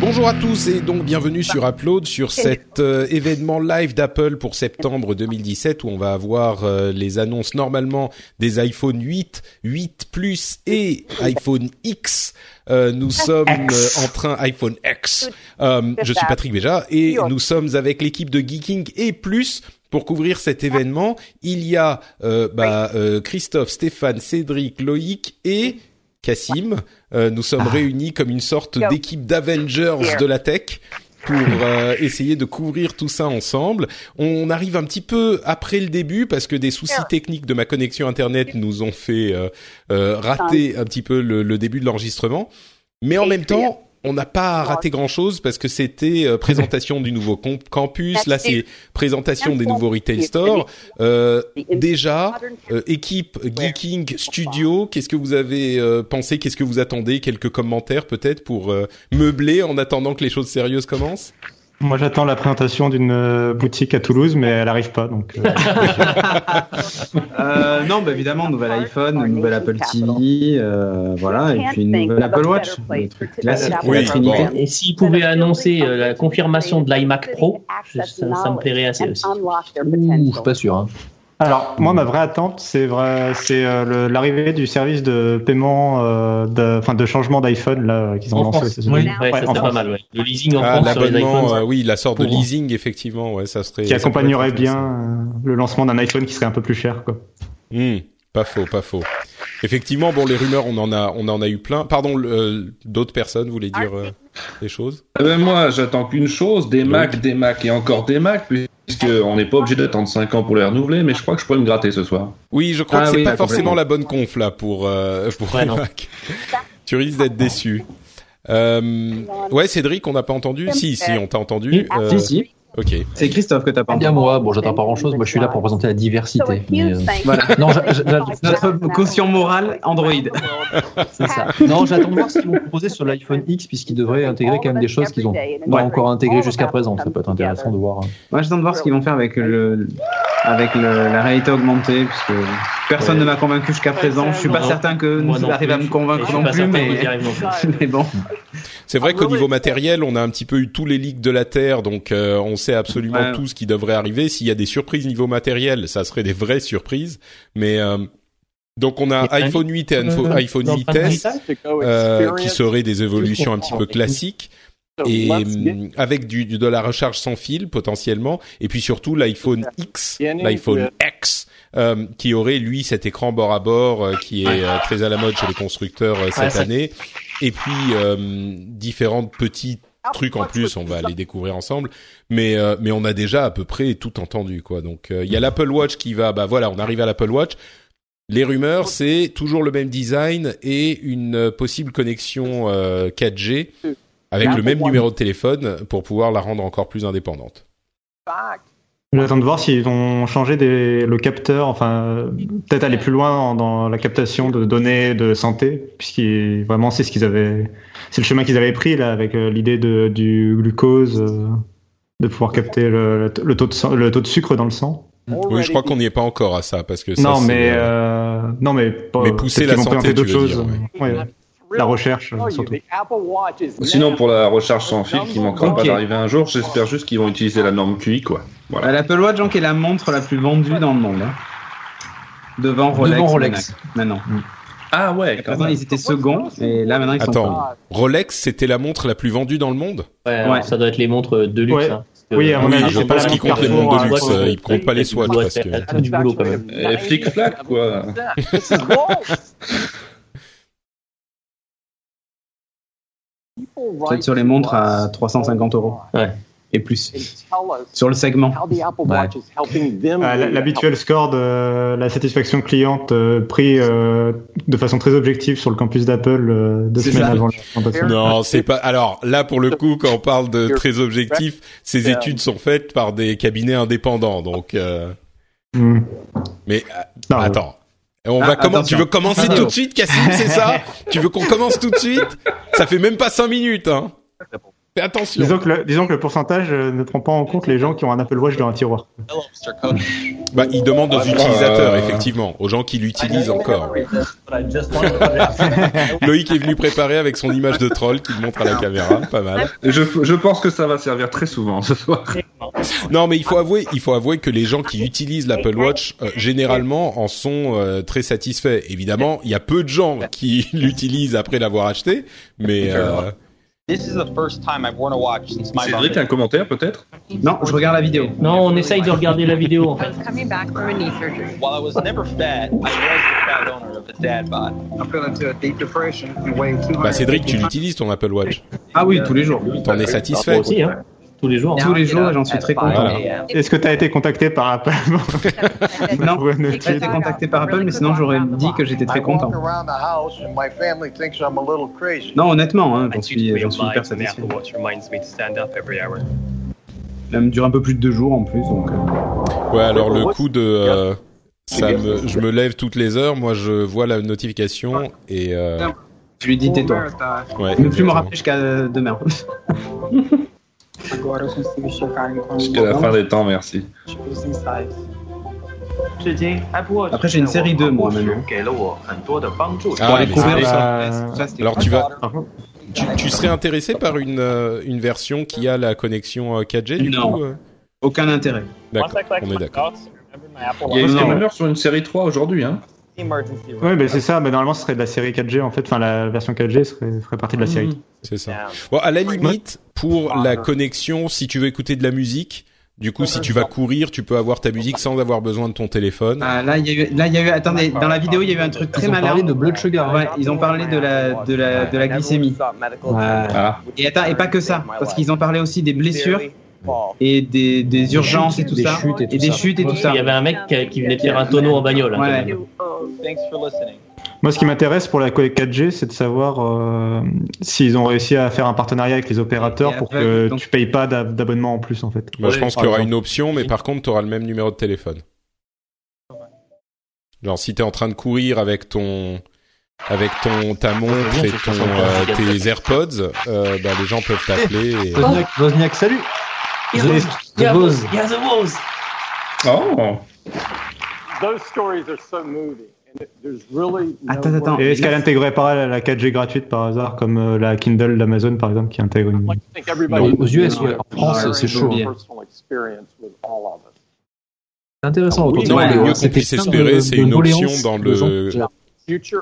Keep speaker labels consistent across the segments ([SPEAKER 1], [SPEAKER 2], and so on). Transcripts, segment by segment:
[SPEAKER 1] Bonjour à tous et donc bienvenue sur Upload sur cet euh, événement live d'Apple pour septembre 2017 où on va avoir euh, les annonces normalement des iPhone 8, 8 Plus et iPhone X. Euh, nous sommes euh, en train iPhone X. Euh, je suis Patrick Béja et nous sommes avec l'équipe de Geeking et plus pour couvrir cet événement. Il y a euh, bah, euh, Christophe, Stéphane, Cédric, Loïc et Cassim. Euh, nous sommes réunis comme une sorte
[SPEAKER 2] Yo.
[SPEAKER 1] d'équipe d'Avengers de la tech pour euh, essayer de couvrir tout ça ensemble. On arrive un petit peu après le début parce que des soucis techniques de ma connexion internet nous ont fait euh, euh, rater un petit peu le, le début de l'enregistrement. Mais en
[SPEAKER 2] Et
[SPEAKER 1] même
[SPEAKER 2] puis,
[SPEAKER 1] temps, on n'a pas raté grand-chose parce que c'était euh, présentation du nouveau com- campus, là c'est présentation des nouveaux retail stores. Euh, déjà, euh, équipe Geeking Studio, qu'est-ce que vous avez euh, pensé Qu'est-ce que vous attendez Quelques commentaires peut-être pour euh, meubler en attendant que les choses sérieuses commencent
[SPEAKER 3] Moi, j'attends la présentation d'une euh, boutique à Toulouse, mais elle arrive pas. Donc, euh,
[SPEAKER 4] Euh, non, bah évidemment, nouvel iPhone, nouvel Apple TV, euh, voilà, et puis nouvel Apple Watch, des trucs classiques.
[SPEAKER 1] Oui,
[SPEAKER 4] la Trinité.
[SPEAKER 1] bon.
[SPEAKER 5] Et s'ils pouvaient annoncer euh, la confirmation de l'iMac Pro, je- ça, ça me plairait assez aussi.
[SPEAKER 6] Ouh, je suis pas sûr. Hein.
[SPEAKER 3] alors, moi, ma vraie attente, c'est vrai, c'est euh, le- l'arrivée du service de paiement, euh, de, enfin, de changement d'iPhone là qu'ils ont
[SPEAKER 5] En
[SPEAKER 3] lancé.
[SPEAKER 5] France,
[SPEAKER 3] aux États-Unis.
[SPEAKER 5] oui,
[SPEAKER 3] Ouais,
[SPEAKER 5] ouais, ça serait
[SPEAKER 3] en France.
[SPEAKER 5] pas mal. Ouais. Le leasing en
[SPEAKER 1] Ah,
[SPEAKER 5] France sur les
[SPEAKER 1] l'abonnement,
[SPEAKER 5] iPhones,
[SPEAKER 1] euh, oui, la sorte de
[SPEAKER 5] Pour-
[SPEAKER 1] leasing, effectivement, ouais, ça serait...
[SPEAKER 3] Qui
[SPEAKER 1] ça pourrait être
[SPEAKER 3] accompagnerait bien
[SPEAKER 1] intéressant.
[SPEAKER 3] euh, le lancement d'un iPhone qui serait un peu plus cher, quoi.
[SPEAKER 1] Hmm, pas faux, pas faux. Effectivement, bon, les rumeurs, on en a, on en a eu plein. Pardon, le- euh, d'autres personnes voulaient dire euh, des choses.
[SPEAKER 7] Eh ben moi, j'attends qu'une chose, des Macs, des Macs et encore des Macs, puisque on n'est pas obligé
[SPEAKER 5] Ah.
[SPEAKER 7] d'attendre 5 ans pour les renouveler, mais je crois que je pourrais me gratter ce soir.
[SPEAKER 1] Oui, je crois
[SPEAKER 7] Ah
[SPEAKER 1] que c'est
[SPEAKER 7] oui,
[SPEAKER 1] pas
[SPEAKER 7] ah,
[SPEAKER 1] forcément
[SPEAKER 7] complètement.
[SPEAKER 1] la bonne conf là pour euh, pour
[SPEAKER 5] Ouais,
[SPEAKER 1] les
[SPEAKER 5] non.
[SPEAKER 1] Macs. tu risques d'être déçu. Euh, ouais, Cédric, on n'a pas entendu. Si, si, on t'a entendu. Euh,
[SPEAKER 4] Si, si,
[SPEAKER 1] Ok.
[SPEAKER 4] c'est Christophe que t'as pas
[SPEAKER 6] Eh bien moi, bon, j'attends pas grand-chose. Moi, je suis là pour présenter la diversité. mais, euh,
[SPEAKER 4] Voilà.
[SPEAKER 6] Non, j'a- j'a- j'a-
[SPEAKER 4] Notre quotient moral Android.
[SPEAKER 6] c'est ça. Non, j'attends de voir ce qu'ils vont proposer sur l'iPhone X, puisqu'ils devraient intégrer quand même des choses qu'ils ont pas encore intégrées jusqu'à présent. Ça peut être intéressant de voir.
[SPEAKER 4] Moi, j'attends de voir ce qu'ils vont faire avec le, avec le- la réalité augmentée, puisque personne
[SPEAKER 5] Ouais.
[SPEAKER 4] ne m'a convaincu jusqu'à présent. Je suis pas
[SPEAKER 5] Non.
[SPEAKER 4] certain que
[SPEAKER 5] Moi
[SPEAKER 4] nous
[SPEAKER 5] non
[SPEAKER 4] arrive à
[SPEAKER 5] plus.
[SPEAKER 4] me convaincre
[SPEAKER 5] Je suis
[SPEAKER 4] non
[SPEAKER 5] pas
[SPEAKER 4] plus,
[SPEAKER 5] certain qu'ils y
[SPEAKER 4] mais,
[SPEAKER 5] arrivent non plus.
[SPEAKER 4] mais bon.
[SPEAKER 1] C'est vrai
[SPEAKER 8] Ah,
[SPEAKER 1] qu'au
[SPEAKER 8] ouais,
[SPEAKER 1] niveau
[SPEAKER 8] ouais.
[SPEAKER 1] matériel, on a un petit peu eu tous les leaks de la Terre, donc euh, on sait absolument
[SPEAKER 4] Ouais.
[SPEAKER 1] tout ce qui devrait arriver. S'il y a des surprises niveau matériel, ça serait des vraies surprises. Mais euh, donc on a
[SPEAKER 5] Et un-
[SPEAKER 1] Ah, iPhone 8 et
[SPEAKER 5] euh,
[SPEAKER 1] iPhone, iPhone
[SPEAKER 5] dans
[SPEAKER 1] 8
[SPEAKER 5] le
[SPEAKER 1] S.
[SPEAKER 8] Ah
[SPEAKER 1] euh, qui
[SPEAKER 8] se
[SPEAKER 1] seraient des évolutions un petit peu classiques et
[SPEAKER 8] et
[SPEAKER 1] hum, avec du, du- de la recharge sans fil potentiellement et puis surtout l'iPhone X l'iPhone X euh, qui aurait lui cet écran bord à bord euh, qui est euh, très à la mode chez les constructeurs euh, cette
[SPEAKER 5] ça-
[SPEAKER 1] année et puis euh, différents petits trucs en plus on va les découvrir ensemble mais euh, mais on a déjà à peu près tout entendu quoi donc euh, il y a l'Apple Watch qui va bah voilà on arrive à l'Apple Watch les rumeurs, c'est toujours le même design et une euh, possible connexion euh, 4G avec le même numéro de téléphone pour pouvoir la rendre encore plus indépendante.
[SPEAKER 3] J'attends de voir s'ils ont changé des, le capteur, enfin, euh, peut-être aller plus loin en- dans la captation de données de santé, puisqu'ils vraiment c'est ce qu'ils avaient, c'est le chemin qu'ils avaient pris là avec euh, l'idée de du glucose, euh, de pouvoir capter le, le t- le taux de sang- le taux de sucre dans le sang.
[SPEAKER 1] Oui, je crois qu'on n'y est pas encore à ça parce que ça,
[SPEAKER 3] non,
[SPEAKER 1] c'est,
[SPEAKER 3] mais
[SPEAKER 1] euh,
[SPEAKER 3] euh, non mais pas-
[SPEAKER 1] mais pousser
[SPEAKER 3] peut-être
[SPEAKER 1] la
[SPEAKER 3] qu'ils vont
[SPEAKER 1] santé,
[SPEAKER 3] présenter
[SPEAKER 1] tu
[SPEAKER 3] d'autres
[SPEAKER 1] veux
[SPEAKER 3] choses,
[SPEAKER 1] dire,
[SPEAKER 3] euh, ouais, la recherche
[SPEAKER 9] Oh,
[SPEAKER 3] euh, surtout.
[SPEAKER 7] Sinon, pour la recharge sans fil qui manquera
[SPEAKER 4] Ok.
[SPEAKER 7] pas d'arriver un jour, j'espère juste qu'ils vont utiliser la norme QI, quoi.
[SPEAKER 4] Bah, L'Apple Watch, donc, est la montre la plus vendue dans le monde. hein. Devant Rolex.
[SPEAKER 6] Devant Rolex.
[SPEAKER 4] Monaco. Maintenant.
[SPEAKER 5] Mm.
[SPEAKER 7] Ah ouais, quand
[SPEAKER 4] Avant,
[SPEAKER 7] même.
[SPEAKER 4] ils étaient seconds, et là, maintenant, ils sont
[SPEAKER 1] Attends. Rolex, c'était la montre la plus vendue dans le monde.
[SPEAKER 5] Ouais, alors,
[SPEAKER 4] Ouais.
[SPEAKER 5] Ça doit être les montres de luxe.
[SPEAKER 3] Ouais.
[SPEAKER 5] hein, parce que-
[SPEAKER 3] Oui, à mon
[SPEAKER 1] Oui,
[SPEAKER 3] avis,
[SPEAKER 1] je
[SPEAKER 3] c'est pas
[SPEAKER 1] pense
[SPEAKER 3] la
[SPEAKER 1] qu'ils
[SPEAKER 3] même
[SPEAKER 1] comptent les montres de
[SPEAKER 3] Carrefour, hein,
[SPEAKER 1] luxe,
[SPEAKER 3] Carrefour.
[SPEAKER 1] euh, ils comptent pas les Swatch parce que.
[SPEAKER 5] Elle a du boulot, quand même.
[SPEAKER 7] Et flic-flac, quoi.
[SPEAKER 4] Peut-être sur les montres à 350 euros. et plus sur le segment.
[SPEAKER 3] Euh, L'habituel score de la satisfaction cliente euh, pris euh, de façon très objective sur le campus d'Apple euh, deux
[SPEAKER 1] C'est
[SPEAKER 3] semaines
[SPEAKER 1] ça.
[SPEAKER 3] avant la présentation.
[SPEAKER 1] Non, c'est pas. Alors là, pour le coup, quand on parle de très objectif, ces études sont faites par des cabinets indépendants. Donc, euh,
[SPEAKER 3] Hmm.
[SPEAKER 1] mais euh,
[SPEAKER 3] Non, Ah,
[SPEAKER 1] attends. On
[SPEAKER 4] Ah,
[SPEAKER 1] va comment Tu
[SPEAKER 4] attention.
[SPEAKER 1] veux commencer
[SPEAKER 4] Attention.
[SPEAKER 1] tout de suite, Cassim C'est ça Tu veux qu'on commence tout de suite Ça fait même pas cinq minutes. Hein. Fais attention.
[SPEAKER 3] Disons que, le, disons que le pourcentage euh, ne prend pas en compte les gens qui ont un Apple Watch dans un tiroir.
[SPEAKER 1] Bah, il demande aux
[SPEAKER 7] Ah,
[SPEAKER 1] utilisateurs,
[SPEAKER 7] euh,
[SPEAKER 1] effectivement, aux gens qui l'utilisent encore. oui. Loïc est venu préparer avec son image de troll qu'il montre à la caméra, pas mal.
[SPEAKER 7] Je, je pense que ça va servir très souvent ce soir.
[SPEAKER 1] Non, mais il faut avouer, il faut avouer que les gens qui utilisent l'Apple Watch euh, généralement en sont euh, très satisfaits. Évidemment, il y a peu de gens qui l'utilisent après l'avoir acheté, mais euh,
[SPEAKER 7] Cédric, un commentaire peut-être
[SPEAKER 4] Non, je regarde la vidéo.
[SPEAKER 5] Non, on essaye de regarder la vidéo en fait.
[SPEAKER 1] bah Cédric, tu l'utilises ton Apple Watch,
[SPEAKER 4] Ah oui, tous les jours.
[SPEAKER 1] t'en es
[SPEAKER 5] Moi
[SPEAKER 1] satisfait
[SPEAKER 5] aussi, hein. Tous les jours.
[SPEAKER 4] Tous les jours, et j'en suis très content.
[SPEAKER 2] Voilà.
[SPEAKER 3] Est-ce que tu as été contacté par Apple
[SPEAKER 4] Non,
[SPEAKER 3] pour une
[SPEAKER 4] J'ai
[SPEAKER 3] étude
[SPEAKER 4] été contacté par Apple, mais sinon j'aurais dit que j'étais très content. Non, honnêtement, hein, j'en suis, j'en suis hyper satisfait. Elle me dure un peu plus de deux jours en plus, donc. euh,
[SPEAKER 1] Ouais, alors le coup de euh, ça me, je me lève toutes les heures, moi je vois la notification et euh,
[SPEAKER 4] Je lui dis tais-toi.
[SPEAKER 1] ouais.
[SPEAKER 4] Ne plus me
[SPEAKER 1] exactement.
[SPEAKER 4] rappeler jusqu'à euh, demain.
[SPEAKER 7] Jusqu'à la fin des temps, merci.
[SPEAKER 4] Après, j'ai une série 2, moi,
[SPEAKER 1] Ah,
[SPEAKER 4] maintenant.
[SPEAKER 1] mais
[SPEAKER 4] Pour
[SPEAKER 1] c'est
[SPEAKER 4] les
[SPEAKER 1] vrai.
[SPEAKER 4] couverts
[SPEAKER 3] ça.
[SPEAKER 4] sur le reste, ça, c'était
[SPEAKER 1] Alors
[SPEAKER 4] cool.
[SPEAKER 1] tu vas, tu, tu serais intéressé par une euh, une version qui a la connexion euh, 4G du
[SPEAKER 4] Non.
[SPEAKER 1] coup euh
[SPEAKER 4] Aucun intérêt.
[SPEAKER 1] D'accord, on est d'accord.
[SPEAKER 5] Ah,
[SPEAKER 7] Il y a eu
[SPEAKER 4] Non,
[SPEAKER 7] des
[SPEAKER 4] non.
[SPEAKER 7] rumeurs sur une série 3 aujourd'hui. Hein.
[SPEAKER 3] Oui, mais c'est ça. Mais normalement, ce serait de la série 4G en fait. Enfin, la version 4G serait, ferait partie de la
[SPEAKER 4] Mm.
[SPEAKER 3] série.
[SPEAKER 1] C'est ça. Bon, à la limite, pour la connexion, si tu veux écouter de la musique, du coup, si tu vas courir, tu peux avoir ta musique sans avoir besoin de ton téléphone.
[SPEAKER 4] Ah, là, il y a eu, là, il y a eu, attendez, dans la vidéo, il y a eu un truc très
[SPEAKER 6] Ils ont
[SPEAKER 4] malin.
[SPEAKER 6] parlé de blood sugar.
[SPEAKER 4] Ouais, ils ont parlé de la, de la, de la glycémie.
[SPEAKER 7] Ah.
[SPEAKER 4] Et attends, et pas que ça, parce qu'ils ont parlé aussi des blessures et des, des urgences et tout
[SPEAKER 6] Des
[SPEAKER 4] ça.
[SPEAKER 6] chutes et tout
[SPEAKER 4] des
[SPEAKER 6] ça.
[SPEAKER 4] chutes et tout ça.
[SPEAKER 5] Il y avait un mec qui, qui venait de faire un tonneau en bagnole. hein, quand
[SPEAKER 4] Ouais.
[SPEAKER 5] même.
[SPEAKER 3] Moi, ce qui m'intéresse pour la co- 4G, c'est de savoir euh, s'ils ont réussi à faire un partenariat avec les opérateurs
[SPEAKER 4] Et
[SPEAKER 3] pour
[SPEAKER 4] avec,
[SPEAKER 3] que
[SPEAKER 4] donc-
[SPEAKER 3] tu payes pas d'ab- d'abonnement en plus en fait.
[SPEAKER 1] Moi, Bah, je pense
[SPEAKER 3] Par
[SPEAKER 1] qu'il y aura
[SPEAKER 3] exemple.
[SPEAKER 1] une option, mais par contre, tu auras le même numéro de téléphone. Genre, si t'es en train de courir avec ton, avec ton ta montre et ton, euh, tes AirPods, euh, bah, les gens peuvent t'appeler. Et...
[SPEAKER 6] hein. Wozniak, Wozniak, salut
[SPEAKER 5] Il y a-
[SPEAKER 6] The-
[SPEAKER 5] il y a-
[SPEAKER 6] The Woz.
[SPEAKER 5] il y a The Woz.
[SPEAKER 7] Oh
[SPEAKER 4] Attends, attends.
[SPEAKER 3] Et est-ce qu'elle intégrait pas la la 4G gratuite par hasard, comme euh, la Kindle d'Amazon par exemple, qui intègre une.
[SPEAKER 1] Non.
[SPEAKER 6] Aux US, ouais. En France, c'est chaud. hein. C'est intéressant.
[SPEAKER 4] Oui,
[SPEAKER 6] autant
[SPEAKER 4] ouais,
[SPEAKER 6] dire,
[SPEAKER 4] le mieux
[SPEAKER 6] hein,
[SPEAKER 1] qu'on
[SPEAKER 6] c'était
[SPEAKER 1] puisse
[SPEAKER 6] plein de-
[SPEAKER 1] espérer, c'est
[SPEAKER 6] de
[SPEAKER 1] une
[SPEAKER 6] doléances
[SPEAKER 1] option dans
[SPEAKER 6] des gens
[SPEAKER 1] le-
[SPEAKER 6] qui-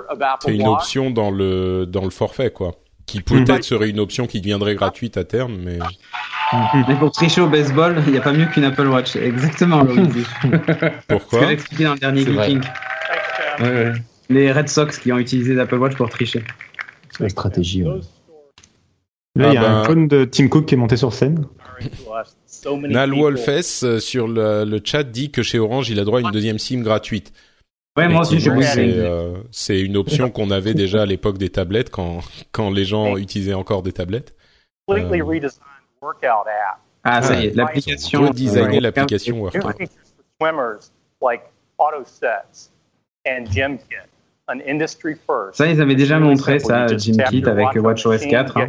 [SPEAKER 1] C'est une option dans le, dans le forfait, quoi. Qui peut-être serait une option qui deviendrait gratuite à terme, mais.
[SPEAKER 4] Mais pour tricher au baseball, il n'y a pas mieux qu'une Apple Watch. Exactement, Loïc. Ce que
[SPEAKER 1] Pourquoi?
[SPEAKER 4] j'ai expliqué dans le dernier
[SPEAKER 6] C'est vrai.
[SPEAKER 4] geeking.
[SPEAKER 7] Ouais, ouais.
[SPEAKER 4] Les Red Sox qui ont utilisé l'Apple Watch pour tricher.
[SPEAKER 6] La stratégie. ouais. ben,
[SPEAKER 3] Là, il y a
[SPEAKER 1] Ah
[SPEAKER 3] un
[SPEAKER 1] bah.
[SPEAKER 3] clone de Tim Cook qui est monté sur scène.
[SPEAKER 1] Nal Wolfes euh, sur le, le chat dit que chez Orange il a droit à une deuxième SIM gratuite.
[SPEAKER 4] Ouais, moi aussi, j'ai
[SPEAKER 1] Effectivement,
[SPEAKER 4] bougé.
[SPEAKER 1] c'est, euh, c'est une option qu'on avait déjà à l'époque des tablettes quand quand les gens utilisaient encore des tablettes. euh,
[SPEAKER 4] Ah, ça y
[SPEAKER 1] Ouais.
[SPEAKER 4] est, l'application. euh,
[SPEAKER 1] Redesigner
[SPEAKER 4] Ouais.
[SPEAKER 1] l'application Workout.
[SPEAKER 4] Ça, ils avaient déjà montré ça, Jim Kit, avec WatchOS 4. hein,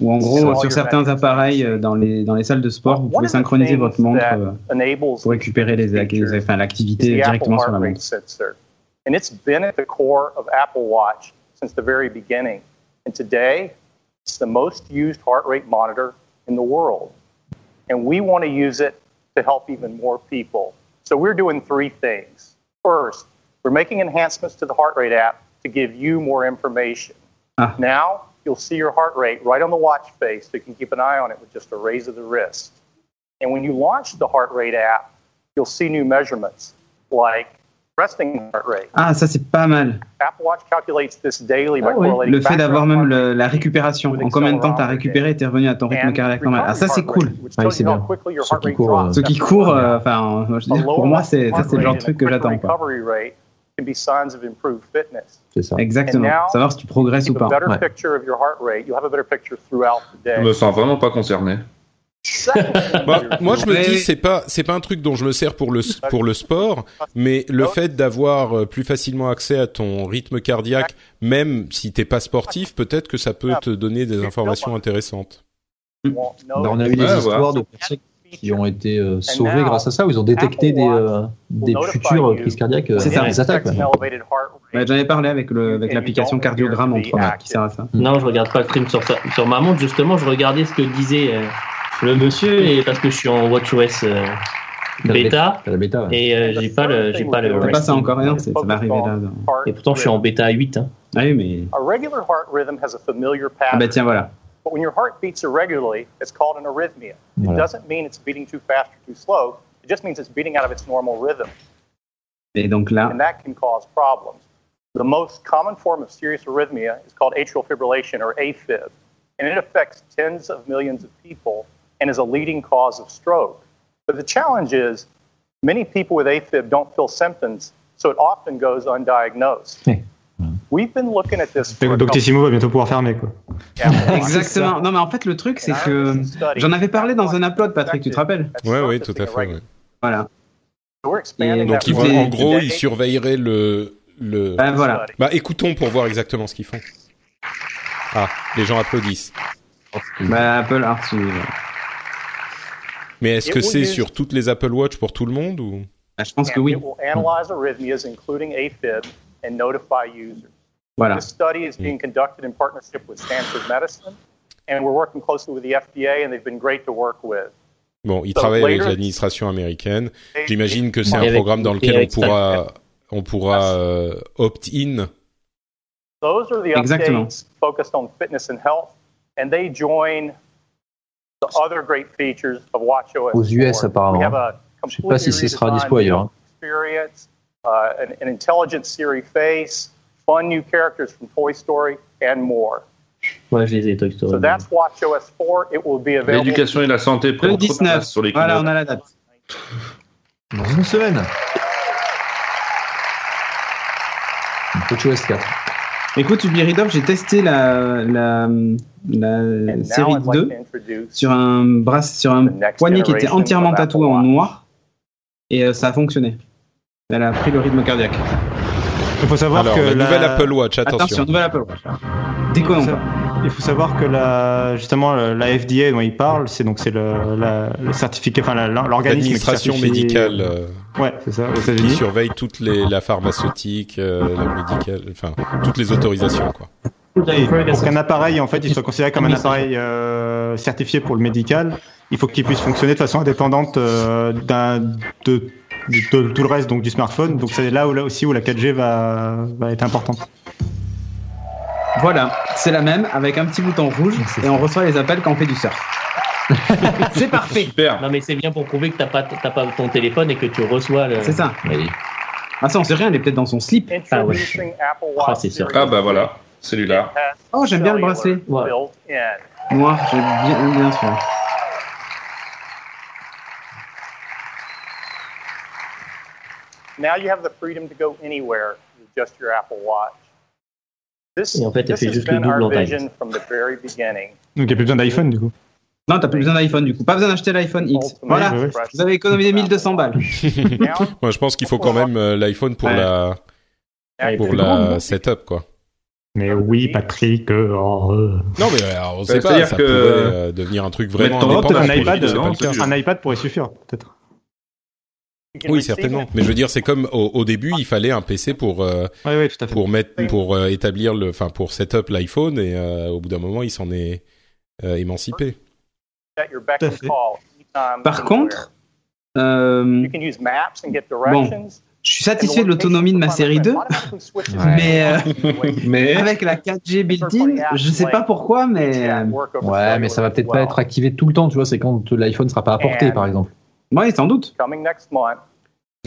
[SPEAKER 4] où en gros, sur certains appareils euh, dans les, dans les salles de sport, vous pouvez synchroniser votre montre euh, pour récupérer les, les- enfin, l'activité directement sur la montre.
[SPEAKER 8] And it's been at the core of Apple Watch since the very beginning. And today, it's the most used heart rate monitor in the world. And we want to use it to help even more people. So we're doing three things. First, we're making enhancements to the heart rate app to give you more information.
[SPEAKER 4] Ah.
[SPEAKER 8] Now, you'll see your heart rate right on the watch face, so you can keep an eye on it with just a raise of the wrist. And when you launch the heart rate app, you'll see new measurements like resting heart rate.
[SPEAKER 4] Ah, ça c'est pas mal.
[SPEAKER 8] Apple Watch calculates this daily by
[SPEAKER 4] Ah oui.
[SPEAKER 8] correlating
[SPEAKER 4] Le fait d'avoir
[SPEAKER 8] background
[SPEAKER 4] même
[SPEAKER 8] heart
[SPEAKER 4] le-
[SPEAKER 8] rate
[SPEAKER 4] la récupération, en combien de temps t'as récupéré et t'es revenu à ton rythme
[SPEAKER 8] and
[SPEAKER 4] cardiaque normal. Ah, ça c'est
[SPEAKER 8] recovery
[SPEAKER 4] cool.
[SPEAKER 8] heart rate, which
[SPEAKER 4] Ah oui,
[SPEAKER 8] tells
[SPEAKER 4] c'est
[SPEAKER 8] you how
[SPEAKER 4] bien.
[SPEAKER 8] quickly your
[SPEAKER 6] Ceux
[SPEAKER 8] heart
[SPEAKER 6] qui
[SPEAKER 8] rate
[SPEAKER 6] courent,
[SPEAKER 8] drops
[SPEAKER 6] euh,
[SPEAKER 4] Ceux qui
[SPEAKER 8] after
[SPEAKER 4] courent,
[SPEAKER 8] workout.
[SPEAKER 4] euh, enfin, je
[SPEAKER 8] A
[SPEAKER 4] veux dire,
[SPEAKER 8] lower
[SPEAKER 4] pour moi, c'est ça
[SPEAKER 8] heart
[SPEAKER 4] c'est le genre de
[SPEAKER 8] rate
[SPEAKER 4] truc
[SPEAKER 8] and
[SPEAKER 4] que
[SPEAKER 8] a quicker
[SPEAKER 4] j'attends. quoi.
[SPEAKER 8] recovery rate can be signs of improved fitness.
[SPEAKER 6] C'est ça.
[SPEAKER 4] Exactement.
[SPEAKER 8] And now-
[SPEAKER 4] Savoir si tu progresses ou
[SPEAKER 8] Keep
[SPEAKER 4] pas.
[SPEAKER 8] a better
[SPEAKER 6] ouais.
[SPEAKER 8] picture of your heart rate. You'll have a better picture throughout the
[SPEAKER 7] Je
[SPEAKER 8] day.
[SPEAKER 7] me sens vraiment pas concerné.
[SPEAKER 8] Second,
[SPEAKER 1] Bah,
[SPEAKER 8] your-
[SPEAKER 1] moi, je me
[SPEAKER 4] Ouais.
[SPEAKER 1] dis, c'est pas, c'est pas un truc dont je me sers pour le, pour le sport, mais le fait d'avoir euh, plus facilement accès à ton rythme cardiaque, même si t'es pas sportif, peut-être que ça peut te donner des informations intéressantes.
[SPEAKER 8] you won't know
[SPEAKER 6] Bah, on a
[SPEAKER 8] it.
[SPEAKER 6] eu des
[SPEAKER 7] Ouais,
[SPEAKER 6] histoires de
[SPEAKER 7] voilà.
[SPEAKER 6] personnes qui ont été euh, sauvées
[SPEAKER 8] now,
[SPEAKER 6] grâce à ça, où ils ont détecté des, euh, des futures euh, crises cardiaques, euh,
[SPEAKER 4] C'est ça.
[SPEAKER 6] des attaques.
[SPEAKER 8] Detects an
[SPEAKER 6] ouais.
[SPEAKER 8] elevated heart rate.
[SPEAKER 4] Bah, J'en ai parlé avec le- avec
[SPEAKER 8] Et
[SPEAKER 4] l'application
[SPEAKER 8] you don't
[SPEAKER 4] cardiogramme
[SPEAKER 8] appear to
[SPEAKER 4] entre
[SPEAKER 8] be
[SPEAKER 4] autres qui
[SPEAKER 8] active.
[SPEAKER 4] sert à ça.
[SPEAKER 5] Non, je regarde pas le film sur, ta- sur ma montre. Justement, je regardais ce que disait euh, le monsieur et parce que je suis en WatchOS euh,
[SPEAKER 6] Dans les-
[SPEAKER 5] bêta
[SPEAKER 6] dans la bêta, ouais.
[SPEAKER 5] et euh, j'ai pas le, j'ai pas le.
[SPEAKER 4] T'as pas ça encore, non, c'est- ça
[SPEAKER 8] Focus
[SPEAKER 4] va arriver
[SPEAKER 8] on
[SPEAKER 4] là. là.
[SPEAKER 8] heart
[SPEAKER 5] Et pourtant, je suis en
[SPEAKER 8] rhythm.
[SPEAKER 5] bêta 8. Hein.
[SPEAKER 4] Ah oui, mais.
[SPEAKER 8] A regular heart rhythm has a familiar
[SPEAKER 4] Ah
[SPEAKER 8] pattern.
[SPEAKER 4] bah tiens, voilà.
[SPEAKER 8] But when your heart beats irregularly, it's called an arrhythmia. It
[SPEAKER 6] Voilà.
[SPEAKER 8] doesn't mean it's beating too fast or too slow. It just means it's beating out of its normal rhythm,
[SPEAKER 4] Et donc là,
[SPEAKER 8] and that can cause problems. The most common form of serious arrhythmia is called atrial fibrillation, or AFib, and it affects tens of millions of people and is a leading cause of stroke. But the challenge is many people with AFib don't feel symptoms, so it often goes undiagnosed.
[SPEAKER 6] Hmm.
[SPEAKER 8] We've been looking at this for
[SPEAKER 3] Fait que
[SPEAKER 8] a couple
[SPEAKER 3] Doctissimo va bientôt pouvoir fermer, quoi.
[SPEAKER 8] Yeah.
[SPEAKER 4] Exactement. Non, mais en fait, le truc, c'est que j'en avais parlé dans un upload, Patrick, tu te rappelles
[SPEAKER 1] Ouais, ouais, tout à fait. ouais.
[SPEAKER 4] Voilà.
[SPEAKER 8] Et
[SPEAKER 1] Donc,
[SPEAKER 4] Donc,
[SPEAKER 1] ils
[SPEAKER 4] il
[SPEAKER 1] vont-
[SPEAKER 4] fait-
[SPEAKER 1] en gros, ils surveilleraient le, le.
[SPEAKER 4] Ah, voilà.
[SPEAKER 1] Bah, écoutons pour voir exactement ce qu'ils font. Ah, les gens applaudissent.
[SPEAKER 4] Bah, Apple Art, tu-
[SPEAKER 1] Mais est-ce
[SPEAKER 8] It
[SPEAKER 1] que
[SPEAKER 8] will
[SPEAKER 1] c'est
[SPEAKER 8] use-
[SPEAKER 1] sur toutes les Apple Watch pour tout le monde ou
[SPEAKER 4] bah, je pense que oui.
[SPEAKER 8] It will analyze arrhythmias, including AFib, and notify users.
[SPEAKER 4] Voilà.
[SPEAKER 8] This study is being conducted in partnership with Stanford Medicine, and we're working closely with the FDA, and they've been great to work with.
[SPEAKER 1] Mm. Bon, ils
[SPEAKER 8] So,
[SPEAKER 1] travaillent avec
[SPEAKER 8] later-
[SPEAKER 1] l'administration américaine. J'imagine que c'est
[SPEAKER 5] Et
[SPEAKER 1] un
[SPEAKER 5] avec-
[SPEAKER 1] programme dans
[SPEAKER 5] et
[SPEAKER 1] lequel on
[SPEAKER 5] avec ça.
[SPEAKER 1] pourra, on pourra euh, opt-in.
[SPEAKER 8] Those are the
[SPEAKER 4] Exactement.
[SPEAKER 8] updates focused on fitness and health, and they join the other great features of WatchOS.
[SPEAKER 6] Aux US,
[SPEAKER 8] 4.
[SPEAKER 6] apparemment,
[SPEAKER 8] We have a
[SPEAKER 6] Je sais pas si ce sera dispo
[SPEAKER 8] completely redesigned
[SPEAKER 6] ailleurs. hein.
[SPEAKER 8] experience, uh, an, an intelligent Siri face, fun new characters from Toy Story, and more.
[SPEAKER 5] Ouais, je les ai, Toy Story.
[SPEAKER 8] So that's WatchOS 4. It will be available.
[SPEAKER 7] L'éducation et la santé
[SPEAKER 4] Le
[SPEAKER 7] prennent trop de
[SPEAKER 4] 19.
[SPEAKER 7] place sur les
[SPEAKER 4] Voilà, on
[SPEAKER 7] keynotes.
[SPEAKER 4] a la date.
[SPEAKER 6] Dans une semaine. WatchOS 4.
[SPEAKER 4] Écoute, Ubiridov, j'ai testé la, la, la
[SPEAKER 8] And now
[SPEAKER 4] série
[SPEAKER 8] I'd like
[SPEAKER 4] 2
[SPEAKER 8] to introduce
[SPEAKER 4] sur un, bras, sur un
[SPEAKER 8] the next
[SPEAKER 4] poignet qui était
[SPEAKER 8] generation
[SPEAKER 4] entièrement
[SPEAKER 8] of Apple
[SPEAKER 4] tatoué en
[SPEAKER 8] Watch.
[SPEAKER 4] noir et euh, ça a fonctionné. Elle a pris le rythme cardiaque.
[SPEAKER 3] Il faut savoir
[SPEAKER 1] Alors,
[SPEAKER 3] que
[SPEAKER 1] la
[SPEAKER 3] la-
[SPEAKER 1] nouvelle Apple Watch, attention.
[SPEAKER 4] Attention, nouvelle Apple Watch. Déconnons
[SPEAKER 3] Ça-
[SPEAKER 4] pas.
[SPEAKER 3] Il faut savoir que la, justement la la FDA dont il parle, c'est donc c'est le, la- le certificat, enfin la- l'organisme qui
[SPEAKER 1] L'administration
[SPEAKER 3] certifie-
[SPEAKER 1] médicale euh,
[SPEAKER 3] Ouais, c'est ça. Aux
[SPEAKER 1] qui
[SPEAKER 3] États-Unis.
[SPEAKER 1] surveille toutes les la pharmaceutique, euh, la médicale, enfin toutes les autorisations quoi.
[SPEAKER 3] Et Pour qu'un appareil, en fait, il soit considéré comme un appareil euh, certifié pour le médical, il faut qu'il puisse fonctionner de façon indépendante euh, d'un de, de- de tout le reste, donc du smartphone. Donc c'est là, où, là aussi où la 4G va, va être importante.
[SPEAKER 4] Voilà, c'est la même avec un petit bouton rouge et on reçoit les appels quand on fait du surf. c'est parfait,
[SPEAKER 7] Super.
[SPEAKER 5] Non, mais c'est bien pour prouver que t'as pas, t'as pas ton téléphone et que tu reçois le.
[SPEAKER 4] c'est ça.
[SPEAKER 6] Oui.
[SPEAKER 4] Ah ça on sait rien, elle est peut-être dans son slip. Ah
[SPEAKER 8] introducing Apple Watch
[SPEAKER 5] Ah, c'est sûr.
[SPEAKER 8] Series
[SPEAKER 7] Ah bah voilà, celui-là.
[SPEAKER 8] has
[SPEAKER 4] Oh j'aime bien le bracelet
[SPEAKER 8] cellular
[SPEAKER 5] Ouais.
[SPEAKER 8] built-in.
[SPEAKER 4] noir, j'aime bien, bien celui-là.
[SPEAKER 8] Now you have the freedom to go anywhere with just your Apple Watch. This,
[SPEAKER 5] Et en fait, elle
[SPEAKER 8] this
[SPEAKER 5] fait
[SPEAKER 8] has
[SPEAKER 5] juste le
[SPEAKER 8] been
[SPEAKER 5] double
[SPEAKER 8] our
[SPEAKER 5] en taille.
[SPEAKER 8] vision from the very beginning.
[SPEAKER 3] Donc il n'y a plus besoin d'iPhone du coup.
[SPEAKER 4] Non, t'as plus besoin d'iPhone du coup. Pas besoin d'acheter l'iPhone X. Voilà,
[SPEAKER 3] Ouais, ouais.
[SPEAKER 4] vous avez économisé 1200 balles.
[SPEAKER 8] Now-
[SPEAKER 1] Moi, je pense qu'il faut quand même euh, l'iPhone pour
[SPEAKER 4] Ouais.
[SPEAKER 1] la
[SPEAKER 8] now you
[SPEAKER 1] pour
[SPEAKER 8] can-
[SPEAKER 1] la setup quoi.
[SPEAKER 3] Mais oui, Patrick. euh, oh, euh.
[SPEAKER 1] Non mais euh, on sait
[SPEAKER 7] Bah,
[SPEAKER 1] pas,
[SPEAKER 7] c'est-à-dire
[SPEAKER 1] ça
[SPEAKER 7] que-
[SPEAKER 1] pourrait euh, devenir un truc vraiment
[SPEAKER 7] Mettre ton
[SPEAKER 1] indépendant.
[SPEAKER 7] Pendant
[SPEAKER 1] pour
[SPEAKER 7] que
[SPEAKER 3] Peut-être un
[SPEAKER 1] le
[SPEAKER 3] iPad, hein.
[SPEAKER 1] coup, c'est pas
[SPEAKER 3] non,
[SPEAKER 1] le cas.
[SPEAKER 3] un iPad pourrait suffire peut-être.
[SPEAKER 8] you can
[SPEAKER 1] Oui,
[SPEAKER 8] receive
[SPEAKER 1] certainement. Mais je veux dire, c'est comme au, au début, il fallait un PC pour euh,
[SPEAKER 3] Oui, oui, tout à fait.
[SPEAKER 1] pour mettre pour euh, établir le, enfin pour setup l'iPhone et euh, au bout d'un moment, il s'en est euh, émancipé.
[SPEAKER 8] at your beck and
[SPEAKER 3] Tout à fait.
[SPEAKER 8] call anytime,
[SPEAKER 4] Par
[SPEAKER 8] anywhere.
[SPEAKER 4] contre, euh,
[SPEAKER 8] You can use maps and get directions.
[SPEAKER 4] je suis satisfait de l'autonomie de ma série 2, mais euh,
[SPEAKER 7] Mais
[SPEAKER 4] avec la 4G built-in, je sais pas pourquoi, mais euh,
[SPEAKER 6] Ouais, mais ça va peut-être pas être activé tout le temps, tu vois. C'est quand l'iPhone sera pas à portée, par exemple.
[SPEAKER 4] ouais, sans doute.
[SPEAKER 8] Coming next month,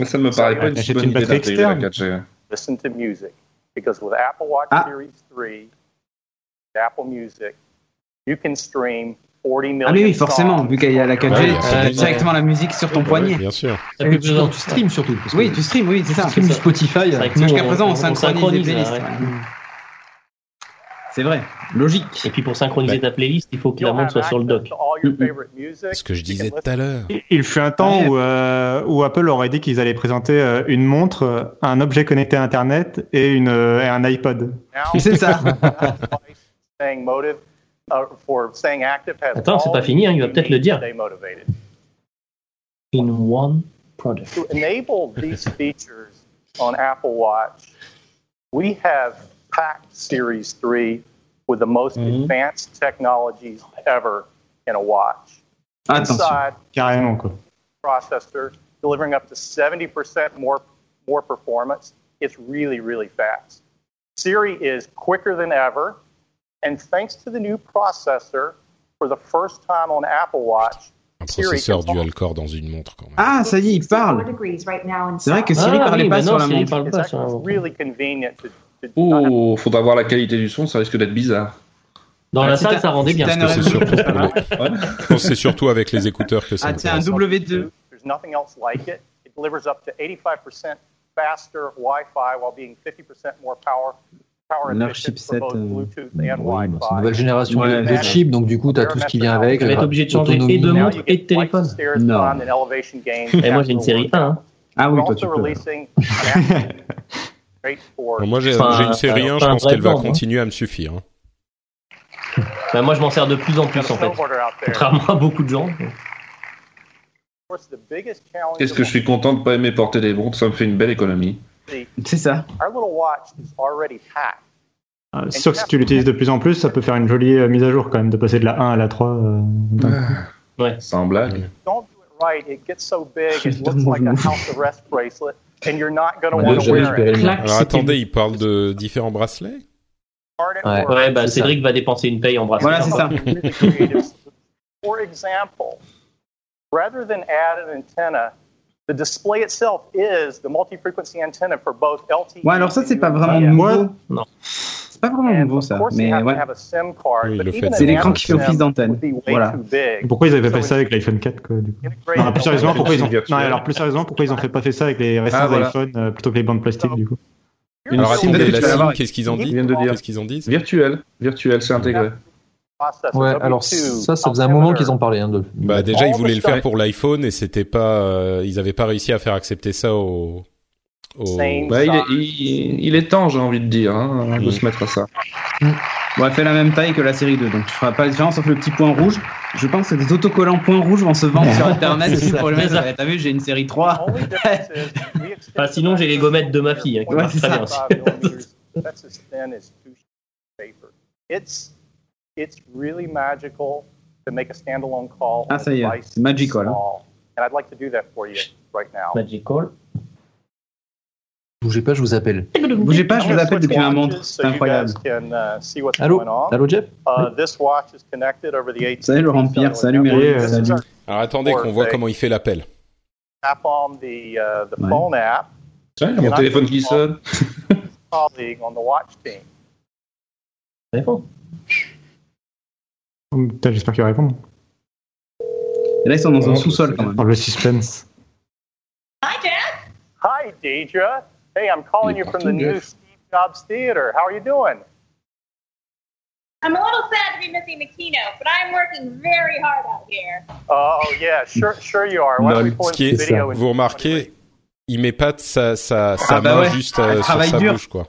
[SPEAKER 7] Ça ne me paraît pas une
[SPEAKER 3] J'ai
[SPEAKER 7] bonne
[SPEAKER 3] une
[SPEAKER 7] idée
[SPEAKER 3] batterie
[SPEAKER 7] d'intégrer la
[SPEAKER 3] externe.
[SPEAKER 7] 4G.
[SPEAKER 8] listen to music. Because with Apple Watch
[SPEAKER 4] Ah.
[SPEAKER 8] Series 3, Apple Music, you can stream 40 million
[SPEAKER 4] Ah oui, oui, forcément,
[SPEAKER 8] songs
[SPEAKER 4] vu qu'il y a la 4G,
[SPEAKER 1] Ouais, il y a
[SPEAKER 4] tu
[SPEAKER 1] ça,
[SPEAKER 4] as
[SPEAKER 1] ouais.
[SPEAKER 4] directement la musique sur ton poignet.
[SPEAKER 1] Bien sûr.
[SPEAKER 5] T'as plus
[SPEAKER 4] tu
[SPEAKER 5] besoin.
[SPEAKER 6] Tu streams surtout. parce que
[SPEAKER 4] Oui, tu streams, oui, c'est ça.
[SPEAKER 6] tu streams du Spotify.
[SPEAKER 5] C'est vrai que
[SPEAKER 4] Parce que
[SPEAKER 5] nous,
[SPEAKER 4] Jusqu'à présent, on, synchronise les
[SPEAKER 5] synchronise,
[SPEAKER 4] playlists.
[SPEAKER 5] ouais.
[SPEAKER 4] ouais. C'est vrai, logique.
[SPEAKER 5] Et puis pour synchroniser ta playlist, il faut que la
[SPEAKER 8] You'll
[SPEAKER 5] montre
[SPEAKER 8] have
[SPEAKER 5] soit sur le
[SPEAKER 8] access
[SPEAKER 5] dock.
[SPEAKER 8] to all your
[SPEAKER 4] Mm-mm.
[SPEAKER 8] favorite music.
[SPEAKER 1] Ce que je
[SPEAKER 8] You can
[SPEAKER 1] disais
[SPEAKER 8] listen
[SPEAKER 1] tout à l'heure.
[SPEAKER 3] Il fut un temps
[SPEAKER 4] Ouais.
[SPEAKER 3] où, euh, où Apple aurait dit qu'ils allaient présenter euh, une montre, euh, un objet connecté à Internet et, une, euh, et un iPod.
[SPEAKER 8] now.
[SPEAKER 4] C'est ça.
[SPEAKER 8] Staying motive, uh, for staying active has
[SPEAKER 5] Attends, c'est
[SPEAKER 8] all
[SPEAKER 5] pas fini, hein, il va
[SPEAKER 8] you
[SPEAKER 5] peut-être
[SPEAKER 8] need
[SPEAKER 5] le
[SPEAKER 8] to
[SPEAKER 5] dire.
[SPEAKER 8] stay motivated.
[SPEAKER 5] In one product.
[SPEAKER 8] to enable these features on Apple Watch, we have packed Series 3 with the most
[SPEAKER 5] Mm-hmm.
[SPEAKER 8] advanced technologies ever in a watch.
[SPEAKER 4] Attention.
[SPEAKER 8] Inside
[SPEAKER 3] Carrément, quoi.
[SPEAKER 8] processor, delivering up to 70% more, more performance. It's really, really fast. Siri is quicker than ever. And thanks to the new processor, for the first time on Apple Watch,
[SPEAKER 1] Un
[SPEAKER 8] Siri
[SPEAKER 1] processeur
[SPEAKER 8] can talk.
[SPEAKER 1] dual core dans une montre quand même.
[SPEAKER 4] Ah, ça y est, il parle. C'est
[SPEAKER 2] C'est
[SPEAKER 4] vrai que Siri
[SPEAKER 5] Ah,
[SPEAKER 4] parlait
[SPEAKER 5] oui,
[SPEAKER 4] pas
[SPEAKER 5] bah
[SPEAKER 4] sur
[SPEAKER 5] non,
[SPEAKER 4] la
[SPEAKER 5] Siri
[SPEAKER 4] montre.
[SPEAKER 5] parle
[SPEAKER 8] it's
[SPEAKER 5] pas sur la
[SPEAKER 8] actually
[SPEAKER 5] montre.
[SPEAKER 8] really convenient to, to not have
[SPEAKER 7] Oh, faudra voir la qualité du son, ça risque d'être bizarre.
[SPEAKER 5] Dans
[SPEAKER 7] Ah,
[SPEAKER 5] la
[SPEAKER 4] Si
[SPEAKER 5] salle,
[SPEAKER 4] t'as-
[SPEAKER 5] ça rendait
[SPEAKER 4] si
[SPEAKER 5] bien.
[SPEAKER 4] t'as une
[SPEAKER 1] Parce que c'est
[SPEAKER 4] oreille-
[SPEAKER 1] surtout, pour les-
[SPEAKER 7] Ouais.
[SPEAKER 1] Ah, je pense que c'est surtout avec les écouteurs que ça
[SPEAKER 4] Ah, tiens, un
[SPEAKER 1] intéresse.
[SPEAKER 4] W2.
[SPEAKER 8] There's nothing else like it. It delivers up to 85% faster Wi-Fi while being 50% more power, power
[SPEAKER 4] Leur
[SPEAKER 8] efficient
[SPEAKER 4] chipset,
[SPEAKER 8] for both
[SPEAKER 4] euh,
[SPEAKER 8] Bluetooth
[SPEAKER 6] Oui,
[SPEAKER 8] and
[SPEAKER 6] bah, c'est une
[SPEAKER 8] Wi-Fi.
[SPEAKER 6] nouvelle génération
[SPEAKER 4] Ouais,
[SPEAKER 6] de- de
[SPEAKER 8] ouais.
[SPEAKER 6] chips, donc du coup, t'as tout ce qui vient avec.
[SPEAKER 5] Tu vas être obligé de changer
[SPEAKER 6] autonomie.
[SPEAKER 5] et de
[SPEAKER 8] Now
[SPEAKER 5] montre
[SPEAKER 8] you
[SPEAKER 5] et de
[SPEAKER 8] get flights of
[SPEAKER 5] téléphone.
[SPEAKER 8] stairs
[SPEAKER 4] No.
[SPEAKER 8] climbed and elevation gain.
[SPEAKER 5] Et moi, j'ai une série 1. hein.
[SPEAKER 4] Ah
[SPEAKER 8] We're
[SPEAKER 4] oui, toi, tu
[SPEAKER 8] also
[SPEAKER 4] peux.
[SPEAKER 8] releasing an app great for
[SPEAKER 1] Bon, moi j'ai
[SPEAKER 5] Enfin,
[SPEAKER 1] j'ai une série
[SPEAKER 5] euh,
[SPEAKER 1] 1, je
[SPEAKER 5] enfin,
[SPEAKER 1] pense qu'elle va
[SPEAKER 5] vraiment, hein.
[SPEAKER 1] continuer à me suffire. hein.
[SPEAKER 5] Bah, moi, je m'en sers de plus
[SPEAKER 8] Got
[SPEAKER 5] en
[SPEAKER 8] a
[SPEAKER 5] plus, en fait.
[SPEAKER 8] snowboarder out there. Of
[SPEAKER 5] Contrairement à beaucoup de gens.
[SPEAKER 8] course, the biggest challenge
[SPEAKER 7] Qu'est-ce
[SPEAKER 8] of
[SPEAKER 7] que je suis content de pas aimer porter des montres, ça me fait une belle économie.
[SPEAKER 8] the-
[SPEAKER 4] C'est ça.
[SPEAKER 8] our little watch is already packed.
[SPEAKER 3] Euh, C'est sûr que si tu l'utilises de plus en plus, ça peut faire une jolie euh, mise à jour quand même, de passer de la 1 à la 3. euh, d'un coup.
[SPEAKER 5] Ouais.
[SPEAKER 7] Sans blague.
[SPEAKER 8] Don't do it right. It gets so big, it
[SPEAKER 4] Putain,
[SPEAKER 8] looks like a
[SPEAKER 4] mon genou.
[SPEAKER 8] house arrest bracelet, and you're not going to
[SPEAKER 6] Ouais,
[SPEAKER 8] want to
[SPEAKER 6] j'avais
[SPEAKER 8] wear
[SPEAKER 6] récupéré
[SPEAKER 8] it.
[SPEAKER 6] le mien.
[SPEAKER 4] Clac,
[SPEAKER 1] Alors
[SPEAKER 4] c'était-
[SPEAKER 1] attendez, il parle de différents bracelets
[SPEAKER 8] Hard at
[SPEAKER 6] Ouais.
[SPEAKER 8] work.
[SPEAKER 5] Ouais, bah,
[SPEAKER 4] C'est ça.
[SPEAKER 5] Cédric va dépenser une paye en bracelet.
[SPEAKER 4] Voilà, c'est ça.
[SPEAKER 8] really creative solution. For example, rather than add an antenna, the display itself is the multi-frequency antenna for both E LTE.
[SPEAKER 4] Ouais, alors ça, c'est pas vraiment
[SPEAKER 8] and
[SPEAKER 4] nouveau.
[SPEAKER 5] Non.
[SPEAKER 4] C'est pas vraiment
[SPEAKER 8] euh, And
[SPEAKER 4] nouveau,
[SPEAKER 8] of
[SPEAKER 4] ça.
[SPEAKER 8] course, you
[SPEAKER 4] Mais
[SPEAKER 8] have to
[SPEAKER 4] ouais.
[SPEAKER 8] have a SIM card,
[SPEAKER 1] Ah Oui,
[SPEAKER 8] but
[SPEAKER 1] le
[SPEAKER 8] even
[SPEAKER 1] fait
[SPEAKER 4] C'est
[SPEAKER 8] an
[SPEAKER 4] l'écran qui fait
[SPEAKER 8] SIM
[SPEAKER 4] office d'antenne.
[SPEAKER 8] would be way
[SPEAKER 4] Voilà.
[SPEAKER 8] too big.
[SPEAKER 3] Pourquoi ils avaient pas fait ça avec l'iPhone 4 quoi, du coup
[SPEAKER 8] Integrated
[SPEAKER 3] non, plus sérieusement, pourquoi ils ont... non, alors plus sérieusement, pourquoi ils ont fait pas fait ça avec les récents
[SPEAKER 7] Ah, voilà.
[SPEAKER 3] iPhones euh, plutôt que les bandes plastiques du coup
[SPEAKER 7] Une
[SPEAKER 1] Alors
[SPEAKER 7] sim,
[SPEAKER 1] attendez,
[SPEAKER 7] peut-être que
[SPEAKER 1] la
[SPEAKER 7] tu vas
[SPEAKER 1] SIM,
[SPEAKER 7] l'avoir.
[SPEAKER 1] qu'est-ce qu'ils en
[SPEAKER 8] Ils
[SPEAKER 1] disent
[SPEAKER 7] viennent de le dire.
[SPEAKER 1] Qu'est-ce qu'ils en disent
[SPEAKER 7] Virtuel, virtuel, c'est intégré.
[SPEAKER 8] processor,
[SPEAKER 6] Ouais,
[SPEAKER 8] W2,
[SPEAKER 6] alors ça, ça faisait un moment qu'ils en parlaient. Hein, de...
[SPEAKER 1] Bah déjà
[SPEAKER 8] All
[SPEAKER 1] ils
[SPEAKER 8] the
[SPEAKER 1] voulaient le
[SPEAKER 8] stuff-
[SPEAKER 1] faire pour l'iPhone et c'était pas, euh, ils avaient pas réussi à faire accepter ça au. au-
[SPEAKER 8] Same.
[SPEAKER 7] Bah, il, est, il- il est temps, j'ai envie de dire, hein, de
[SPEAKER 1] Mm.
[SPEAKER 7] se mettre à ça.
[SPEAKER 4] Bon, elle fait la même taille que la série 2, donc tu feras pas la différence entre le petit point rouge. Je pense que des autocollants point rouge vont se vendre sur internet
[SPEAKER 5] C'est ça.
[SPEAKER 4] pour le mettre. Ouais, T'as vu, j'ai une série
[SPEAKER 8] Ah
[SPEAKER 4] 3.
[SPEAKER 5] Enfin, sinon, j'ai les gommettes de ma fille, hein, qui
[SPEAKER 4] Ouais,
[SPEAKER 5] marchent
[SPEAKER 4] c'est
[SPEAKER 5] très
[SPEAKER 4] ça.
[SPEAKER 5] bien aussi.
[SPEAKER 8] That's as thin as two sheets of paper. It's it's really magical to make a standalone call.
[SPEAKER 4] Ah,
[SPEAKER 8] on a
[SPEAKER 4] ça y est,
[SPEAKER 8] device
[SPEAKER 4] c'est magical,
[SPEAKER 8] this small. And I'd like to do that for you right now.
[SPEAKER 5] Magical.
[SPEAKER 6] Bougez pas, je vous appelle.
[SPEAKER 4] Bougez pas, je
[SPEAKER 8] I'm
[SPEAKER 4] vous
[SPEAKER 8] gonna
[SPEAKER 4] appelle
[SPEAKER 8] switch
[SPEAKER 4] depuis ma
[SPEAKER 8] watches so
[SPEAKER 4] montre. C'est
[SPEAKER 8] you
[SPEAKER 4] incroyable.
[SPEAKER 8] guys can, uh, see what's
[SPEAKER 6] Allô
[SPEAKER 8] going on.
[SPEAKER 6] Allô, Jeff
[SPEAKER 8] Uh, this watch is connected over the AT&T
[SPEAKER 4] Salut, Laurent
[SPEAKER 8] cellular
[SPEAKER 4] Pierre. Salut,
[SPEAKER 8] network.
[SPEAKER 3] Muriel.
[SPEAKER 8] This is our
[SPEAKER 1] Alors attendez qu'on voit
[SPEAKER 8] Ouais.
[SPEAKER 1] comment il fait l'appel.
[SPEAKER 8] app on the uh, the
[SPEAKER 4] Ouais.
[SPEAKER 8] phone app.
[SPEAKER 7] Tiens, il y a mon téléphone qui sonne.
[SPEAKER 8] Colleague on the watch team.
[SPEAKER 5] Bon.
[SPEAKER 3] Oh, Putain, j'espère qu'ils répondent.
[SPEAKER 4] Et là, ils sont dans un
[SPEAKER 7] Oh,
[SPEAKER 4] sous-sol quand même.
[SPEAKER 3] Oh, le suspense.
[SPEAKER 8] Hi, Deidre. Hey, I'm calling you from the new Steve Jobs Theater. How are you doing?
[SPEAKER 2] I'm a little sad to be missing the keynote, but I'm working very hard out here.
[SPEAKER 8] Oh, yeah, sure, sure you are. Why
[SPEAKER 7] Bah,
[SPEAKER 8] don't we pull
[SPEAKER 1] Ce
[SPEAKER 8] in
[SPEAKER 1] qui
[SPEAKER 8] some
[SPEAKER 1] est,
[SPEAKER 8] video and-
[SPEAKER 1] vous remarquez, il met pas de sa sa, sa
[SPEAKER 4] Ah, bah
[SPEAKER 1] main
[SPEAKER 4] ouais.
[SPEAKER 1] juste euh,
[SPEAKER 4] Elle
[SPEAKER 1] sur
[SPEAKER 4] travaille
[SPEAKER 1] sa
[SPEAKER 4] dur.
[SPEAKER 1] bouche quoi.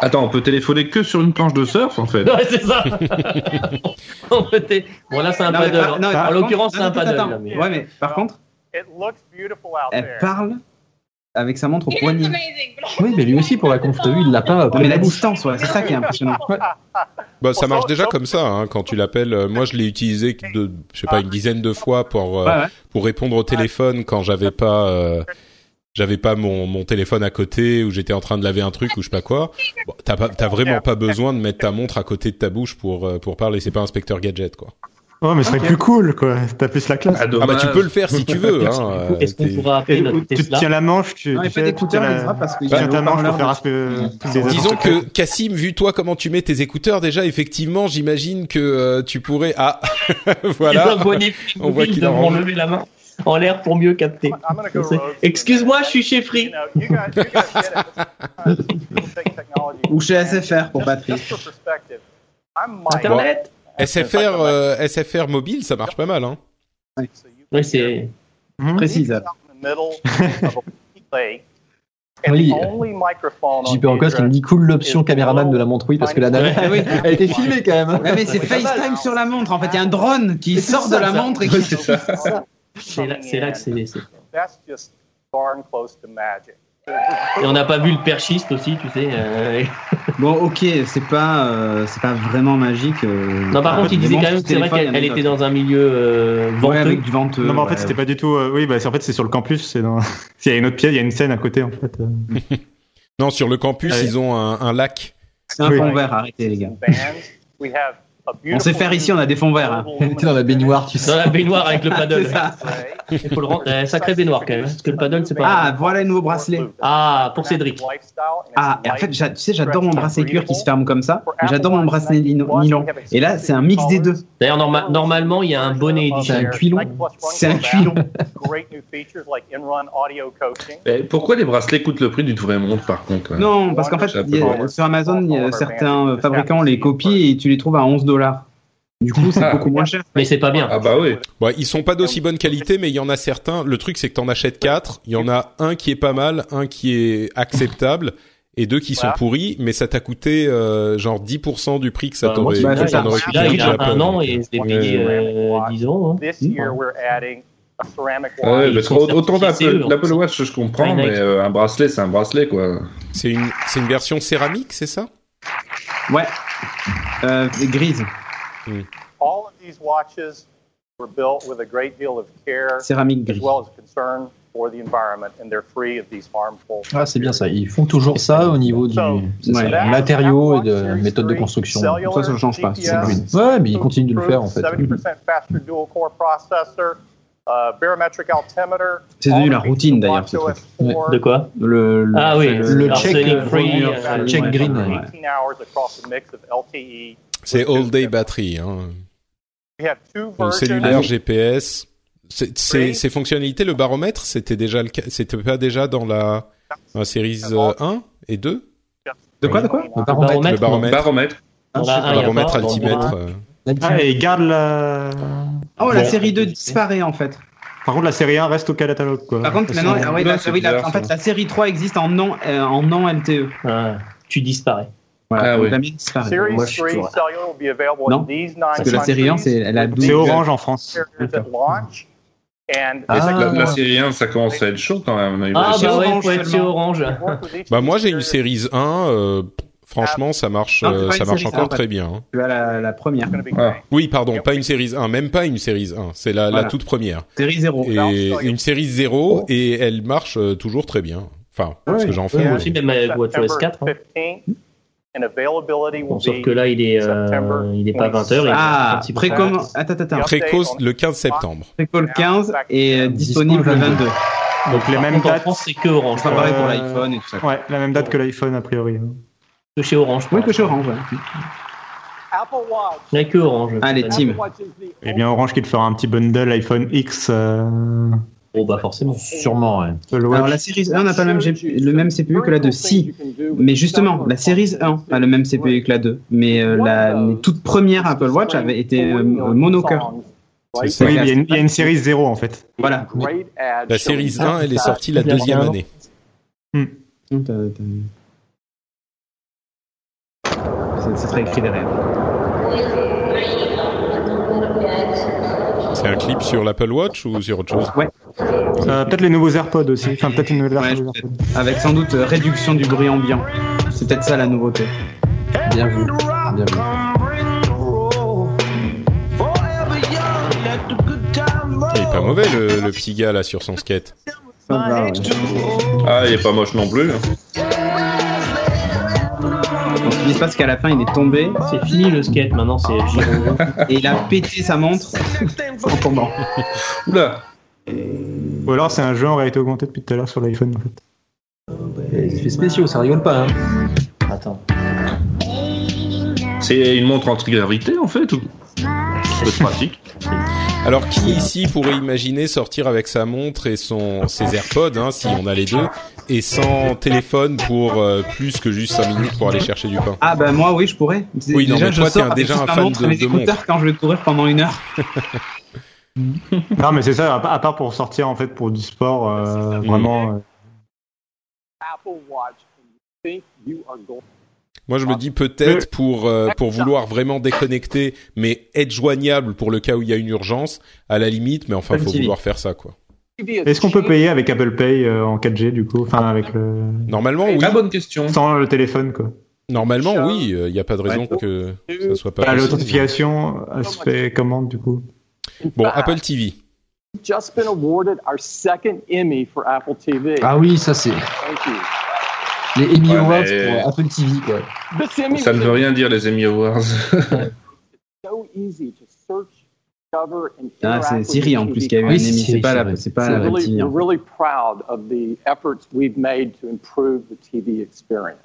[SPEAKER 7] Attends, on peut téléphoner que sur une planche de surf, en fait.
[SPEAKER 5] Ouais, c'est ça. On peut t- bon, là, c'est un
[SPEAKER 4] Non, mais
[SPEAKER 5] paddle. hein.
[SPEAKER 4] par- non, mais
[SPEAKER 5] En
[SPEAKER 4] par
[SPEAKER 5] l'occurrence,
[SPEAKER 4] contre-
[SPEAKER 5] c'est un
[SPEAKER 4] non, attends,
[SPEAKER 5] paddle, là, mais- euh,
[SPEAKER 4] Ouais, mais par contre,
[SPEAKER 8] It looks beautiful out
[SPEAKER 4] elle
[SPEAKER 8] there.
[SPEAKER 4] parle avec sa montre au
[SPEAKER 2] It is
[SPEAKER 4] poignet.
[SPEAKER 2] amazing, but I'm
[SPEAKER 6] Oui, mais lui aussi, pour la conf, t'as vu, il l'a pas.
[SPEAKER 4] Non, mais la distance, ouais, c'est ça qui est impressionnant.
[SPEAKER 1] Bah ça
[SPEAKER 8] Bon,
[SPEAKER 1] marche
[SPEAKER 8] ça-
[SPEAKER 1] déjà
[SPEAKER 8] ça-
[SPEAKER 1] comme ça hein, quand tu l'appelles. Euh, Moi je l'ai utilisé que de, je sais pas une dizaine de fois pour euh,
[SPEAKER 4] Ouais, ouais.
[SPEAKER 1] pour répondre au téléphone quand j'avais pas euh, j'avais pas mon, mon téléphone à côté ou j'étais en train de laver un truc ou je sais pas quoi. Bon, t'as pas t'as vraiment pas besoin de mettre ta montre à côté de ta bouche pour euh, pour parler. C'est pas inspecteur gadget quoi.
[SPEAKER 3] Oh, mais ce serait plus cool, quoi. T'as plus la classe.
[SPEAKER 1] Ah bah tu peux le faire si tu veux. hein, euh,
[SPEAKER 5] Est-ce qu'on
[SPEAKER 1] t'es-
[SPEAKER 5] pourra
[SPEAKER 3] Et
[SPEAKER 5] appeler notre
[SPEAKER 3] tu te
[SPEAKER 5] Tesla
[SPEAKER 3] tiens la manche, tu,
[SPEAKER 4] Non, il
[SPEAKER 3] tu
[SPEAKER 4] n'y a pas d'écouteurs, il sera parce qu'il y
[SPEAKER 3] tu
[SPEAKER 4] a
[SPEAKER 3] tiens
[SPEAKER 4] le
[SPEAKER 3] ta manche
[SPEAKER 4] haut-parleur
[SPEAKER 3] pour faire
[SPEAKER 4] de-
[SPEAKER 3] aspe- tous les
[SPEAKER 1] Disons
[SPEAKER 3] autres.
[SPEAKER 1] que Cassim, vu toi comment tu mets tes écouteurs, déjà effectivement, j'imagine que euh, tu pourrais. Ah,
[SPEAKER 5] Les
[SPEAKER 1] voilà.
[SPEAKER 5] abonnés
[SPEAKER 1] On voit qu'il en
[SPEAKER 5] devront
[SPEAKER 1] range.
[SPEAKER 5] lever la main en l'air pour mieux capter.
[SPEAKER 8] I'm gonna go rogue.
[SPEAKER 5] Excuse-moi, je suis chez
[SPEAKER 8] You
[SPEAKER 5] Free.
[SPEAKER 8] know, you guys, you're gonna get it. This is how you technology.
[SPEAKER 4] Ou chez SFR pour
[SPEAKER 8] Just-
[SPEAKER 4] Patrick.
[SPEAKER 8] just for perspective, I'm Mike.
[SPEAKER 5] Internet
[SPEAKER 1] SFR, euh, SFR mobile, ça marche pas mal. Hein.
[SPEAKER 8] So you-
[SPEAKER 5] Oui, c'est. Hmm.
[SPEAKER 3] Mhm.
[SPEAKER 4] Précise.
[SPEAKER 8] out in the middle of a lake, and
[SPEAKER 6] Oui.
[SPEAKER 8] the only microphone on
[SPEAKER 6] JP
[SPEAKER 8] the
[SPEAKER 6] Ancos qui me
[SPEAKER 8] address
[SPEAKER 6] dit cool l'option caméraman de la montre oui parce que la nana
[SPEAKER 5] Ouais, oui.
[SPEAKER 6] elle a été filmée quand même. hein.
[SPEAKER 4] Ouais, mais c'est FaceTime sur la montre. En fait, il y a un drone qui sort de la montre et qui.
[SPEAKER 7] C'est ça.
[SPEAKER 5] C'est là, c'est là que c'est. c'est-
[SPEAKER 8] That's just darn close to magic.
[SPEAKER 5] Et on n'a pas vu le perchiste aussi, tu sais. euh,
[SPEAKER 4] Bon, ok, c'est pas, euh, c'est pas vraiment magique. euh,
[SPEAKER 5] Non, par
[SPEAKER 4] enfin,
[SPEAKER 5] contre, il
[SPEAKER 4] les
[SPEAKER 5] disait
[SPEAKER 4] montres
[SPEAKER 5] quand même,
[SPEAKER 4] qui
[SPEAKER 5] c'est vrai
[SPEAKER 4] téléphonent,
[SPEAKER 5] qu'elle
[SPEAKER 4] il
[SPEAKER 5] elle
[SPEAKER 4] y en a
[SPEAKER 5] était dans un milieu euh,
[SPEAKER 4] d'autres. Ouais,
[SPEAKER 5] venteux.
[SPEAKER 4] avec du venteux.
[SPEAKER 3] Non, mais en fait,
[SPEAKER 4] ouais.
[SPEAKER 3] c'était pas du tout. euh, oui, bah, c'est- en fait, c'est sur le campus. C'est dans. il y a une autre pièce, il y a une scène à côté, en fait. euh.
[SPEAKER 1] Non, sur le campus,
[SPEAKER 3] Ouais.
[SPEAKER 1] ils ont un, un lac.
[SPEAKER 4] C'est un
[SPEAKER 3] Oui.
[SPEAKER 4] fond vert, arrêtez les gars.
[SPEAKER 8] Bands, we have a
[SPEAKER 4] On sait faire ici, on a des fonds verts. hein.
[SPEAKER 6] Elle était dans la baignoire tu sais.
[SPEAKER 5] Dans la baignoire avec le
[SPEAKER 4] C'est
[SPEAKER 5] paddle.
[SPEAKER 4] ça.
[SPEAKER 5] Il faut le rendre. euh, sacré baignoire quand même, parce que le paddle, c'est pas.
[SPEAKER 4] Ah, voilà les nouveaux bracelets.
[SPEAKER 5] Ah, pour Cédric.
[SPEAKER 4] Ah, et en fait, j'a- tu sais, j'adore mon bracelet cuir qui se ferme comme ça. mais J'adore mon bracelet nylon. nylon. Et là, c'est un mix des deux.
[SPEAKER 5] D'ailleurs, norma- normalement, il y a un bonnet
[SPEAKER 6] C'est
[SPEAKER 5] édition.
[SPEAKER 6] un cuilon.
[SPEAKER 4] C'est un cuilon.
[SPEAKER 8] Great new features like in-run audio coaching.
[SPEAKER 7] Eh, Pourquoi les bracelets coûtent le prix d'une vraie montre, par contre hein
[SPEAKER 4] Non, parce qu'en fait, il y a- sur Amazon, il y a certains euh, fabricants les copient et tu les trouves à 11 dollars. Du coup, c'est
[SPEAKER 7] Ah.
[SPEAKER 4] beaucoup moins cher.
[SPEAKER 5] Mais c'est pas bien.
[SPEAKER 7] Ah bah oui.
[SPEAKER 1] Bon, ils sont pas d'aussi bonne qualité, mais il y en a certains. Le truc, c'est que t'en achètes quatre. Il y en a un qui est pas mal, un qui est acceptable, et deux qui sont
[SPEAKER 8] Voilà.
[SPEAKER 1] pourris. Mais ça t'a coûté euh, genre 10% du prix que ça
[SPEAKER 5] Bah, moi,
[SPEAKER 1] t'aurait.
[SPEAKER 4] bah,
[SPEAKER 1] que
[SPEAKER 4] c'est
[SPEAKER 1] t'en
[SPEAKER 4] ça.
[SPEAKER 1] aurais coûté
[SPEAKER 5] Là,
[SPEAKER 1] chez
[SPEAKER 5] il a un
[SPEAKER 1] Apple.
[SPEAKER 5] an et je l'ai
[SPEAKER 7] Ouais.
[SPEAKER 5] payé euh, 10 ans. hein.
[SPEAKER 8] This year, we're adding a ceramic
[SPEAKER 7] Ouais,
[SPEAKER 8] watch.
[SPEAKER 7] parce que
[SPEAKER 5] sont
[SPEAKER 7] autant
[SPEAKER 5] certifiés,
[SPEAKER 7] d'Apple
[SPEAKER 5] eux,
[SPEAKER 7] l'Apple Watch, je comprends,
[SPEAKER 5] Ouais,
[SPEAKER 7] mais euh, un bracelet, c'est un bracelet, quoi.
[SPEAKER 1] C'est une, c'est une version céramique, c'est ça
[SPEAKER 4] Ouais. Euh, grise,
[SPEAKER 8] All of these watches were built with a great deal of care
[SPEAKER 4] céramique
[SPEAKER 8] as
[SPEAKER 4] grise.
[SPEAKER 8] well as concern for the environment, and they're free of these harmful.
[SPEAKER 6] Ah c'est bien ça, ils font toujours ça au niveau du
[SPEAKER 8] So,
[SPEAKER 6] c'est ça,
[SPEAKER 4] ouais.
[SPEAKER 6] du matériau et de la méthode de construction.
[SPEAKER 8] Cellular,
[SPEAKER 4] Ça, ça ne change pas, c'est
[SPEAKER 8] GPS,
[SPEAKER 4] green.
[SPEAKER 6] Ouais mais ils continuent de le faire en fait.
[SPEAKER 8] 70% faster dual core processor, uh, barometric altimeter.
[SPEAKER 4] C'est devenu la routine, d'ailleurs, ce truc.
[SPEAKER 8] WatchOS
[SPEAKER 5] De quoi
[SPEAKER 4] Le, le-
[SPEAKER 5] Ah oui,
[SPEAKER 4] le
[SPEAKER 5] alors,
[SPEAKER 4] check,
[SPEAKER 5] Sonic
[SPEAKER 4] euh,
[SPEAKER 5] Free,
[SPEAKER 4] Roger,
[SPEAKER 5] euh,
[SPEAKER 4] ouais,
[SPEAKER 6] check
[SPEAKER 4] ouais,
[SPEAKER 6] green,
[SPEAKER 4] ouais.
[SPEAKER 6] ouais.
[SPEAKER 8] 18 hours across a mix of E LTE.
[SPEAKER 1] C'est all day battery. Hein.
[SPEAKER 8] We have two
[SPEAKER 1] Le
[SPEAKER 8] versions.
[SPEAKER 1] cellulaire, GPS. C'est- c'est- Ces fonctionnalités, le baromètre, c'était déjà le, cas- c'était pas déjà dans la, dans la série euh, 1 et 2
[SPEAKER 4] De quoi, de quoi
[SPEAKER 6] Le
[SPEAKER 5] Le
[SPEAKER 6] baromètre.
[SPEAKER 1] Le
[SPEAKER 5] baromètre non.
[SPEAKER 1] baromètre,
[SPEAKER 7] Baromètre.
[SPEAKER 5] On
[SPEAKER 4] Ah,
[SPEAKER 5] a un, il y a
[SPEAKER 1] baromètre
[SPEAKER 5] pas, on en aura
[SPEAKER 1] altimètre.
[SPEAKER 5] un.
[SPEAKER 1] euh.
[SPEAKER 3] Ah, et garde la.
[SPEAKER 4] Oh, la
[SPEAKER 5] Bon.
[SPEAKER 4] série 2 disparaît en fait.
[SPEAKER 3] Par contre, la série 1 reste au catalogue, quoi.
[SPEAKER 4] Par contre,
[SPEAKER 3] Parce
[SPEAKER 4] maintenant,
[SPEAKER 3] que-
[SPEAKER 4] ah ouais, la-
[SPEAKER 7] c'est
[SPEAKER 4] oui, la-
[SPEAKER 7] bizarre,
[SPEAKER 4] en
[SPEAKER 7] ça.
[SPEAKER 4] fait, la série 3 existe en non, euh, en non LTE.
[SPEAKER 5] Ah, tu disparais.
[SPEAKER 4] Voilà,
[SPEAKER 7] Ah
[SPEAKER 4] donc
[SPEAKER 7] oui.
[SPEAKER 4] la mienne disparaît.
[SPEAKER 8] Series
[SPEAKER 4] Moi, je suis
[SPEAKER 8] 3
[SPEAKER 4] toujours-
[SPEAKER 8] cellular will be available
[SPEAKER 4] Non,
[SPEAKER 8] in these nine
[SPEAKER 4] Parce que la série 1,
[SPEAKER 8] countries.
[SPEAKER 4] c'est elle a 12
[SPEAKER 3] C'est orange en France.
[SPEAKER 8] carriers at launch, and
[SPEAKER 6] Ah.
[SPEAKER 7] La, la
[SPEAKER 6] ouais.
[SPEAKER 7] série 1, ça commence à être chaud quand même. Il
[SPEAKER 5] Ah
[SPEAKER 7] va-
[SPEAKER 4] chez
[SPEAKER 5] bah ouais,
[SPEAKER 4] Orange
[SPEAKER 5] faut être chez
[SPEAKER 4] seulement.
[SPEAKER 5] Orange.
[SPEAKER 8] work with each
[SPEAKER 1] Bah moi, j'ai une
[SPEAKER 8] carrier
[SPEAKER 1] série 1. euh, franchement, ça marche,
[SPEAKER 4] Non, c'est
[SPEAKER 1] euh,
[SPEAKER 4] pas
[SPEAKER 1] ça
[SPEAKER 4] une
[SPEAKER 1] marche
[SPEAKER 4] série,
[SPEAKER 1] encore
[SPEAKER 4] c'est un
[SPEAKER 1] très bien. hein.
[SPEAKER 4] Tu as la, la première.
[SPEAKER 8] that's gonna be
[SPEAKER 7] Ah.
[SPEAKER 8] great.
[SPEAKER 1] Oui, pardon, pas une série 1, même pas une série 1, c'est la, la
[SPEAKER 4] Voilà.
[SPEAKER 1] toute première.
[SPEAKER 4] Série 0.
[SPEAKER 1] Et une série 0 et elle marche euh, toujours très bien. Enfin, parce que j'en fais. euh,
[SPEAKER 5] Moi
[SPEAKER 1] mais-
[SPEAKER 5] aussi, même avec WatchOS
[SPEAKER 8] September
[SPEAKER 5] 4. hein.
[SPEAKER 8] 15th, and availability will
[SPEAKER 5] Bon, sauf
[SPEAKER 8] be-
[SPEAKER 5] que là, il est, euh, il est pas 20h. il est
[SPEAKER 4] Ah,
[SPEAKER 5] 36%.
[SPEAKER 4] précommande. Attends, attends, attends.
[SPEAKER 1] Précoce le 15 septembre.
[SPEAKER 4] Précall 15 et euh, disponible le 22.
[SPEAKER 5] Donc,
[SPEAKER 3] les
[SPEAKER 5] par
[SPEAKER 3] mêmes
[SPEAKER 5] contre, En
[SPEAKER 3] dates.
[SPEAKER 5] France, c'est que Orange.
[SPEAKER 4] Enfin,
[SPEAKER 5] Parce
[SPEAKER 4] pareil pour
[SPEAKER 3] Euh,
[SPEAKER 4] l'iPhone et tout ça.
[SPEAKER 3] Ouais, la même date que l'iPhone, a priori.
[SPEAKER 5] que chez Orange.
[SPEAKER 4] Oui,
[SPEAKER 5] pardon.
[SPEAKER 4] que je suis orange. ouais.
[SPEAKER 9] Apple Watch.
[SPEAKER 5] Il n'y a que Orange.
[SPEAKER 4] Allez,
[SPEAKER 5] Apple
[SPEAKER 4] Tim.
[SPEAKER 9] Apple Watch is the
[SPEAKER 3] Et Eh bien, Orange qui te fera un petit bundle iPhone X. euh,
[SPEAKER 5] Oh, bah forcément.
[SPEAKER 6] Sûrement ouais.
[SPEAKER 3] Apple Watch.
[SPEAKER 4] Alors, la série 1 n'a pas le même, GPU le même CPU que la 2. Si. Mais justement, la série 1 a le même CPU que la 2. Mais euh, la, les toutes premières Apple Watch avaient été euh, monocœur.
[SPEAKER 1] C'est
[SPEAKER 3] Oui,
[SPEAKER 1] ça.
[SPEAKER 3] mais il y, a une- il y a une série 0 en fait.
[SPEAKER 4] Voilà.
[SPEAKER 1] La série 1, elle est sortie la
[SPEAKER 5] Il y a
[SPEAKER 1] deuxième
[SPEAKER 5] rien.
[SPEAKER 1] année.
[SPEAKER 4] Non, t'as- t'as- C'est c'est très écrit derrière.
[SPEAKER 1] C'est un clip sur l'Apple Watch ou sur autre chose
[SPEAKER 3] Euh, peut-être les nouveaux AirPods aussi. Enfin, peut-être une nouvelle version
[SPEAKER 4] Ouais,
[SPEAKER 3] des AirPods.
[SPEAKER 4] Avec sans doute euh, réduction du bruit ambiant. C'est peut-être ça la nouveauté.
[SPEAKER 6] Bien vu. Bien vu.
[SPEAKER 1] Il est pas mauvais le, le petit gars là sur son skate.
[SPEAKER 4] Ça va, ouais.
[SPEAKER 7] Ah, il est pas moche non plus. hein.
[SPEAKER 4] Je pense que il se passe qu'à la fin, il est tombé.
[SPEAKER 5] C'est fini le skate, maintenant c'est Giro.
[SPEAKER 4] Et il a pété sa montre en tombant.
[SPEAKER 7] Oula
[SPEAKER 3] Ou alors c'est un jeu en réalité augmentée depuis tout à l'heure sur l'iPhone en fait.
[SPEAKER 5] Eh,
[SPEAKER 6] C'est spéciaux, ça rigole pas. Hein. Attends.
[SPEAKER 7] C'est une montre anti-gravité en fait ou C'est pratique.
[SPEAKER 1] Alors qui ici pourrait imaginer sortir avec sa montre et son ses AirPods, hein, si on a les deux, et sans téléphone pour euh, plus que juste 5 minutes pour aller chercher du pain
[SPEAKER 4] Ah bah moi oui, je pourrais. D-
[SPEAKER 1] Oui, non, mais
[SPEAKER 4] je
[SPEAKER 1] toi, t'es
[SPEAKER 4] sors
[SPEAKER 1] un-
[SPEAKER 4] avec
[SPEAKER 1] déjà un
[SPEAKER 4] juste ma
[SPEAKER 1] fan
[SPEAKER 4] montre
[SPEAKER 1] de-
[SPEAKER 4] et mes
[SPEAKER 1] de montres.
[SPEAKER 4] écouteurs quand je vais courir pendant une heure.
[SPEAKER 3] Non, mais c'est ça, à pa- à part pour sortir en fait pour du sport, euh, vraiment. euh,
[SPEAKER 9] Apple Watch and you think you are going.
[SPEAKER 1] Moi, je me dis peut-être pour euh, pour vouloir vraiment déconnecter, mais être joignable pour le cas où il y a une urgence, à la limite. Mais enfin,
[SPEAKER 3] Apple
[SPEAKER 1] faut
[SPEAKER 3] TV.
[SPEAKER 1] vouloir faire ça, quoi.
[SPEAKER 9] You'd be a
[SPEAKER 3] Est-ce qu'on peut
[SPEAKER 9] cheap-
[SPEAKER 3] payer avec Apple Pay euh, en 4G du coup Enfin, avec le.
[SPEAKER 1] Normalement, oui.
[SPEAKER 7] Ah, bonne question.
[SPEAKER 3] Sans le téléphone quoi.
[SPEAKER 1] Normalement, oui. Il n'y a pas de raison
[SPEAKER 9] Ouais.
[SPEAKER 1] que ça soit pas.
[SPEAKER 3] Bah,
[SPEAKER 1] possible.
[SPEAKER 3] L'authentification, aspect commande du coup.
[SPEAKER 1] Bon, Apple TV.
[SPEAKER 9] We've just been awarded our second Emmy for Apple TV.
[SPEAKER 6] Ah oui, ça c'est
[SPEAKER 9] Thank you.
[SPEAKER 6] les Emmy
[SPEAKER 7] Ouais,
[SPEAKER 6] Awards
[SPEAKER 7] mais-
[SPEAKER 6] pour Apple TV quoi.
[SPEAKER 9] This Emmy
[SPEAKER 7] Ça ne
[SPEAKER 9] was
[SPEAKER 7] veut rien dire les Emmy Awards.
[SPEAKER 9] so easy to search, discover, and
[SPEAKER 4] Ah,
[SPEAKER 9] interact
[SPEAKER 4] c'est
[SPEAKER 9] with
[SPEAKER 4] Siri
[SPEAKER 9] your
[SPEAKER 4] en
[SPEAKER 9] TV
[SPEAKER 4] plus qui a eu un
[SPEAKER 6] Oui,
[SPEAKER 4] émi.
[SPEAKER 6] Siri,
[SPEAKER 4] C'est pas
[SPEAKER 6] c'est
[SPEAKER 4] la,
[SPEAKER 6] vrai.
[SPEAKER 4] c'est pas
[SPEAKER 9] So
[SPEAKER 4] la
[SPEAKER 9] really,
[SPEAKER 4] TV.
[SPEAKER 9] we're really proud of the efforts we've made to improve the TV experience.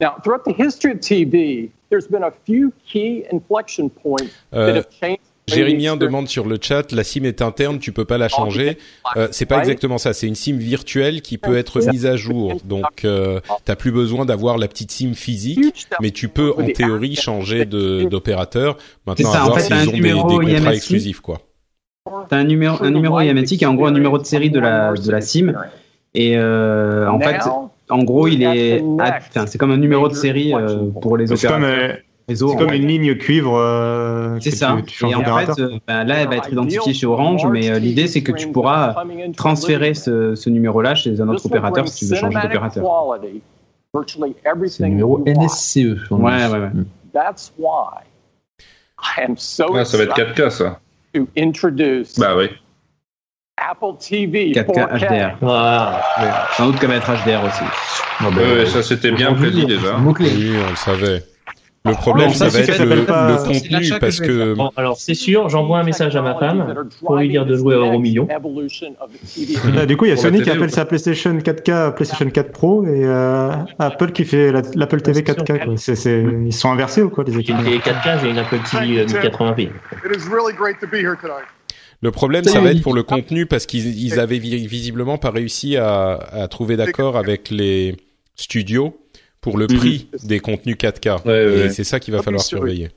[SPEAKER 9] Now, throughout the history of TV, there's been a few key inflection points that
[SPEAKER 1] Euh,
[SPEAKER 9] have changed. the way we
[SPEAKER 1] Jérémien
[SPEAKER 9] experience
[SPEAKER 1] demande sur le chat, la SIM est interne, tu peux pas la changer. Euh, c'est pas exactement ça, c'est une SIM virtuelle qui peut être mise à jour. Donc euh, t'as plus besoin d'avoir la petite SIM physique, mais tu peux en théorie changer de- d'opérateur. Maintenant,
[SPEAKER 4] C'est
[SPEAKER 1] à
[SPEAKER 4] ça, en
[SPEAKER 1] voir
[SPEAKER 4] fait, t'as
[SPEAKER 1] s'ils
[SPEAKER 4] un
[SPEAKER 1] ont des, des
[SPEAKER 4] numéro
[SPEAKER 1] contrats
[SPEAKER 4] IMSI.
[SPEAKER 1] exclusifs quoi.
[SPEAKER 4] T'as un numéro, un numéro IMSI qui est en gros un numéro de série de la, de la SIM. Et euh, en fait, en gros, il est. ah, putain, c'est comme un numéro de série euh, pour les
[SPEAKER 3] C'est comme,
[SPEAKER 4] opérateurs
[SPEAKER 3] euh,
[SPEAKER 4] réseau.
[SPEAKER 3] c'est
[SPEAKER 4] en
[SPEAKER 3] comme
[SPEAKER 4] gros.
[SPEAKER 3] une ligne cuivre. euh,
[SPEAKER 4] C'est
[SPEAKER 3] que
[SPEAKER 4] ça.
[SPEAKER 3] tu- tu changes
[SPEAKER 4] et en
[SPEAKER 3] d'opérateur.
[SPEAKER 4] fait, euh, bah, là, elle va être identifiée chez Orange, mais euh, l'idée, c'est que tu pourras transférer ce, ce numéro-là chez un autre opérateur si tu veux changer d'opérateur.
[SPEAKER 6] C'est le numéro NSCE. on dit.
[SPEAKER 4] Ouais, ouais, ouais.
[SPEAKER 9] That's why I am so
[SPEAKER 7] Ah, ça va être
[SPEAKER 9] excited
[SPEAKER 7] 4K ça.
[SPEAKER 9] to introduce
[SPEAKER 7] Bah oui.
[SPEAKER 9] Apple TV
[SPEAKER 4] 4K
[SPEAKER 9] 4K.
[SPEAKER 4] HDR.
[SPEAKER 5] Ah,
[SPEAKER 4] Sans doute qu'elle va être HDR aussi.
[SPEAKER 6] Ah, bah,
[SPEAKER 7] Ouais, ouais, ça c'était bien prédit déjà.
[SPEAKER 6] Mot-clé.
[SPEAKER 1] Oui, on le savait.
[SPEAKER 4] Ah,
[SPEAKER 1] Le problème,
[SPEAKER 3] non,
[SPEAKER 1] ça
[SPEAKER 3] ça,
[SPEAKER 1] va
[SPEAKER 3] c'est
[SPEAKER 1] être
[SPEAKER 3] qu'elle
[SPEAKER 1] le,
[SPEAKER 3] s'appelle pas-
[SPEAKER 1] le
[SPEAKER 3] c'est
[SPEAKER 1] contenu
[SPEAKER 4] l'achat que
[SPEAKER 1] parce
[SPEAKER 4] je vais
[SPEAKER 1] que
[SPEAKER 5] bon, alors c'est sûr, j'envoie un message à ma femme pour lui dire de jouer à Euro Million.
[SPEAKER 3] Là, Ah, Bah, du coup, il y a
[SPEAKER 7] Pour la
[SPEAKER 3] Sony qui
[SPEAKER 7] télé,
[SPEAKER 3] appelle
[SPEAKER 7] ou-
[SPEAKER 3] sa PlayStation 4K PlayStation 4 Pro et euh, Apple qui fait la- l'Apple TV 4K. quoi. C'est- c'est- Ils sont inversés ou quoi les
[SPEAKER 5] J'ai
[SPEAKER 3] équipes
[SPEAKER 5] une télé 4K, j'ai une Apple euh, TV 1080p.
[SPEAKER 10] It is really great to be here tonight.
[SPEAKER 1] le problème, ça va être pour le contenu parce qu'ils ils avaient vi- visiblement pas réussi à, à trouver d'accord avec les studios pour le prix des contenus 4K.
[SPEAKER 7] Mhm. Ouais, ouais,
[SPEAKER 1] Et
[SPEAKER 7] ouais.
[SPEAKER 1] c'est ça qu'il va
[SPEAKER 10] Ah,
[SPEAKER 1] falloir
[SPEAKER 10] bien sûr, oui.
[SPEAKER 1] surveiller.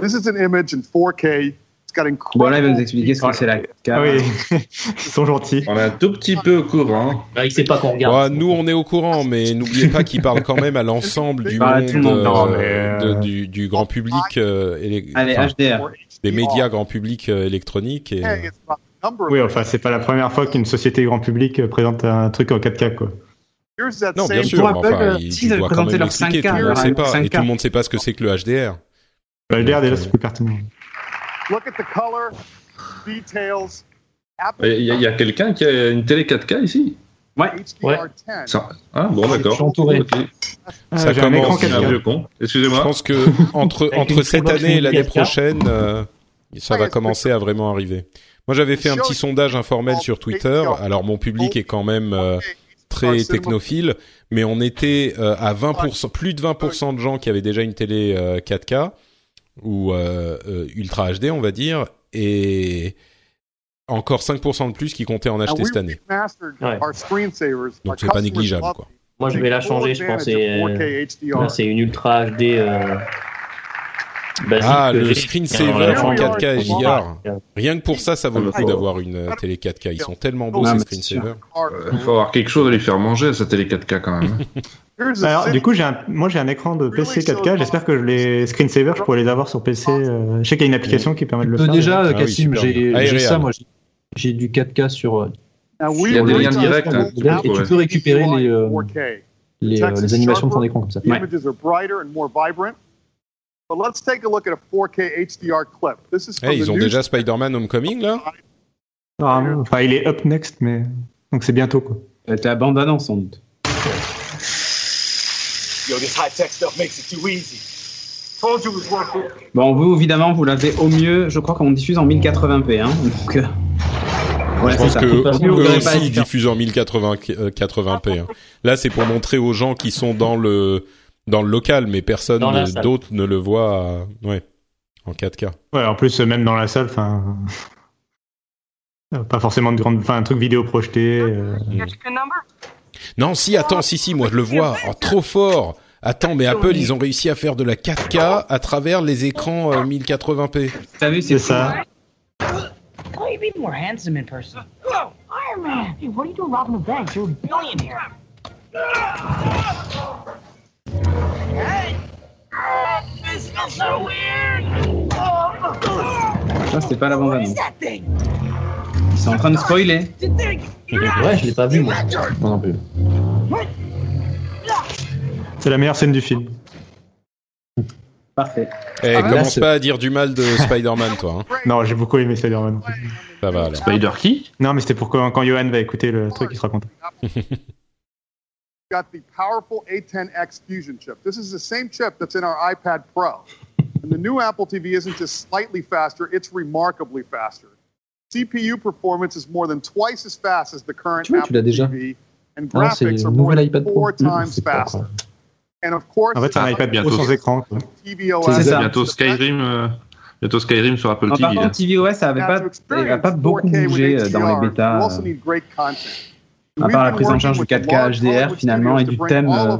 [SPEAKER 10] This is an image in 4K. It's got
[SPEAKER 4] Bon,
[SPEAKER 10] incredible.
[SPEAKER 4] là, il va nous expliquer ce que c'est la
[SPEAKER 3] Ah
[SPEAKER 4] 4K.
[SPEAKER 3] oui, ils sont gentils.
[SPEAKER 7] On est un tout petit peu au courant.
[SPEAKER 5] Ah, il sait pas qu'on regarde.
[SPEAKER 1] Ouais, Bah, nous, on est au courant, mais n'oubliez pas qu'il parle quand même à l'ensemble du
[SPEAKER 4] Bah,
[SPEAKER 1] monde,
[SPEAKER 4] tout le monde,
[SPEAKER 1] euh,
[SPEAKER 3] non, mais, euh,
[SPEAKER 1] de- du, du grand public, euh, éle-
[SPEAKER 4] Allez,
[SPEAKER 1] enfin,
[SPEAKER 4] HDR.
[SPEAKER 1] des médias grand public euh, électroniques. Et,
[SPEAKER 10] Hey, it's about the number of
[SPEAKER 3] Oui, enfin, c'est pas la première fois qu'une société grand public euh, présente un truc en 4K quoi.
[SPEAKER 10] years that
[SPEAKER 1] non, bien
[SPEAKER 10] same
[SPEAKER 1] sûr,
[SPEAKER 4] Pour
[SPEAKER 1] mais
[SPEAKER 4] Apple,
[SPEAKER 1] enfin,
[SPEAKER 4] euh,
[SPEAKER 1] il,
[SPEAKER 4] s'ils
[SPEAKER 1] tu
[SPEAKER 4] avaient
[SPEAKER 1] dois quand
[SPEAKER 4] présenté
[SPEAKER 1] même
[SPEAKER 4] leur
[SPEAKER 1] l'expliquer, tout
[SPEAKER 4] 5K,
[SPEAKER 1] le monde
[SPEAKER 4] leur
[SPEAKER 1] sait pas, et tout
[SPEAKER 4] 5K.
[SPEAKER 1] le monde sait pas ce que c'est que le HDR.
[SPEAKER 3] Bah, LDR
[SPEAKER 1] euh,
[SPEAKER 3] déjà c'est plus pertinent.
[SPEAKER 10] look at the color, details, Apple
[SPEAKER 7] Il y a, il y a quelqu'un qui a une télé 4K ici
[SPEAKER 10] HDR10.
[SPEAKER 7] Ça- Ah bon
[SPEAKER 6] Je suis
[SPEAKER 7] d'accord.
[SPEAKER 6] entouré.
[SPEAKER 7] Ok.
[SPEAKER 3] Ah,
[SPEAKER 1] Ça
[SPEAKER 3] j'ai un écran
[SPEAKER 1] commence,
[SPEAKER 7] C'est un
[SPEAKER 3] 4K.
[SPEAKER 7] vieux con.
[SPEAKER 1] Je
[SPEAKER 7] Excusez-moi.
[SPEAKER 1] pense que entre
[SPEAKER 5] Avec
[SPEAKER 1] entre
[SPEAKER 5] une
[SPEAKER 1] cette
[SPEAKER 5] Xbox
[SPEAKER 1] année et l'année
[SPEAKER 5] 4K.
[SPEAKER 1] prochaine, euh, ça va
[SPEAKER 10] Ouais,
[SPEAKER 1] commencer à vraiment arriver. Moi, j'avais fait un petit sondage informel sur Twitter. Alors, mon public est quand même euh, très technophile, mais on était euh, à 20%, plus de 20% de gens qui avaient déjà une télé euh, 4K ou euh, euh, Ultra HD, on va dire, et encore 5% de plus qui comptaient
[SPEAKER 10] Ah
[SPEAKER 1] en acheter cette année.
[SPEAKER 5] Ouais.
[SPEAKER 1] Donc, c'est pas négligeable, quoi.
[SPEAKER 5] Moi, je vais la changer, je pense. et, euh, là, c'est une Ultra HD. euh, basique
[SPEAKER 1] Ah,
[SPEAKER 5] que
[SPEAKER 1] le
[SPEAKER 5] j'ai.
[SPEAKER 1] screen
[SPEAKER 5] Alors, là,
[SPEAKER 1] saver en
[SPEAKER 10] oui, oui,
[SPEAKER 1] 4K et
[SPEAKER 5] on s'en
[SPEAKER 1] JR.
[SPEAKER 5] parle.
[SPEAKER 1] Rien que pour ça, ça vaut le
[SPEAKER 7] Ah,
[SPEAKER 1] coup
[SPEAKER 7] bah,
[SPEAKER 1] d'avoir une euh, télé 4K. Ils sont tellement beaux,
[SPEAKER 4] Ah,
[SPEAKER 1] ces
[SPEAKER 4] mais c'est sûr.
[SPEAKER 1] screensavers.
[SPEAKER 7] Euh, Il faut avoir quelque chose à lui faire manger à sa télé 4K quand même.
[SPEAKER 3] Alors, du coup, j'ai un, moi j'ai un écran de PC 4K. J'espère que je les screensavers, je pourrais les avoir sur PC. euh, Je sais qu'il y a une application qui permet de le
[SPEAKER 6] Euh,
[SPEAKER 3] faire.
[SPEAKER 6] déjà,
[SPEAKER 1] Ah oui,
[SPEAKER 6] Cassim,
[SPEAKER 1] super
[SPEAKER 6] j'ai
[SPEAKER 1] bien. Allez,
[SPEAKER 6] j'ai ça,
[SPEAKER 1] Réal.
[SPEAKER 6] moi. j'ai- J'ai du 4K sur. euh,
[SPEAKER 7] Il y a des liens directs. hein.
[SPEAKER 6] Et tu peux récupérer les, euh, les, euh, les animations de ton écran comme ça.
[SPEAKER 10] The images are brighter and more vibrant. But let's take a look at a 4K HDR clip. This is
[SPEAKER 1] Eh,
[SPEAKER 10] from the
[SPEAKER 1] ils ont
[SPEAKER 10] news-
[SPEAKER 1] déjà Spider-Man Homecoming, là
[SPEAKER 3] Ah, non. Enfin, il est up next, mais donc c'est bientôt quoi.
[SPEAKER 4] Euh, T'as la bande annonce, sans doute.
[SPEAKER 11] Yo, this high-tech stuff makes it too easy. Told you it was worth it.
[SPEAKER 4] Bon, vous, évidemment, vous l'avez au mieux. Je crois qu'on diffuse en 1080p. Hein, donc, euh,
[SPEAKER 1] je pense que eux aussi ils diffusent en 1080 euh, 80p. hein. Là, c'est pour montrer aux gens qui sont dans le dans le local, mais personne
[SPEAKER 3] Dans la
[SPEAKER 1] ne-
[SPEAKER 3] salle.
[SPEAKER 1] d'autre ne le voit. euh, ouais, en 4K.
[SPEAKER 3] Ouais, en plus, euh, même dans la salle, enfin. euh, Pas forcément de grande. Enfin, un truc vidéo projeté. euh,
[SPEAKER 1] Non, si, attends, si, si, moi je le vois. Oh, trop fort. Attends, mais Apple, ils ont réussi à faire de la 4K à travers les écrans euh, 1080p.
[SPEAKER 4] T'as vu,
[SPEAKER 1] c'est ça.
[SPEAKER 12] Why are you being more handsome in person? Whoa, Iron Man! Hey, what are you doing robbing the banks? You're a billionaire. This feels so weird!
[SPEAKER 4] Ça, c'était pas la bande annonce.
[SPEAKER 12] That thing!
[SPEAKER 4] Ils sont en train de spoiler.
[SPEAKER 6] Ouais, je l'ai pas vu, moi.
[SPEAKER 3] non plus. C'est la meilleure scène du film.
[SPEAKER 4] Parfait.
[SPEAKER 1] Eh,
[SPEAKER 3] Ah, là,
[SPEAKER 1] commence
[SPEAKER 3] c'est-
[SPEAKER 1] pas à dire du mal de Spider-Man, toi. hein.
[SPEAKER 3] Non, j'ai beaucoup aimé Spider-Man.
[SPEAKER 1] Ça va, alors.
[SPEAKER 3] Spider qui Non, mais c'était pour quand, quand Johan va écouter le truc, il sera content.
[SPEAKER 10] got the powerful A10X Fusion chip. This is the same chip that's in our iPad Pro. And the new Apple TV isn't just slightly faster, it's remarkably faster. CPU performance is more than twice as fast as the current
[SPEAKER 6] Tu vois, tu
[SPEAKER 10] Apple
[SPEAKER 6] l'as déjà.
[SPEAKER 10] TV, and
[SPEAKER 6] Ah, c'est
[SPEAKER 10] graphics
[SPEAKER 6] le
[SPEAKER 10] are more
[SPEAKER 6] nouvel
[SPEAKER 10] than
[SPEAKER 6] iPad Pro.
[SPEAKER 10] four
[SPEAKER 6] Mmh,
[SPEAKER 10] times
[SPEAKER 6] c'est pas
[SPEAKER 10] faster.
[SPEAKER 6] grave.
[SPEAKER 10] And of course,
[SPEAKER 7] En fait, c'est un iPad bientôt.
[SPEAKER 3] Sans écran. quoi.
[SPEAKER 10] TVOS
[SPEAKER 7] C'est
[SPEAKER 10] is
[SPEAKER 7] ça. Bientôt Skyrim, euh, bientôt Skyrim sur Apple
[SPEAKER 4] Non,
[SPEAKER 7] TV.
[SPEAKER 4] par contre, TVOS, ça avait pas, il a pas beaucoup bougé euh, dans les
[SPEAKER 10] You
[SPEAKER 4] bêtas,
[SPEAKER 10] also
[SPEAKER 4] euh,
[SPEAKER 10] need great content.
[SPEAKER 4] à part la prise en charge du 4K HDR finalement et du thème, euh,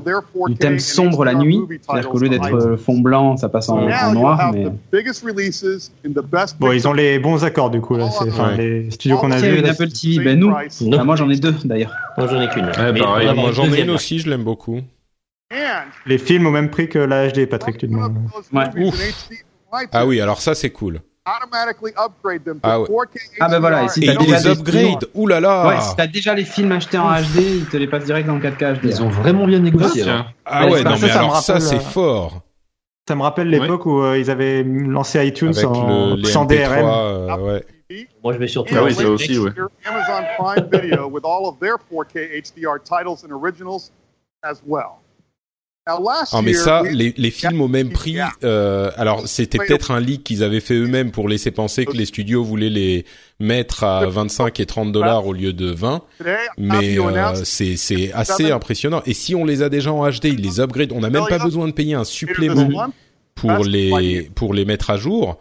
[SPEAKER 4] du thème sombre la nuit. C'est-à-dire qu'au lieu d'être euh, fond blanc, ça passe en, en
[SPEAKER 10] Now you'll
[SPEAKER 4] noir.
[SPEAKER 10] have
[SPEAKER 4] Mais
[SPEAKER 10] the biggest releases in the best
[SPEAKER 3] Bon, ils ont les bons accords du coup là. C'est enfin
[SPEAKER 4] Ouais.
[SPEAKER 3] les studios qu'on a
[SPEAKER 4] Tiens,
[SPEAKER 3] vus.
[SPEAKER 4] une
[SPEAKER 3] là, bah,
[SPEAKER 4] Apple TV, ben nous. Ah, moi j'en ai deux d'ailleurs.
[SPEAKER 5] Moi j'en ai qu'une.
[SPEAKER 7] Ouais, Mais pareil. on va avoir
[SPEAKER 1] Moi
[SPEAKER 7] une
[SPEAKER 1] j'en ai
[SPEAKER 7] deuxième,
[SPEAKER 1] une
[SPEAKER 7] là.
[SPEAKER 1] aussi, je l'aime beaucoup.
[SPEAKER 3] Les films au même prix que la HD, Patrick, tu demandes.
[SPEAKER 10] Ouf.
[SPEAKER 1] Ah oui, alors ça c'est cool.
[SPEAKER 10] automatically upgrade them to
[SPEAKER 1] Ah ouais.
[SPEAKER 10] 4K
[SPEAKER 4] Ah ben voilà, et si
[SPEAKER 1] Et
[SPEAKER 4] t'as
[SPEAKER 1] ils
[SPEAKER 4] déjà
[SPEAKER 1] les
[SPEAKER 4] des-
[SPEAKER 1] upgrade, ouh là là.
[SPEAKER 4] Ouais, si t'as déjà les films achetés en HD, ils te les passent direct dans le 4K HD.
[SPEAKER 6] Ils ont vraiment bien négocié.
[SPEAKER 4] Tiens.
[SPEAKER 6] hein.
[SPEAKER 1] Ah ouais, non
[SPEAKER 3] Bah, ça,
[SPEAKER 1] mais
[SPEAKER 3] ça me
[SPEAKER 1] alors ça
[SPEAKER 3] rappelle,
[SPEAKER 1] c'est
[SPEAKER 3] euh,
[SPEAKER 1] fort.
[SPEAKER 3] Ça me rappelle l'époque où euh, ils avaient lancé iTunes
[SPEAKER 1] Avec
[SPEAKER 3] en
[SPEAKER 1] le, les
[SPEAKER 3] sans
[SPEAKER 1] MP3,
[SPEAKER 3] DRM.
[SPEAKER 1] euh, ouais.
[SPEAKER 5] Moi, je vais surtout.
[SPEAKER 7] Ah oui, ça aussi, ouais.
[SPEAKER 10] Amazon Prime Video with all of their 4K HDR titles and originals as well. Now last
[SPEAKER 1] Ah mais
[SPEAKER 10] year,
[SPEAKER 1] ça,
[SPEAKER 10] we-
[SPEAKER 1] les, les films au même prix. euh, alors c'était peut-être un leak qu'ils avaient fait eux-mêmes pour laisser penser que les studios voulaient les mettre à 25 et 30 dollars au lieu de 20. Mais euh, c'est c'est assez impressionnant. Et si on les a déjà en HD, ils les upgrade. On n'a même pas besoin de payer un supplément pour les pour les mettre à jour.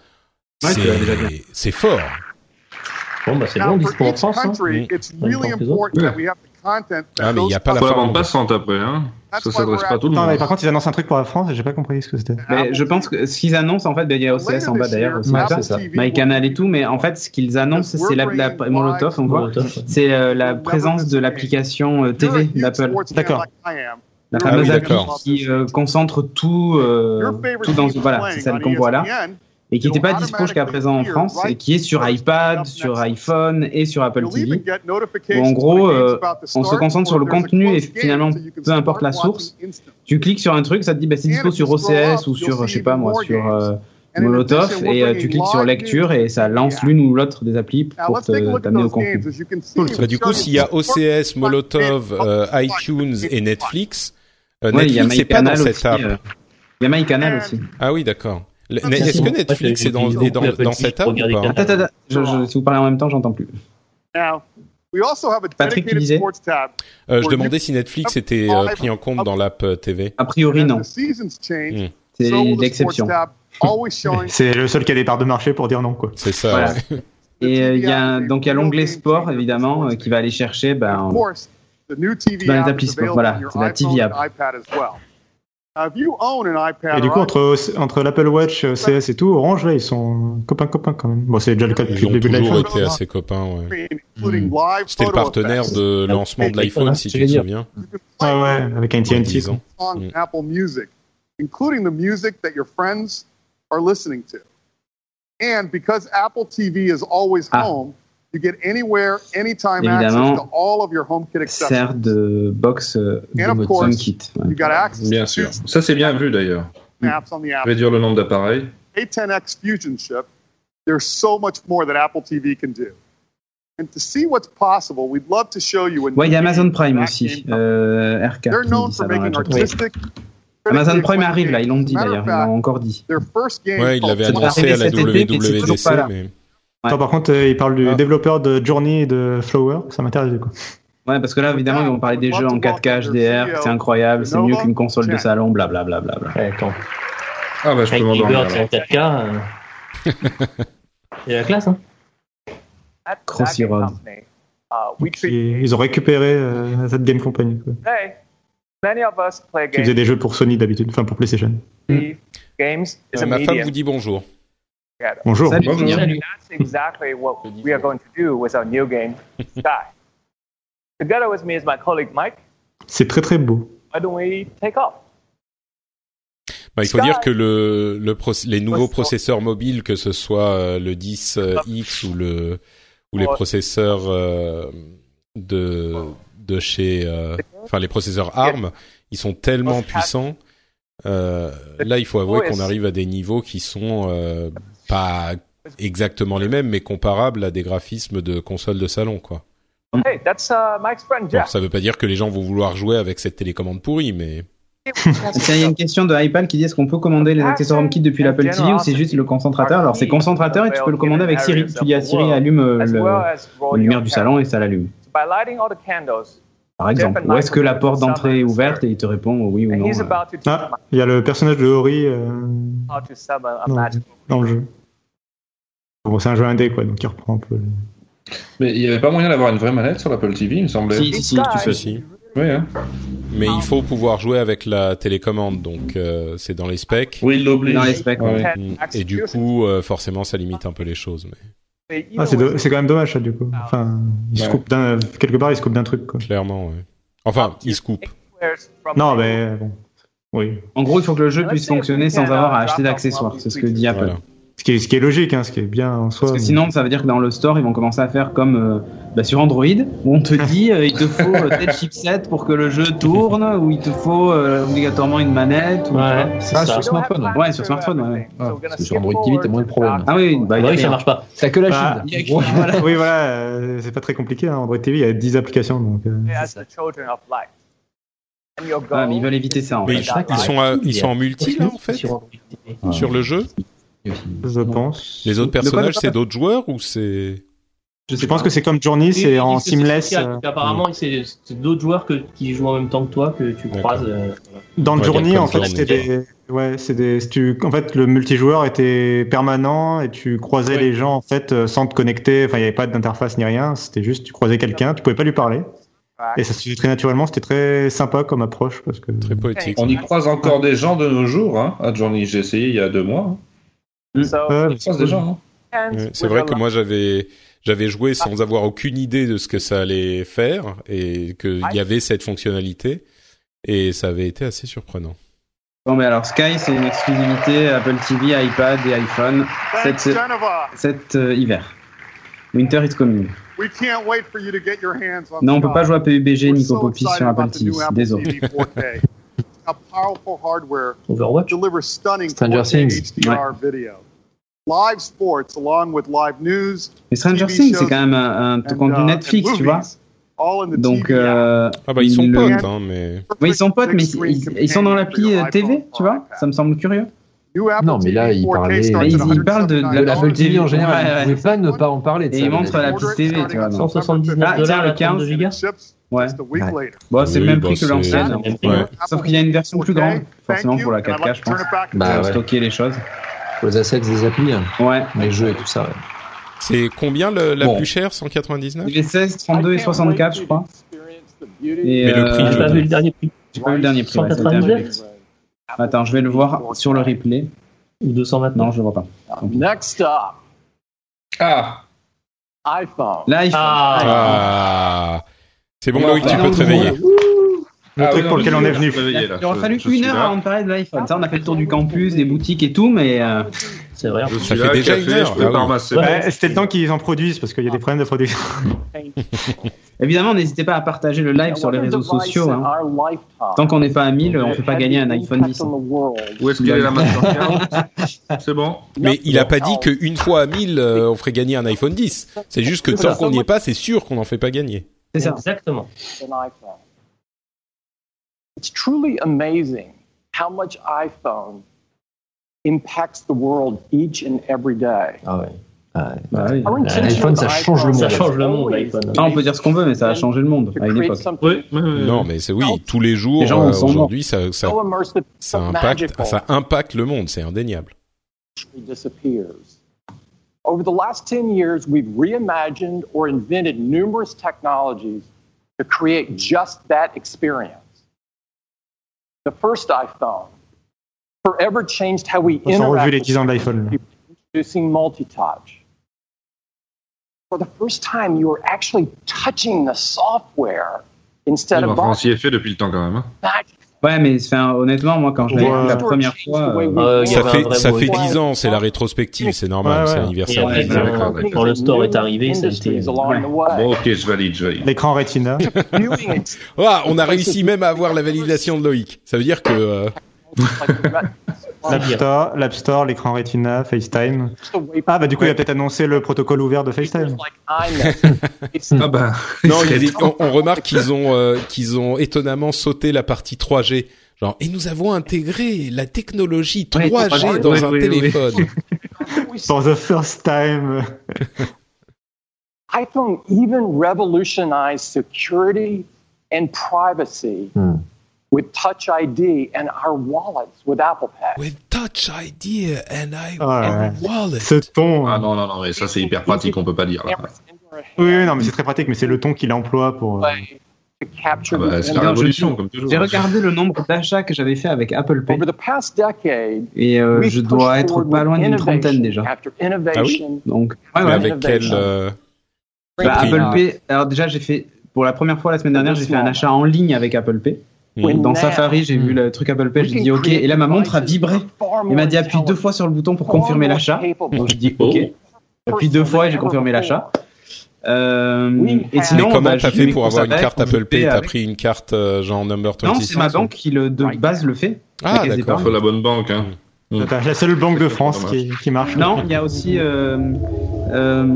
[SPEAKER 5] Ouais,
[SPEAKER 1] C'est
[SPEAKER 5] tu l'as déjà bien.
[SPEAKER 1] c'est fort. Mm.
[SPEAKER 5] Bon, bah, c'est
[SPEAKER 10] now
[SPEAKER 5] bon,
[SPEAKER 10] for
[SPEAKER 5] dispo en
[SPEAKER 10] each
[SPEAKER 5] France. hein.
[SPEAKER 10] country, it's really important that we have the content that
[SPEAKER 1] Ah mais il
[SPEAKER 10] those
[SPEAKER 1] n'y a pas la
[SPEAKER 7] Faut la
[SPEAKER 1] forme.
[SPEAKER 7] bande passante après, hein.
[SPEAKER 10] That's
[SPEAKER 7] Ça
[SPEAKER 10] why we're
[SPEAKER 7] s'adresse pas à tout le
[SPEAKER 3] Attends,
[SPEAKER 7] monde.
[SPEAKER 3] mais par contre, ils annoncent un truc pour la France et j'ai pas compris ce que c'était.
[SPEAKER 4] Mais je pense que ce qu'ils annoncent, en fait, ben, il y a OCS en bas d'ailleurs aussi,
[SPEAKER 3] Ouais,
[SPEAKER 4] ça,
[SPEAKER 3] c'est ça.
[SPEAKER 4] MyCanal et tout, mais en fait, ce qu'ils annoncent, c'est la, la, Molotov, on voit,
[SPEAKER 5] Molotov, ouais.
[SPEAKER 4] c'est euh, la présence de l'application euh, TV d'Apple.
[SPEAKER 10] D'accord. I am.
[SPEAKER 4] La
[SPEAKER 10] Ah
[SPEAKER 4] fameuse
[SPEAKER 10] oui,
[SPEAKER 4] appli
[SPEAKER 10] d'accord.
[SPEAKER 4] qui euh, concentre tout, euh, tout dans voilà, c'est celle qu'on voit là, et qui n'était pas dispo jusqu'à présent en France, et qui est sur iPad, sur iPhone et sur Apple TV. Où en gros, euh, on se concentre sur le contenu et finalement, peu importe la source, tu cliques sur un truc, ça te dit bah, c'est dispo sur OCS ou sur, je sais pas moi, sur euh, Molotov, et euh, tu cliques sur lecture et ça lance l'une ou l'autre des applis pour te- t'amener au contenu.
[SPEAKER 1] Bah, du coup, s'il y a OCS, Molotov, euh, iTunes et Netflix, euh,
[SPEAKER 4] Ouais, il y a
[SPEAKER 1] Netflix n'est pas dans
[SPEAKER 4] MyCanal
[SPEAKER 1] cette
[SPEAKER 4] aussi.
[SPEAKER 1] app.
[SPEAKER 4] euh, Il y a MyCanal aussi.
[SPEAKER 1] Ah oui, d'accord. Le- Ne- Est-ce que Netflix est dans, est dans, dans cette app ou pas
[SPEAKER 4] Attends, attends, attends, je- je- si vous parlez en même temps, j'entends plus.
[SPEAKER 10] Now, we also have a
[SPEAKER 4] Patrick, tu
[SPEAKER 10] dedicated
[SPEAKER 4] disais
[SPEAKER 10] sports tab.
[SPEAKER 1] Euh, Je
[SPEAKER 10] where you
[SPEAKER 1] demandais si Netflix était euh, pris en compte dans l'app euh, TV.
[SPEAKER 4] A priori, non.
[SPEAKER 10] The seasons change.
[SPEAKER 1] Hmm.
[SPEAKER 4] C'est
[SPEAKER 10] so will the sports
[SPEAKER 4] l'exception.
[SPEAKER 10] tab, always showing
[SPEAKER 3] C'est le seul qui a des parts de marché pour dire non, quoi.
[SPEAKER 1] C'est ça.
[SPEAKER 4] Voilà. Et euh, il y a un- donc il y a l'onglet sport évidemment euh, qui va aller chercher ben,
[SPEAKER 10] Of course, the new TV
[SPEAKER 4] Um, Dans les
[SPEAKER 10] app
[SPEAKER 4] applis
[SPEAKER 10] is
[SPEAKER 4] sport,
[SPEAKER 10] available
[SPEAKER 4] voilà,
[SPEAKER 10] on your
[SPEAKER 4] c'est la TV
[SPEAKER 10] iPhone and iPad as well. Now, if you own an iPad
[SPEAKER 3] Et du
[SPEAKER 10] or
[SPEAKER 3] coup, entre, entre l'Apple Watch, euh, CS et tout, Orange, là, ils sont copains-copains quand même. Bon, c'est déjà le cas
[SPEAKER 1] Ils
[SPEAKER 3] depuis le
[SPEAKER 1] ont
[SPEAKER 3] début de
[SPEAKER 1] toujours
[SPEAKER 3] l'iPhone.
[SPEAKER 1] été assez copains. ouais.
[SPEAKER 10] iPhone, including live
[SPEAKER 1] C'était le
[SPEAKER 10] photo
[SPEAKER 1] partenaire
[SPEAKER 10] effects,
[SPEAKER 1] de lancement de l'iPhone, si tu te souviens. Hmm.
[SPEAKER 3] Ouais, ouais, avec un TNT. quoi.
[SPEAKER 10] on Apple Music, including the music that your friends are listening to. And because Apple TV is always home, you get anywhere, anytime
[SPEAKER 4] Ah. Évidemment,
[SPEAKER 10] access to all of your HomeKit accessories.
[SPEAKER 4] sert de box euh, de
[SPEAKER 10] And of
[SPEAKER 4] mode
[SPEAKER 10] course,
[SPEAKER 4] HomeKit.
[SPEAKER 10] You got access
[SPEAKER 7] Bien sûr. Ça, c'est bien vu d'ailleurs.
[SPEAKER 10] to apps on the
[SPEAKER 4] Ah.
[SPEAKER 10] app.
[SPEAKER 7] Réduire le nombre d'appareils.
[SPEAKER 10] A10X Fusion chip, there's so much more that Apple TV can do. And to see what's possible, we'd love to show you a
[SPEAKER 4] Ouais, il y a
[SPEAKER 10] new
[SPEAKER 4] Amazon Prime
[SPEAKER 10] game.
[SPEAKER 4] aussi, euh, R4.
[SPEAKER 10] They're
[SPEAKER 4] qui dit
[SPEAKER 10] known
[SPEAKER 4] ça
[SPEAKER 10] for
[SPEAKER 4] dans la
[SPEAKER 10] making
[SPEAKER 4] chatroom.
[SPEAKER 10] artistic,
[SPEAKER 4] Amazon Prime arrive là, ils l'ont dit d'ailleurs, ils l'ont encore dit.
[SPEAKER 1] Ouais, il l'avait annoncé à la WWDC, mais...
[SPEAKER 3] Attends, par contre, euh, il parle du développeur de Journey et de Flower, ça m'intéresse du coup.
[SPEAKER 4] Ouais, parce que là, évidemment, ils vont parler des jeux en 4K HDR,
[SPEAKER 10] E
[SPEAKER 4] c'est incroyable, c'est mieux qu'une console de salon, blablabla. Bla, bla, bla.
[SPEAKER 5] attends.
[SPEAKER 7] Ah bah je peux
[SPEAKER 5] Avec
[SPEAKER 7] m'endormir.
[SPEAKER 5] Bird, c'est un 4K. euh, C'est la classe, hein
[SPEAKER 4] Crossy Road.
[SPEAKER 3] Ils ils ont récupéré euh, cette game company quoi,
[SPEAKER 8] Today, many of us play
[SPEAKER 3] qui faisait
[SPEAKER 8] games.
[SPEAKER 3] des jeux pour Sony d'habitude, enfin pour PlayStation.
[SPEAKER 8] Games is a
[SPEAKER 1] Ma femme
[SPEAKER 8] medium.
[SPEAKER 1] vous dit bonjour.
[SPEAKER 8] together.
[SPEAKER 3] Bonjour. Salut,
[SPEAKER 8] And
[SPEAKER 3] Julien.
[SPEAKER 8] That's exactly what we are going to do with our new game, Sky. Together with me is my colleague Mike.
[SPEAKER 3] C'est très très beau.
[SPEAKER 8] Why don't we take off?
[SPEAKER 1] Bah, il faut dire que le, le proc- les nouveaux processeurs mobiles, que ce soit euh, le 10X ou, le, ou les
[SPEAKER 8] Ouais.
[SPEAKER 1] processeurs euh, de, de chez... euh, Enfin, les processeurs ARM, ils sont tellement puissants. Euh, là, il faut avouer qu'on arrive à des niveaux qui sont euh, pas exactement les mêmes, mais comparables à des graphismes de consoles de salon, quoi.
[SPEAKER 13] Mm.
[SPEAKER 8] Hey, that's uh, Mike's friend
[SPEAKER 1] Bon,
[SPEAKER 8] Jack.
[SPEAKER 1] ça veut pas dire que les gens vont vouloir jouer avec cette télécommande pourrie, mais...
[SPEAKER 4] Tiens, il y a une question de iPad qui dit est-ce qu'on peut commander
[SPEAKER 8] Ah,
[SPEAKER 4] les accessoires HomeKit depuis l'Apple TV
[SPEAKER 8] hein,
[SPEAKER 4] ou c'est juste le concentrateur Alors c'est concentrateur et tu peux le commander avec Siri. Tu dis à Siri allume euh, le, la lumière du salon et ça l'allume.
[SPEAKER 8] By lighting all the candles,
[SPEAKER 4] Par exemple, ou est-ce que la porte d'entrée est ouverte et il te répond oui ou
[SPEAKER 8] and
[SPEAKER 4] non
[SPEAKER 8] he's
[SPEAKER 4] euh.
[SPEAKER 8] about to teach Mike
[SPEAKER 3] Il y a le personnage de Ori euh,
[SPEAKER 8] how to summon a
[SPEAKER 3] dans,
[SPEAKER 8] magic.
[SPEAKER 3] dans le jeu. Bon, c'est un jeu indé quoi, donc il reprend un peu. le-
[SPEAKER 7] Mais il n'y avait pas moyen d'avoir une vraie manette sur l'Apple TV, il me semblait.
[SPEAKER 4] Si, si, si, tu peux.
[SPEAKER 1] Si.
[SPEAKER 7] Oui, hein.
[SPEAKER 1] Mais il faut pouvoir jouer avec la télécommande, donc euh, c'est dans les specs.
[SPEAKER 7] Oui, il l'oblige.
[SPEAKER 4] Dans les specs, ouais.
[SPEAKER 1] Ouais. Mm. Et du coup, euh, forcément, ça limite un peu les choses. Mais
[SPEAKER 3] Ah, c'est do- c'est quand même dommage ça du coup. Enfin, il se
[SPEAKER 1] Ouais.
[SPEAKER 3] coupe d'un quelque part, il se coupe d'un truc quoi.
[SPEAKER 1] clairement, ouais. Enfin, ils se coupent.
[SPEAKER 8] Where's from
[SPEAKER 3] Non mais bon, oui.
[SPEAKER 4] En gros, il faut que le jeu puisse fonctionner sans avoir à acheter d'accessoires. C'est ce que dit Apple.
[SPEAKER 1] Voilà.
[SPEAKER 3] Ce qui est, ce qui est logique, hein, ce qui est bien en soi.
[SPEAKER 4] Parce que
[SPEAKER 3] mais-
[SPEAKER 4] sinon, ça veut dire que dans le store, ils vont commencer à faire comme euh, bah, sur Android, où on te dit euh, il te faut euh, tel chipset pour que le jeu tourne, ou il te faut euh, obligatoirement une manette. Ou,
[SPEAKER 5] Ouais, c'est
[SPEAKER 6] Ah,
[SPEAKER 5] ça.
[SPEAKER 6] sur smartphone. ouais.
[SPEAKER 4] Ouais, sur
[SPEAKER 8] uh,
[SPEAKER 4] smartphone, ouais, ouais.
[SPEAKER 6] Ah, parce que sur Android TV, t'as moins de problèmes.
[SPEAKER 4] Ah oui, bah,
[SPEAKER 5] Bah
[SPEAKER 4] il y a
[SPEAKER 5] oui, ça
[SPEAKER 4] rien.
[SPEAKER 5] marche pas.
[SPEAKER 6] T'as que la
[SPEAKER 3] Bah,
[SPEAKER 6] Chine.
[SPEAKER 4] Ouais, voilà.
[SPEAKER 3] oui, voilà, euh, c'est pas très compliqué. Hein. Android TV, il y a 10 applications. Donc, euh,
[SPEAKER 8] as the children of light. And your goal
[SPEAKER 4] Ouais, Ah, mais ils veulent éviter ça en
[SPEAKER 5] Bah,
[SPEAKER 1] Mais
[SPEAKER 4] fait.
[SPEAKER 1] ils, ils sont, à- ils sont en multi, là, en fait,
[SPEAKER 5] euh, Sur Android.
[SPEAKER 1] sur le jeu
[SPEAKER 3] je pense.
[SPEAKER 1] Les autres
[SPEAKER 4] De quoi, de
[SPEAKER 1] personnages,
[SPEAKER 4] quoi
[SPEAKER 1] c'est d'autres joueurs ou c'est...
[SPEAKER 3] Je pense que c'est comme Journey,
[SPEAKER 5] Ils-
[SPEAKER 3] c'est
[SPEAKER 5] ils
[SPEAKER 3] en
[SPEAKER 5] disent que c'est
[SPEAKER 3] seamless.
[SPEAKER 5] spécial,
[SPEAKER 3] euh,
[SPEAKER 5] puis Apparemment, c'est c'est d'autres joueurs que, qui jouent en même temps que toi que tu
[SPEAKER 1] D'accord.
[SPEAKER 5] croises. euh, voilà.
[SPEAKER 3] Dans le
[SPEAKER 1] Ouais,
[SPEAKER 3] Journey,
[SPEAKER 1] bien
[SPEAKER 3] en
[SPEAKER 1] comme
[SPEAKER 3] fait, c'était
[SPEAKER 5] Journey.
[SPEAKER 3] des. Ouais, c'est des. si tu- En fait, le multijoueur était permanent et tu croisais
[SPEAKER 5] Ouais.
[SPEAKER 3] les gens en fait euh, sans te connecter. Enfin, il n'y avait pas d'interface ni rien. C'était juste, tu croisais quelqu'un, tu pouvais pas lui parler. Et ça se faisait très naturellement. C'était très sympa comme approche parce que.
[SPEAKER 1] Très poétique.
[SPEAKER 7] On y croise encore des gens de nos jours, hein, à Journey. J'ai essayé il y a deux mois. hein.
[SPEAKER 8] So,
[SPEAKER 3] Ouais,
[SPEAKER 7] On y croise des gens. hein.
[SPEAKER 1] Ouais,
[SPEAKER 8] hands
[SPEAKER 1] Uh, C'est
[SPEAKER 8] with
[SPEAKER 1] vrai
[SPEAKER 8] a
[SPEAKER 1] que moi, j'avais... J'avais
[SPEAKER 4] Ah.
[SPEAKER 1] joué sans avoir aucune idée de ce que ça allait faire et qu'il y avait cette fonctionnalité et ça avait été assez surprenant.
[SPEAKER 4] Bon, mais alors Sky, c'est une exclusivité Apple TV, iPad et iPhone
[SPEAKER 10] Thanks,
[SPEAKER 4] cet,
[SPEAKER 10] Genova.
[SPEAKER 4] cet euh, hiver. Winter is coming.
[SPEAKER 10] We can't wait for you to get your hands on
[SPEAKER 4] Non, on
[SPEAKER 10] Sky.
[SPEAKER 4] peut pas jouer à PUBG ni
[SPEAKER 10] We're so
[SPEAKER 4] Copopi
[SPEAKER 10] excited
[SPEAKER 4] sur Apple
[SPEAKER 10] about the
[SPEAKER 4] TV.
[SPEAKER 10] new Apple
[SPEAKER 4] Désolé.
[SPEAKER 10] TV 4K. A powerful hardware
[SPEAKER 5] Overwatch.
[SPEAKER 10] delivers stunning
[SPEAKER 6] Stranger
[SPEAKER 10] 4K
[SPEAKER 6] Things.
[SPEAKER 10] HDR video. Live sports along with live news,
[SPEAKER 4] Mais Stranger
[SPEAKER 10] TV
[SPEAKER 4] Things, c'est
[SPEAKER 10] shows
[SPEAKER 4] quand même un, un
[SPEAKER 10] and,
[SPEAKER 4] contenu
[SPEAKER 10] uh,
[SPEAKER 4] Netflix,
[SPEAKER 10] and
[SPEAKER 4] tu vois.
[SPEAKER 10] movies, all in the
[SPEAKER 4] Donc,
[SPEAKER 10] TV app.
[SPEAKER 4] euh,
[SPEAKER 1] Ah bah ils sont
[SPEAKER 4] le-
[SPEAKER 1] potes, hein, mais...
[SPEAKER 4] Oui, ils sont potes, mais
[SPEAKER 10] Big
[SPEAKER 4] ils,
[SPEAKER 10] screen
[SPEAKER 4] ils sont dans l'appli euh,
[SPEAKER 10] companion
[SPEAKER 4] TV,
[SPEAKER 10] iPhone
[SPEAKER 4] tu vois. Ça me semble curieux.
[SPEAKER 10] New Apple
[SPEAKER 6] Non, mais là,
[SPEAKER 10] TV
[SPEAKER 6] il
[SPEAKER 10] 4K
[SPEAKER 6] parlait- euh,
[SPEAKER 10] starts
[SPEAKER 4] Mais
[SPEAKER 10] at
[SPEAKER 4] il- il parle de- de
[SPEAKER 6] De la
[SPEAKER 10] $179.
[SPEAKER 6] Apple TV en général,
[SPEAKER 4] Ouais, ouais.
[SPEAKER 6] vous pouvez pas ne pas en parler. de
[SPEAKER 4] Et
[SPEAKER 6] ça,
[SPEAKER 4] il
[SPEAKER 6] mais-
[SPEAKER 4] montre la petite TV, tu vois. donc.
[SPEAKER 5] 179
[SPEAKER 4] Ah, tiens,
[SPEAKER 5] dollars
[SPEAKER 4] le
[SPEAKER 5] à 32
[SPEAKER 4] 15.
[SPEAKER 5] gigas.
[SPEAKER 10] Chips
[SPEAKER 4] Ouais.
[SPEAKER 10] just a week
[SPEAKER 6] Ouais.
[SPEAKER 10] later.
[SPEAKER 4] Bon, c'est le
[SPEAKER 1] Oui,
[SPEAKER 4] même
[SPEAKER 1] bah,
[SPEAKER 4] prix que
[SPEAKER 1] c'est-
[SPEAKER 4] l'ancienne.
[SPEAKER 5] Ouais.
[SPEAKER 10] Apple
[SPEAKER 4] Sauf qu'il y a une version plus
[SPEAKER 10] 4K,
[SPEAKER 4] grande, forcément
[SPEAKER 10] thank
[SPEAKER 4] pour la
[SPEAKER 10] you, and I'd
[SPEAKER 4] 4K, je
[SPEAKER 10] like to
[SPEAKER 4] pense.
[SPEAKER 10] turn it back to
[SPEAKER 6] Bah,
[SPEAKER 4] Pour
[SPEAKER 6] ouais.
[SPEAKER 4] stocker les choses.
[SPEAKER 6] Aux assets des applis, hein,
[SPEAKER 4] Ouais.
[SPEAKER 6] les jeux et tout ça. ouais.
[SPEAKER 1] C'est combien le- la
[SPEAKER 7] Bon.
[SPEAKER 1] plus chère 199
[SPEAKER 4] Il est 16, 32 et 64, je crois. Et
[SPEAKER 1] Mais le
[SPEAKER 4] euh,
[SPEAKER 1] prix,
[SPEAKER 5] Ah,
[SPEAKER 1] je
[SPEAKER 5] J'ai pas
[SPEAKER 1] l'ai
[SPEAKER 5] vu le dernier prix.
[SPEAKER 4] j'ai pas eu le dernier prix. ouais, c'était un
[SPEAKER 5] 199.
[SPEAKER 4] Netflix. Attends, je vais le voir sur le replay.
[SPEAKER 5] Ou 229.
[SPEAKER 4] Non, je le vois pas.
[SPEAKER 9] Next up,
[SPEAKER 7] Ah
[SPEAKER 9] iPhone.
[SPEAKER 4] Là, il faut-
[SPEAKER 5] Ah,
[SPEAKER 1] Ah C'est bon,
[SPEAKER 7] Non,
[SPEAKER 1] Loïc, tu
[SPEAKER 4] non,
[SPEAKER 1] peux te
[SPEAKER 4] non,
[SPEAKER 1] réveiller.
[SPEAKER 3] Le
[SPEAKER 7] Ah
[SPEAKER 3] truc
[SPEAKER 7] oui,
[SPEAKER 3] pour
[SPEAKER 7] non,
[SPEAKER 3] lequel
[SPEAKER 7] mais
[SPEAKER 3] on est
[SPEAKER 7] je suis
[SPEAKER 3] venu.
[SPEAKER 7] réveillé, là.
[SPEAKER 4] Il aura
[SPEAKER 7] Je-
[SPEAKER 4] fallu
[SPEAKER 7] je suis
[SPEAKER 4] qu'une heure
[SPEAKER 7] là.
[SPEAKER 4] avant de parler de l'iPhone. Ça, on a fait le tour du campus, des boutiques et tout, mais euh,
[SPEAKER 5] c'est vrai.
[SPEAKER 7] Je suis
[SPEAKER 1] fait
[SPEAKER 7] là,
[SPEAKER 1] déjà
[SPEAKER 7] café,
[SPEAKER 1] une heure.
[SPEAKER 7] Je prépare
[SPEAKER 1] Ah oui.
[SPEAKER 7] ma semaine.
[SPEAKER 3] Bah, c'était le temps qu'ils en produisent parce qu'il y a des problèmes de production.
[SPEAKER 4] évidemment, n'hésitez pas à partager le live sur les réseaux sociaux. hein. Tant qu'on n'est pas à 1000, on ne fait pas gagner un iPhone 10.
[SPEAKER 7] Où est-ce qu'il est la mastercard C'est bon
[SPEAKER 1] Mais il a pas dit qu'une fois à 1000, euh, on ferait gagner un iPhone 10. C'est juste que
[SPEAKER 5] C'est
[SPEAKER 1] tant
[SPEAKER 5] ça.
[SPEAKER 1] qu'on n'y est pas, c'est sûr qu'on n'en fait pas gagner.
[SPEAKER 4] C'est ça.
[SPEAKER 5] Exactement.
[SPEAKER 9] It's truly amazing how much iPhone impacts the world each and every day.
[SPEAKER 6] Ah ouais.
[SPEAKER 4] Ah, oui.
[SPEAKER 9] Our intention
[SPEAKER 4] L'iPhone,
[SPEAKER 9] with
[SPEAKER 4] ça change le
[SPEAKER 9] iPhone
[SPEAKER 4] monde.
[SPEAKER 9] is
[SPEAKER 4] Ça change le monde,
[SPEAKER 9] always
[SPEAKER 4] l'iPhone. Ah, on peut dire ce qu'on veut, mais ça a changé le monde à une
[SPEAKER 9] create
[SPEAKER 4] époque.
[SPEAKER 9] something
[SPEAKER 1] Non, mais c'est oui, tous les jours,
[SPEAKER 4] Les gens
[SPEAKER 1] euh,
[SPEAKER 4] en sont Oh,
[SPEAKER 1] aujourd'hui, ça, ça,
[SPEAKER 9] so immersive,
[SPEAKER 1] ça impacte, ça impacte le monde, c'est indéniable.
[SPEAKER 9] actually disappears. Over the last 10 years, we've reimagined or invented numerous technologies to create just that experience. The first iPhone forever changed how we
[SPEAKER 3] Ils ont
[SPEAKER 11] bah,
[SPEAKER 3] revu
[SPEAKER 9] interact
[SPEAKER 3] les 10 ans de l'iPhone.
[SPEAKER 9] introducing multi-touch. For the first time, you are actually touching the software instead
[SPEAKER 7] Bon,
[SPEAKER 9] of
[SPEAKER 7] enfin, on s'y est fait depuis le temps quand même. hein.
[SPEAKER 4] Ouais, mais enfin, honnêtement, moi, quand je l'ai
[SPEAKER 7] Ouais.
[SPEAKER 4] vu la première fois.
[SPEAKER 7] Euh, il y
[SPEAKER 1] ça
[SPEAKER 7] avait un
[SPEAKER 1] fait,
[SPEAKER 7] vrai
[SPEAKER 1] ça
[SPEAKER 7] mot.
[SPEAKER 1] fait 10 ans, c'est la rétrospective, c'est normal, c'est l'anniversaire.
[SPEAKER 7] Ouais,
[SPEAKER 1] des
[SPEAKER 7] ouais,
[SPEAKER 1] années.
[SPEAKER 7] d'accord, d'accord.
[SPEAKER 5] Quand le store est arrivé, ça a
[SPEAKER 7] euh,
[SPEAKER 5] été.
[SPEAKER 7] Bon, ok, je valide, je valide.
[SPEAKER 3] L'écran Retina.
[SPEAKER 1] Ah, on a réussi même à avoir la validation de Loïc. Ça veut dire que euh,
[SPEAKER 3] L'App Store, l'App Store, l'écran Retina, FaceTime. Ah bah du coup il a peut-être annoncé le protocole ouvert de FaceTime.
[SPEAKER 7] ah bah.
[SPEAKER 1] non, ils- on, on remarque qu'ils ont euh, qu'ils ont étonnamment sauté la partie 3G. Genre, et nous avons intégré la technologie 3G
[SPEAKER 3] ouais,
[SPEAKER 1] dans
[SPEAKER 3] ouais,
[SPEAKER 1] un
[SPEAKER 3] ouais,
[SPEAKER 1] téléphone.
[SPEAKER 3] For the first time.
[SPEAKER 9] iPhone even revolutionized security and privacy
[SPEAKER 4] Hmm.
[SPEAKER 9] with Touch ID and our wallets with Apple Pay.
[SPEAKER 1] With Touch ID and I
[SPEAKER 3] Ah, ouais.
[SPEAKER 1] wallet.
[SPEAKER 3] Ce ton. hein.
[SPEAKER 7] Ah non, non, non, mais ça c'est hyper pratique, on peut pas dire là.
[SPEAKER 3] Oui, oui, non mais c'est très pratique, mais c'est le ton qu'il emploie pour. euh,
[SPEAKER 9] To capture
[SPEAKER 7] Ah bah, c'est
[SPEAKER 9] the
[SPEAKER 7] la
[SPEAKER 9] energy.
[SPEAKER 7] révolution, comme toujours.
[SPEAKER 4] J'ai regardé le nombre d'achats que j'avais fait avec Apple Pay.
[SPEAKER 9] Over the past decade,
[SPEAKER 4] Et euh,
[SPEAKER 9] we've
[SPEAKER 4] je
[SPEAKER 9] pushed
[SPEAKER 4] dois être
[SPEAKER 9] forward
[SPEAKER 4] pas
[SPEAKER 9] with
[SPEAKER 4] loin d'une
[SPEAKER 9] innovation
[SPEAKER 4] trentaine déjà.
[SPEAKER 1] Ah
[SPEAKER 9] After
[SPEAKER 4] Bah,
[SPEAKER 9] innovation,
[SPEAKER 4] Donc,
[SPEAKER 1] Mais
[SPEAKER 4] ouais, ouais.
[SPEAKER 1] avec quel euh,
[SPEAKER 4] Bah,
[SPEAKER 1] prix
[SPEAKER 4] Apple Pay, alors déjà, j'ai fait, pour la première fois la semaine dernière, j'ai fait un achat en ligne avec Apple Pay.
[SPEAKER 1] Mhm.
[SPEAKER 4] Dans Safari, j'ai vu le truc Apple Pay, j'ai dit OK. Et là, ma montre a vibré. Il m'a dit appuie deux fois sur le bouton pour confirmer l'achat. Donc, je dis OK.
[SPEAKER 1] Oh.
[SPEAKER 4] Appuie deux fois et j'ai confirmé l'achat. Euh, et
[SPEAKER 1] Mais
[SPEAKER 4] sinon,
[SPEAKER 1] comment
[SPEAKER 4] bah,
[SPEAKER 1] t'as
[SPEAKER 4] j'ai
[SPEAKER 1] fait
[SPEAKER 4] mes
[SPEAKER 1] pour
[SPEAKER 4] courses
[SPEAKER 1] avoir une
[SPEAKER 4] avec,
[SPEAKER 1] carte
[SPEAKER 4] on
[SPEAKER 1] Apple Pay
[SPEAKER 4] fait
[SPEAKER 1] T'as
[SPEAKER 4] avec.
[SPEAKER 1] pris une carte euh, genre number 26
[SPEAKER 4] Non, c'est ma banque qui le, de base le fait. la
[SPEAKER 1] Ah
[SPEAKER 4] Caisse des
[SPEAKER 1] d'accord.
[SPEAKER 4] Dépôts.
[SPEAKER 7] la bonne banque, hein.
[SPEAKER 3] Attends, La seule banque de France qui, qui marche.
[SPEAKER 4] Non, il y a aussi euh, euh,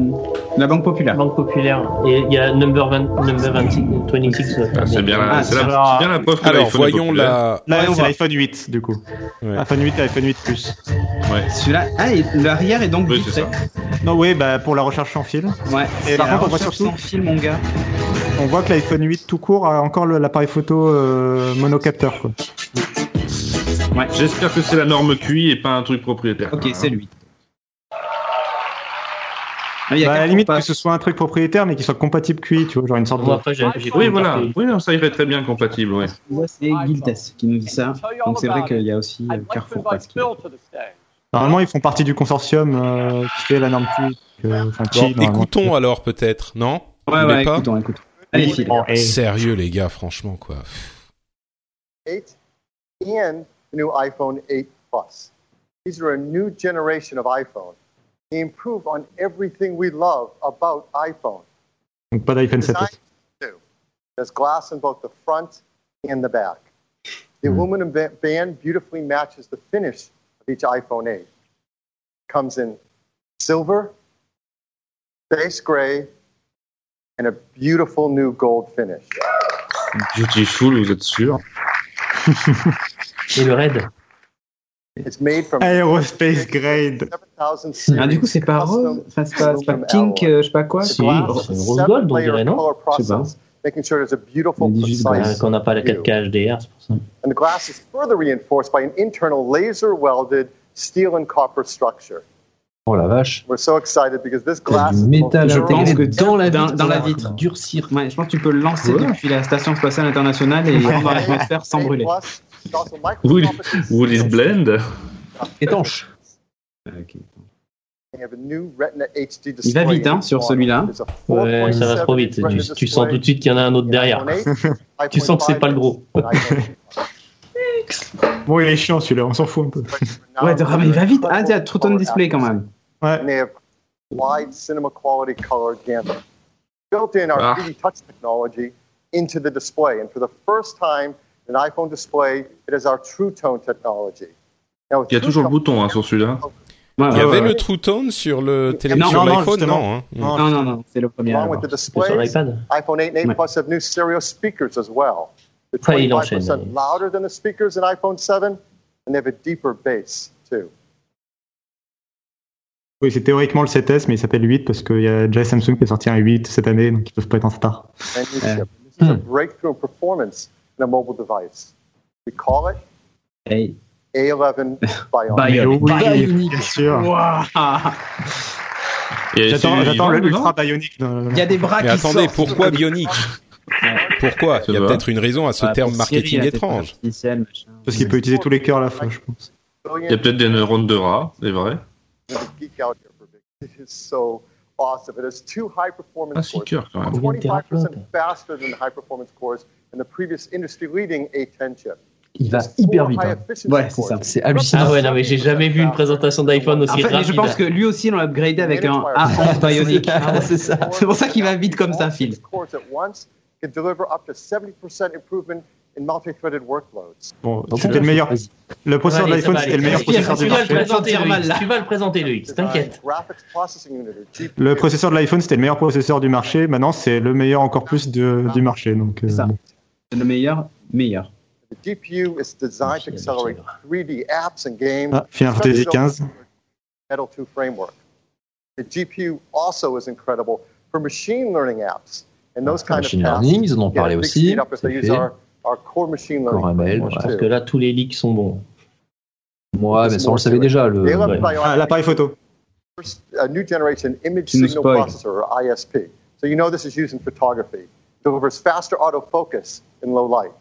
[SPEAKER 4] la Banque Populaire.
[SPEAKER 5] Banque populaire. Et il y a number, 20, number 26. 26 ouais.
[SPEAKER 7] Ah, c'est bien, la-
[SPEAKER 4] Ah,
[SPEAKER 7] c'est la,
[SPEAKER 3] alors-
[SPEAKER 7] c'est bien la preuve que
[SPEAKER 1] Alors
[SPEAKER 7] l'iPhone est
[SPEAKER 1] voyons
[SPEAKER 7] populaire.
[SPEAKER 1] la. Ah,
[SPEAKER 3] Là
[SPEAKER 4] Ouais, on
[SPEAKER 3] c'est
[SPEAKER 4] va.
[SPEAKER 3] l'iPhone 8 du coup.
[SPEAKER 1] Ouais.
[SPEAKER 3] iPhone 8 et iPhone 8 Plus.
[SPEAKER 7] Ouais,
[SPEAKER 4] Celui-là, ah, et l'arrière est donc
[SPEAKER 7] oui,
[SPEAKER 4] vitré.
[SPEAKER 7] c'est ça.
[SPEAKER 3] Non oui bah pour la recherche sans fil.
[SPEAKER 4] Ouais.
[SPEAKER 3] Et
[SPEAKER 4] Par
[SPEAKER 3] la
[SPEAKER 4] contre, on voit
[SPEAKER 3] recherche
[SPEAKER 4] surtout
[SPEAKER 3] sans
[SPEAKER 4] fil, mon gars.
[SPEAKER 3] On voit que l'iPhone 8 tout court a encore le- l'appareil photo euh, monocapteur quoi.
[SPEAKER 4] Ouais.
[SPEAKER 7] J'espère que c'est la norme QI et pas un truc propriétaire.
[SPEAKER 4] Ok,
[SPEAKER 7] quand même,
[SPEAKER 4] c'est
[SPEAKER 7] hein.
[SPEAKER 4] lui. Ah, il y a
[SPEAKER 3] Bah, à la
[SPEAKER 4] quatre
[SPEAKER 3] limite
[SPEAKER 4] pour
[SPEAKER 3] que
[SPEAKER 4] pas.
[SPEAKER 3] ce soit un truc propriétaire mais qui soit compatible QI, tu vois, genre une sorte de.
[SPEAKER 5] Bon, après, j'ai j'ai
[SPEAKER 4] Ah,
[SPEAKER 7] Oui,
[SPEAKER 5] une
[SPEAKER 7] voilà.
[SPEAKER 5] carte-
[SPEAKER 7] Oui, non, ça irait très bien compatible, ouais.
[SPEAKER 4] Ouais, c'est Guiltest qui nous dit ça. Donc c'est vrai qu'il y a aussi euh,
[SPEAKER 9] I'd like to
[SPEAKER 4] Carrefour.
[SPEAKER 9] invite
[SPEAKER 4] parce que-
[SPEAKER 9] Phil to the stage.
[SPEAKER 3] Normalement ils font partie du consortium euh, qui fait la norme QI. euh, enfin,
[SPEAKER 1] Bon,
[SPEAKER 3] Chi, normalement.
[SPEAKER 1] écoutons alors peut-être, non Vous
[SPEAKER 4] hein, Ouais,
[SPEAKER 1] voulez
[SPEAKER 4] ouais,
[SPEAKER 1] pas Oh,
[SPEAKER 4] écoutons, écoutons. Allez, Phil.
[SPEAKER 3] Bon, et-
[SPEAKER 1] Sérieux les gars, franchement quoi.
[SPEAKER 14] 8 and the new iPhone 8 Plus. These are a new generation of iPhone. They improve on everything we love about iPhone.
[SPEAKER 3] Donc pas d'iPhone 7.
[SPEAKER 14] Design too. There's glass in both the front and the back. The
[SPEAKER 6] Hmm.
[SPEAKER 14] aluminum ba- band beautifully matches the finish of each iPhone 8. Comes in silver, base gray, and a beautiful new gold finish.
[SPEAKER 7] Beautiful, vous êtes sûr
[SPEAKER 5] Et le raid.
[SPEAKER 14] It's made from
[SPEAKER 3] Eh, Aerospace grade.
[SPEAKER 14] 7000
[SPEAKER 4] Ah, du coup, c'est pas rose, enfin, c'est pas, c'est pas pink, euh, je sais pas quoi.
[SPEAKER 5] Si, rose gold, on dirait, non
[SPEAKER 4] Je sais pas.
[SPEAKER 14] making sure there's a beautiful,
[SPEAKER 4] Il dit juste
[SPEAKER 5] Bah,
[SPEAKER 14] precise
[SPEAKER 5] Qu'on n'a pas la 4K HDR, c'est pour ça.
[SPEAKER 14] and the glass is further reinforced by an internal laser welded steel and copper structure.
[SPEAKER 6] Oh la vache.
[SPEAKER 14] We're so excited because this
[SPEAKER 6] T'as
[SPEAKER 14] glass
[SPEAKER 6] du
[SPEAKER 14] is both
[SPEAKER 6] métal.
[SPEAKER 4] Je pense
[SPEAKER 14] durable
[SPEAKER 4] que
[SPEAKER 6] dans la
[SPEAKER 4] Dans-
[SPEAKER 6] vitre,
[SPEAKER 4] dans la
[SPEAKER 6] ça va
[SPEAKER 4] vitre.
[SPEAKER 6] durcir.
[SPEAKER 4] Ouais, je pense que tu peux le lancer
[SPEAKER 6] Ouais.
[SPEAKER 4] depuis la station spatiale internationale et rentrer dans l'atmosphère sans brûler.
[SPEAKER 14] plus. It's also
[SPEAKER 7] Vous,
[SPEAKER 14] microscopic
[SPEAKER 7] vous les blend
[SPEAKER 6] Étanche.
[SPEAKER 14] and have a new Retina HD
[SPEAKER 4] Il
[SPEAKER 14] display
[SPEAKER 4] va vite hein,
[SPEAKER 14] in
[SPEAKER 4] sur
[SPEAKER 14] this
[SPEAKER 4] celui-là.
[SPEAKER 14] model. It's a
[SPEAKER 5] Ouais, ça va trop
[SPEAKER 14] 4.7
[SPEAKER 5] vite.
[SPEAKER 14] Retina
[SPEAKER 5] Tu, tu sens tout de
[SPEAKER 14] display
[SPEAKER 5] suite qu'il y en a un autre derrière.
[SPEAKER 14] in iPhone 8,
[SPEAKER 5] Tu sens que c'est pas le gros.
[SPEAKER 14] 5.5 inch,
[SPEAKER 3] Bon il est chiant celui-là, on s'en fout un peu.
[SPEAKER 4] Ouais, de- ah, mais il va vite. Ah, t'as True Tone Display quand même.
[SPEAKER 3] Ouais.
[SPEAKER 14] and they have wide cinema quality color gamut. Built in our
[SPEAKER 7] Ah.
[SPEAKER 14] 3D touch technology into the display. And for the first time in an iPhone display, it is our True Tone technology. Now, with
[SPEAKER 7] Il y a
[SPEAKER 14] True
[SPEAKER 7] toujours le
[SPEAKER 14] Tone-
[SPEAKER 7] bouton hein, sur celui-là.
[SPEAKER 4] Ouais,
[SPEAKER 1] Il
[SPEAKER 4] ouais,
[SPEAKER 1] y
[SPEAKER 4] ouais.
[SPEAKER 1] avait le True Tone sur le télé
[SPEAKER 4] Non,
[SPEAKER 1] sur
[SPEAKER 4] non,
[SPEAKER 1] l'iPhone,
[SPEAKER 3] justement.
[SPEAKER 1] non hein.
[SPEAKER 3] Non.
[SPEAKER 4] Non, non, non, c'est le premier.
[SPEAKER 14] Along
[SPEAKER 4] alors.
[SPEAKER 14] with the
[SPEAKER 5] C'est sur
[SPEAKER 14] displays,
[SPEAKER 5] l'iPad.
[SPEAKER 14] iPhone 8 and 8
[SPEAKER 4] Ouais.
[SPEAKER 14] Plus have new stereo speakers as well. They're
[SPEAKER 5] Ouais, il
[SPEAKER 14] 25%
[SPEAKER 5] enchaîne.
[SPEAKER 14] louder than the speakers in iPhone 7 and they have a deeper bass too.
[SPEAKER 3] Oui, c'est théoriquement le 7S, mais il s'appelle 8 parce qu'il y a déjà Samsung qui est sorti un 8 cette année, donc ils peuvent pas être en star.
[SPEAKER 14] And new chip. This is a breakthrough in performance in a mobile device. We call it
[SPEAKER 4] Hey.
[SPEAKER 14] A11 Bionic.
[SPEAKER 3] Bionic. Bionic, bien sûr.
[SPEAKER 7] Et
[SPEAKER 3] J'attends
[SPEAKER 7] c'est-
[SPEAKER 3] j'attends le
[SPEAKER 7] il-
[SPEAKER 3] ultra bionique. dans-
[SPEAKER 6] Il y a des bras
[SPEAKER 1] Mais
[SPEAKER 6] qui
[SPEAKER 1] attendez,
[SPEAKER 6] sortent.
[SPEAKER 1] pourquoi bionique Pourquoi Il y a
[SPEAKER 7] va.
[SPEAKER 1] peut-être une raison à ce
[SPEAKER 4] Ah,
[SPEAKER 5] Bah,
[SPEAKER 4] pour
[SPEAKER 1] terme
[SPEAKER 4] Siri,
[SPEAKER 1] marketing
[SPEAKER 4] là,
[SPEAKER 1] étrange.
[SPEAKER 3] Parce qu'il peut utiliser tous les cœurs à la fois, je pense.
[SPEAKER 7] Il y a peut-être des neurones de rat, c'est vrai.
[SPEAKER 14] I'm gonna geek out here for a bit. It is so awesome. It has two high
[SPEAKER 7] Ah,
[SPEAKER 14] performance
[SPEAKER 7] six
[SPEAKER 14] cores.
[SPEAKER 7] cœurs quand même.
[SPEAKER 14] 25% faster than the high performance cores in the previous industry leading A10 chip.
[SPEAKER 6] Il va hyper vite.
[SPEAKER 14] High
[SPEAKER 6] hein.
[SPEAKER 14] efficiency
[SPEAKER 4] Ouais, c'est ça.
[SPEAKER 6] C'est hallucinant.
[SPEAKER 5] Ah ouais, non, mais j'ai jamais vu une présentation d'iPhone
[SPEAKER 4] En
[SPEAKER 5] aussi
[SPEAKER 4] fait, mais
[SPEAKER 5] rapide.
[SPEAKER 4] je pense que lui aussi, on l'a upgradé avec un A11 Bionic.
[SPEAKER 6] Ah,
[SPEAKER 4] c'est ça. C'est pour ça qu'il va vite comme ça, Phil.
[SPEAKER 14] cores at once can deliver up to 70% improvement in multi-threaded workloads.
[SPEAKER 3] Bon, c'était le meilleur. Le processeur de
[SPEAKER 5] Allez, ça
[SPEAKER 3] l'iPhone,
[SPEAKER 5] va
[SPEAKER 3] c'était
[SPEAKER 5] aller.
[SPEAKER 3] le meilleur
[SPEAKER 5] Tu vas-
[SPEAKER 3] processeur du
[SPEAKER 5] tu vas le
[SPEAKER 3] marché.
[SPEAKER 5] présenter,
[SPEAKER 4] Je vais me sentir
[SPEAKER 5] le
[SPEAKER 4] mal,
[SPEAKER 5] X.
[SPEAKER 4] là.
[SPEAKER 5] Tu vas le présenter, le X, t'inquiète.
[SPEAKER 14] Graphics processing unit or GPU.
[SPEAKER 3] Le processeur de l'iPhone, c'était le meilleur processeur du marché. Maintenant, c'est le meilleur encore plus de- du marché. Donc, euh, bon.
[SPEAKER 4] C'est le meilleur, meilleur.
[SPEAKER 14] The GPU is designed to accelerate 3D apps and games.
[SPEAKER 3] Ah, Final Fantasy XV.
[SPEAKER 14] Metal 2 framework. The GPU also is incredible for machine learning apps and those kind
[SPEAKER 6] machine
[SPEAKER 14] of tasks.
[SPEAKER 6] learning, ils en ont
[SPEAKER 14] Get a
[SPEAKER 6] parlé
[SPEAKER 14] big
[SPEAKER 6] aussi,
[SPEAKER 14] speed up if they
[SPEAKER 6] c'est
[SPEAKER 14] use
[SPEAKER 6] fait.
[SPEAKER 14] our, our core machine learning.
[SPEAKER 6] Coramel,
[SPEAKER 5] Moi, je
[SPEAKER 6] ouais.
[SPEAKER 5] pense que là, tous les leaks sont bons.
[SPEAKER 6] Ouais, mais ça, on le savait déjà. Le...
[SPEAKER 14] They love
[SPEAKER 6] ouais.
[SPEAKER 14] bionic-
[SPEAKER 3] Ah, l'appareil photo.
[SPEAKER 14] first, a new generation image
[SPEAKER 4] Tu nous
[SPEAKER 14] signal
[SPEAKER 4] spoil.
[SPEAKER 14] processor, or ISP. So you know this is used in photography. Delivers faster autofocus in low light.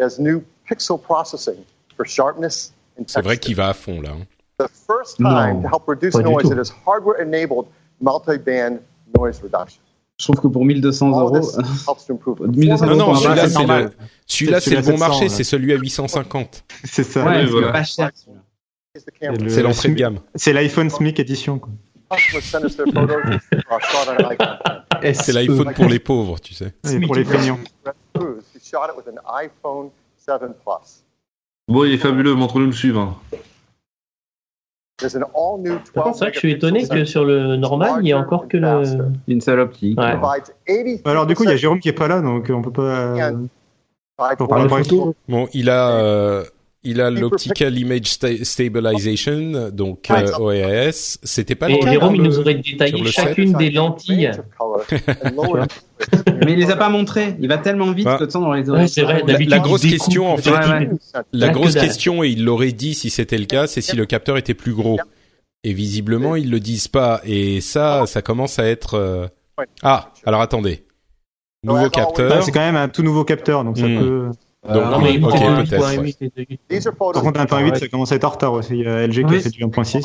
[SPEAKER 14] Has new pixel processing for sharpness and
[SPEAKER 1] C'est vrai
[SPEAKER 14] texture.
[SPEAKER 1] qu'il va à fond là. hein.
[SPEAKER 14] The first time
[SPEAKER 4] Non,
[SPEAKER 14] to help reduce
[SPEAKER 4] Oh, pas du
[SPEAKER 14] noise,
[SPEAKER 4] tout.
[SPEAKER 14] it is hardware-enabled multi-band noise reduction.
[SPEAKER 4] Je trouve que pour 1200
[SPEAKER 14] All
[SPEAKER 4] euros, euh,
[SPEAKER 14] this helps to improve. it.
[SPEAKER 4] 1200
[SPEAKER 1] Non, non,
[SPEAKER 4] euros,
[SPEAKER 1] celui-là,
[SPEAKER 4] c'est
[SPEAKER 1] c'est
[SPEAKER 4] normal.
[SPEAKER 1] le, celui-là,
[SPEAKER 3] C'est
[SPEAKER 1] c'est le bon
[SPEAKER 3] celui à 700,
[SPEAKER 1] marché,
[SPEAKER 3] là.
[SPEAKER 1] c'est celui à 850.
[SPEAKER 3] C'est ça.
[SPEAKER 4] Ouais,
[SPEAKER 7] Oui,
[SPEAKER 4] c'est
[SPEAKER 7] voilà.
[SPEAKER 4] pas cher.
[SPEAKER 14] Is the
[SPEAKER 3] Et
[SPEAKER 14] camera.
[SPEAKER 3] le-
[SPEAKER 1] C'est l'entrée de gamme.
[SPEAKER 3] C'est l'iPhone SMIC édition. Quoi.
[SPEAKER 14] Customers send us their photos or shot on an iPhone.
[SPEAKER 1] C'est l'iPhone pour les pauvres, tu sais.
[SPEAKER 3] Et pour les feignants.
[SPEAKER 14] Brett Cruz, he shot it with an iPhone 7 Plus.
[SPEAKER 7] Bon, il est fabuleux, montre-nous le suivant.
[SPEAKER 14] There's an all-new 12
[SPEAKER 5] Par contre, c'est vrai que je suis
[SPEAKER 14] megapixel
[SPEAKER 5] étonné que
[SPEAKER 14] sensor.
[SPEAKER 5] sur le normal, il n'y a encore que le.
[SPEAKER 4] Une seule optique.
[SPEAKER 5] Ouais.
[SPEAKER 14] provides 80
[SPEAKER 3] Alors, du coup, il y a Jérôme qui est pas là, donc euh, on peut pas.
[SPEAKER 14] And-
[SPEAKER 3] Pour parler
[SPEAKER 14] Five-
[SPEAKER 3] photo.
[SPEAKER 1] Bon, il a, euh, il a l'optical image sta- stabilization, donc
[SPEAKER 14] Ouais.
[SPEAKER 1] euh, OAS. C'était pas le
[SPEAKER 5] Et
[SPEAKER 1] cas
[SPEAKER 5] Jérôme,
[SPEAKER 1] dans
[SPEAKER 5] il
[SPEAKER 1] le-
[SPEAKER 5] nous aurait
[SPEAKER 1] sur
[SPEAKER 5] détaillé
[SPEAKER 1] le
[SPEAKER 5] chacune des lentilles.
[SPEAKER 14] Range of color
[SPEAKER 4] Ah,
[SPEAKER 14] and lower-
[SPEAKER 4] Mais il les a pas montrés. Il va tellement vite
[SPEAKER 1] Ouais.
[SPEAKER 4] que de sang dans les
[SPEAKER 5] Ouais,
[SPEAKER 4] oreilles.
[SPEAKER 5] c'est
[SPEAKER 1] Bah.
[SPEAKER 5] vrai,
[SPEAKER 1] La,
[SPEAKER 5] d'habitude.
[SPEAKER 1] la
[SPEAKER 5] il
[SPEAKER 1] grosse
[SPEAKER 5] découpe
[SPEAKER 1] question, en
[SPEAKER 5] le
[SPEAKER 1] fait,
[SPEAKER 4] Ouais, ouais.
[SPEAKER 1] la
[SPEAKER 5] Ah, que
[SPEAKER 1] grosse
[SPEAKER 5] dalle.
[SPEAKER 1] question, et il l'aurait dit si c'était le cas, c'est si le capteur était plus gros. Et visiblement, ils le disent pas. Et ça, ça commence à être. euh, Ah, alors attendez. Nouveau
[SPEAKER 3] Ah,
[SPEAKER 1] capteur.
[SPEAKER 3] c'est quand même un tout nouveau capteur, donc ça
[SPEAKER 1] Mm.
[SPEAKER 3] peut.
[SPEAKER 1] Donc,
[SPEAKER 5] Non, Ah, mais il
[SPEAKER 1] ok,
[SPEAKER 5] prend un
[SPEAKER 1] peut-être,
[SPEAKER 5] point
[SPEAKER 1] ouais.
[SPEAKER 5] huit et deux.
[SPEAKER 14] These are photos
[SPEAKER 3] Par contre, 1.8, ça commence à être en retard aussi. Il y a LG qui a
[SPEAKER 4] Oui.
[SPEAKER 3] fait du 1.6.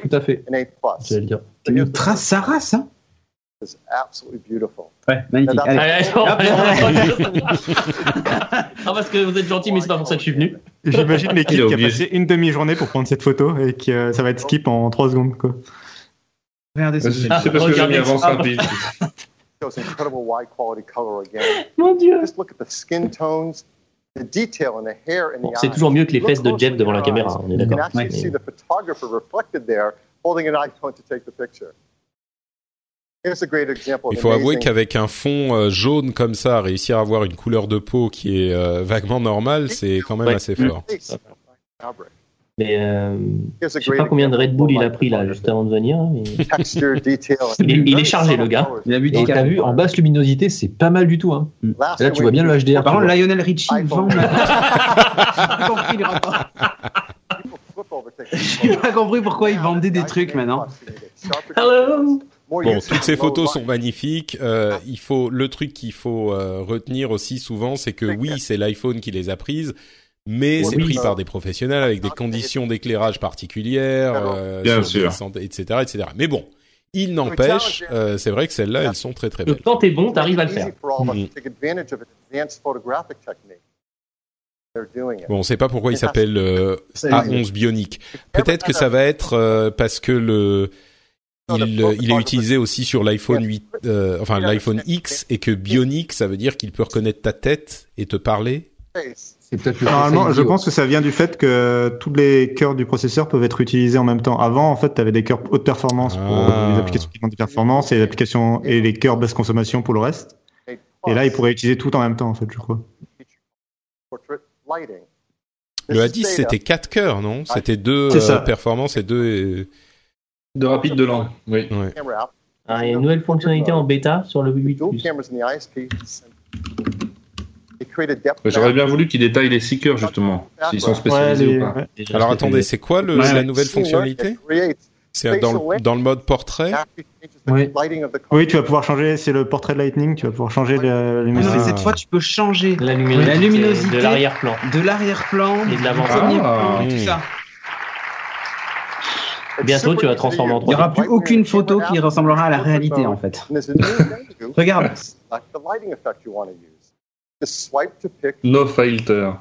[SPEAKER 6] Tout à fait.
[SPEAKER 14] and 8 plus.
[SPEAKER 5] J'allais le dire.
[SPEAKER 14] So here's the-
[SPEAKER 4] Trace sa race, hein.
[SPEAKER 14] is absolutely beautiful.
[SPEAKER 4] Ouais, magnifique.
[SPEAKER 14] Là,
[SPEAKER 5] Allez,
[SPEAKER 14] là.
[SPEAKER 5] allez, je comprends. Ah, Oh, parce que vous êtes gentil, mais c'est pas pour ça que je suis venu.
[SPEAKER 3] J'imagine
[SPEAKER 7] Il a
[SPEAKER 3] l'équipe qui a
[SPEAKER 7] oublié.
[SPEAKER 3] passé une demi-journée pour prendre cette photo et que euh, ça va être skip en 3 secondes. Quoi.
[SPEAKER 4] Regardez
[SPEAKER 7] C'est
[SPEAKER 4] ce
[SPEAKER 7] c'est parce que j'ai mis
[SPEAKER 5] regardez
[SPEAKER 7] avance
[SPEAKER 5] ça.
[SPEAKER 7] rapide.
[SPEAKER 14] Shows incredible wide quality color again.
[SPEAKER 5] Mon dieu.
[SPEAKER 14] Just look at the skin tones, the detail in the hair and the
[SPEAKER 5] Bon,
[SPEAKER 14] eyes.
[SPEAKER 5] c'est toujours mieux que les fesses de Jet devant la caméra, on est
[SPEAKER 14] You can
[SPEAKER 5] d'accord.
[SPEAKER 14] actually see the photographer reflected there, holding an iPhone to take the picture. Here's a great example. of
[SPEAKER 1] Il faut avouer
[SPEAKER 14] amazing-
[SPEAKER 1] qu'avec un fond euh, jaune comme ça, réussir à avoir une couleur de peau qui est euh, vaguement normale, c'est quand même
[SPEAKER 5] Ouais.
[SPEAKER 1] assez fort.
[SPEAKER 5] Mais euh,
[SPEAKER 14] Here's a
[SPEAKER 5] je sais
[SPEAKER 14] great
[SPEAKER 5] pas combien de
[SPEAKER 14] example
[SPEAKER 5] Red Bull il a
[SPEAKER 14] of
[SPEAKER 5] pris là,
[SPEAKER 14] photography.
[SPEAKER 5] juste avant de venir. hein, mais-
[SPEAKER 14] Texture, detail, and
[SPEAKER 5] Il- il est
[SPEAKER 14] very
[SPEAKER 5] chargé,
[SPEAKER 14] subtle
[SPEAKER 5] le gars.
[SPEAKER 14] colors.
[SPEAKER 4] Il a bu des
[SPEAKER 6] Et t'as
[SPEAKER 4] cartes.
[SPEAKER 6] vu, en basse luminosité, c'est pas mal du tout. Hein.
[SPEAKER 14] Last
[SPEAKER 6] Et Là,
[SPEAKER 14] year
[SPEAKER 6] tu
[SPEAKER 14] we-
[SPEAKER 6] vois bien le HDR.
[SPEAKER 4] Par
[SPEAKER 6] tu
[SPEAKER 4] contre,
[SPEAKER 6] vois.
[SPEAKER 4] Lionel Richie il vend.
[SPEAKER 14] iPhone.
[SPEAKER 4] J'ai pas compris le rapport.
[SPEAKER 14] People flip over things.
[SPEAKER 4] J'ai pas compris pourquoi il vendait des trucs maintenant.
[SPEAKER 5] Hello.
[SPEAKER 1] Bon, toutes ces photos sont magnifiques. Euh, il faut le truc qu'il faut euh, retenir aussi souvent, c'est que oui, c'est l'iPhone qui les a prises, mais c'est
[SPEAKER 5] Oui.
[SPEAKER 1] pris par des professionnels avec des conditions d'éclairage particulières, euh,
[SPEAKER 7] Bien
[SPEAKER 1] sur des
[SPEAKER 7] sûr.
[SPEAKER 1] centaines- etc., etc. Mais bon, il n'empêche, euh, c'est vrai que celles-là, elles sont très très
[SPEAKER 5] Le
[SPEAKER 1] belles.
[SPEAKER 5] plan t'es bon, t'arrives à le faire.
[SPEAKER 1] Mhm.
[SPEAKER 14] Take advantage of advanced photographic technique. They're doing it.
[SPEAKER 1] Bon, on sait pas pourquoi il s'appelle euh,
[SPEAKER 4] C'est-
[SPEAKER 1] A11 Bionic. Peut-être que ça va être euh, parce que le il, euh, il est utilisé aussi sur l'iPhone 8, euh, enfin l'iPhone X, et que Bionic, ça veut dire qu'il peut reconnaître ta tête et te parler.
[SPEAKER 6] C'est peut-être le
[SPEAKER 3] Normalement,
[SPEAKER 6] Face
[SPEAKER 3] je
[SPEAKER 6] ID,
[SPEAKER 3] pense que ça vient du fait que tous les cœurs du processeur peuvent être utilisés en même temps. Avant, en fait, tu avais des cœurs haute performance pour
[SPEAKER 1] Ah.
[SPEAKER 3] les applications qui demandent des performances et, les applications et les cœurs basse consommation pour le reste. Et là, ils pourraient utiliser tout en même temps, en fait, je crois.
[SPEAKER 14] Portrait lighting.
[SPEAKER 1] Le A10, c'était 4 cœurs, non C'était deux
[SPEAKER 7] C'est ça.
[SPEAKER 1] euh, performances et deux.
[SPEAKER 7] De rapide, de lent. Oui.
[SPEAKER 14] Camera out.
[SPEAKER 5] Ah, il y a une nouvelle fonctionnalité en bêta sur le 8
[SPEAKER 14] Dual cameras in the ISP. They create a depth
[SPEAKER 7] Ouais, J'aurais bien voulu qu'ils détaillent les seekers, justement, s'ils sont spécialisés
[SPEAKER 1] Ouais, les-
[SPEAKER 7] ou pas.
[SPEAKER 1] ouais. Alors, attendez, c'est quoi le- la nouvelle fonctionnalité C'est dans le, dans le mode portrait
[SPEAKER 3] Oui.
[SPEAKER 14] lighting of the
[SPEAKER 3] Oui, tu vas pouvoir changer, c'est le portrait de Lightning, tu vas pouvoir changer le, les
[SPEAKER 4] Ah Non,
[SPEAKER 6] Ah.
[SPEAKER 3] musiques.
[SPEAKER 4] mais cette fois, tu peux changer la
[SPEAKER 3] luminosité
[SPEAKER 4] luminosité
[SPEAKER 3] de l'arrière-plan.
[SPEAKER 4] de l'arrière-plan,
[SPEAKER 5] Et de
[SPEAKER 4] du
[SPEAKER 5] l'avant-plan.
[SPEAKER 4] premier
[SPEAKER 5] Ah.
[SPEAKER 4] plan, tout
[SPEAKER 5] Mmh.
[SPEAKER 4] ça.
[SPEAKER 5] Bientôt, tu vas transformer en
[SPEAKER 4] Il n'y
[SPEAKER 5] 3D.
[SPEAKER 4] aura plus aucune photo qui ressemblera à la réalité, en fait. Regarde.
[SPEAKER 14] Select the lighting effect you want to use. Just swipe to pick.
[SPEAKER 7] No filter.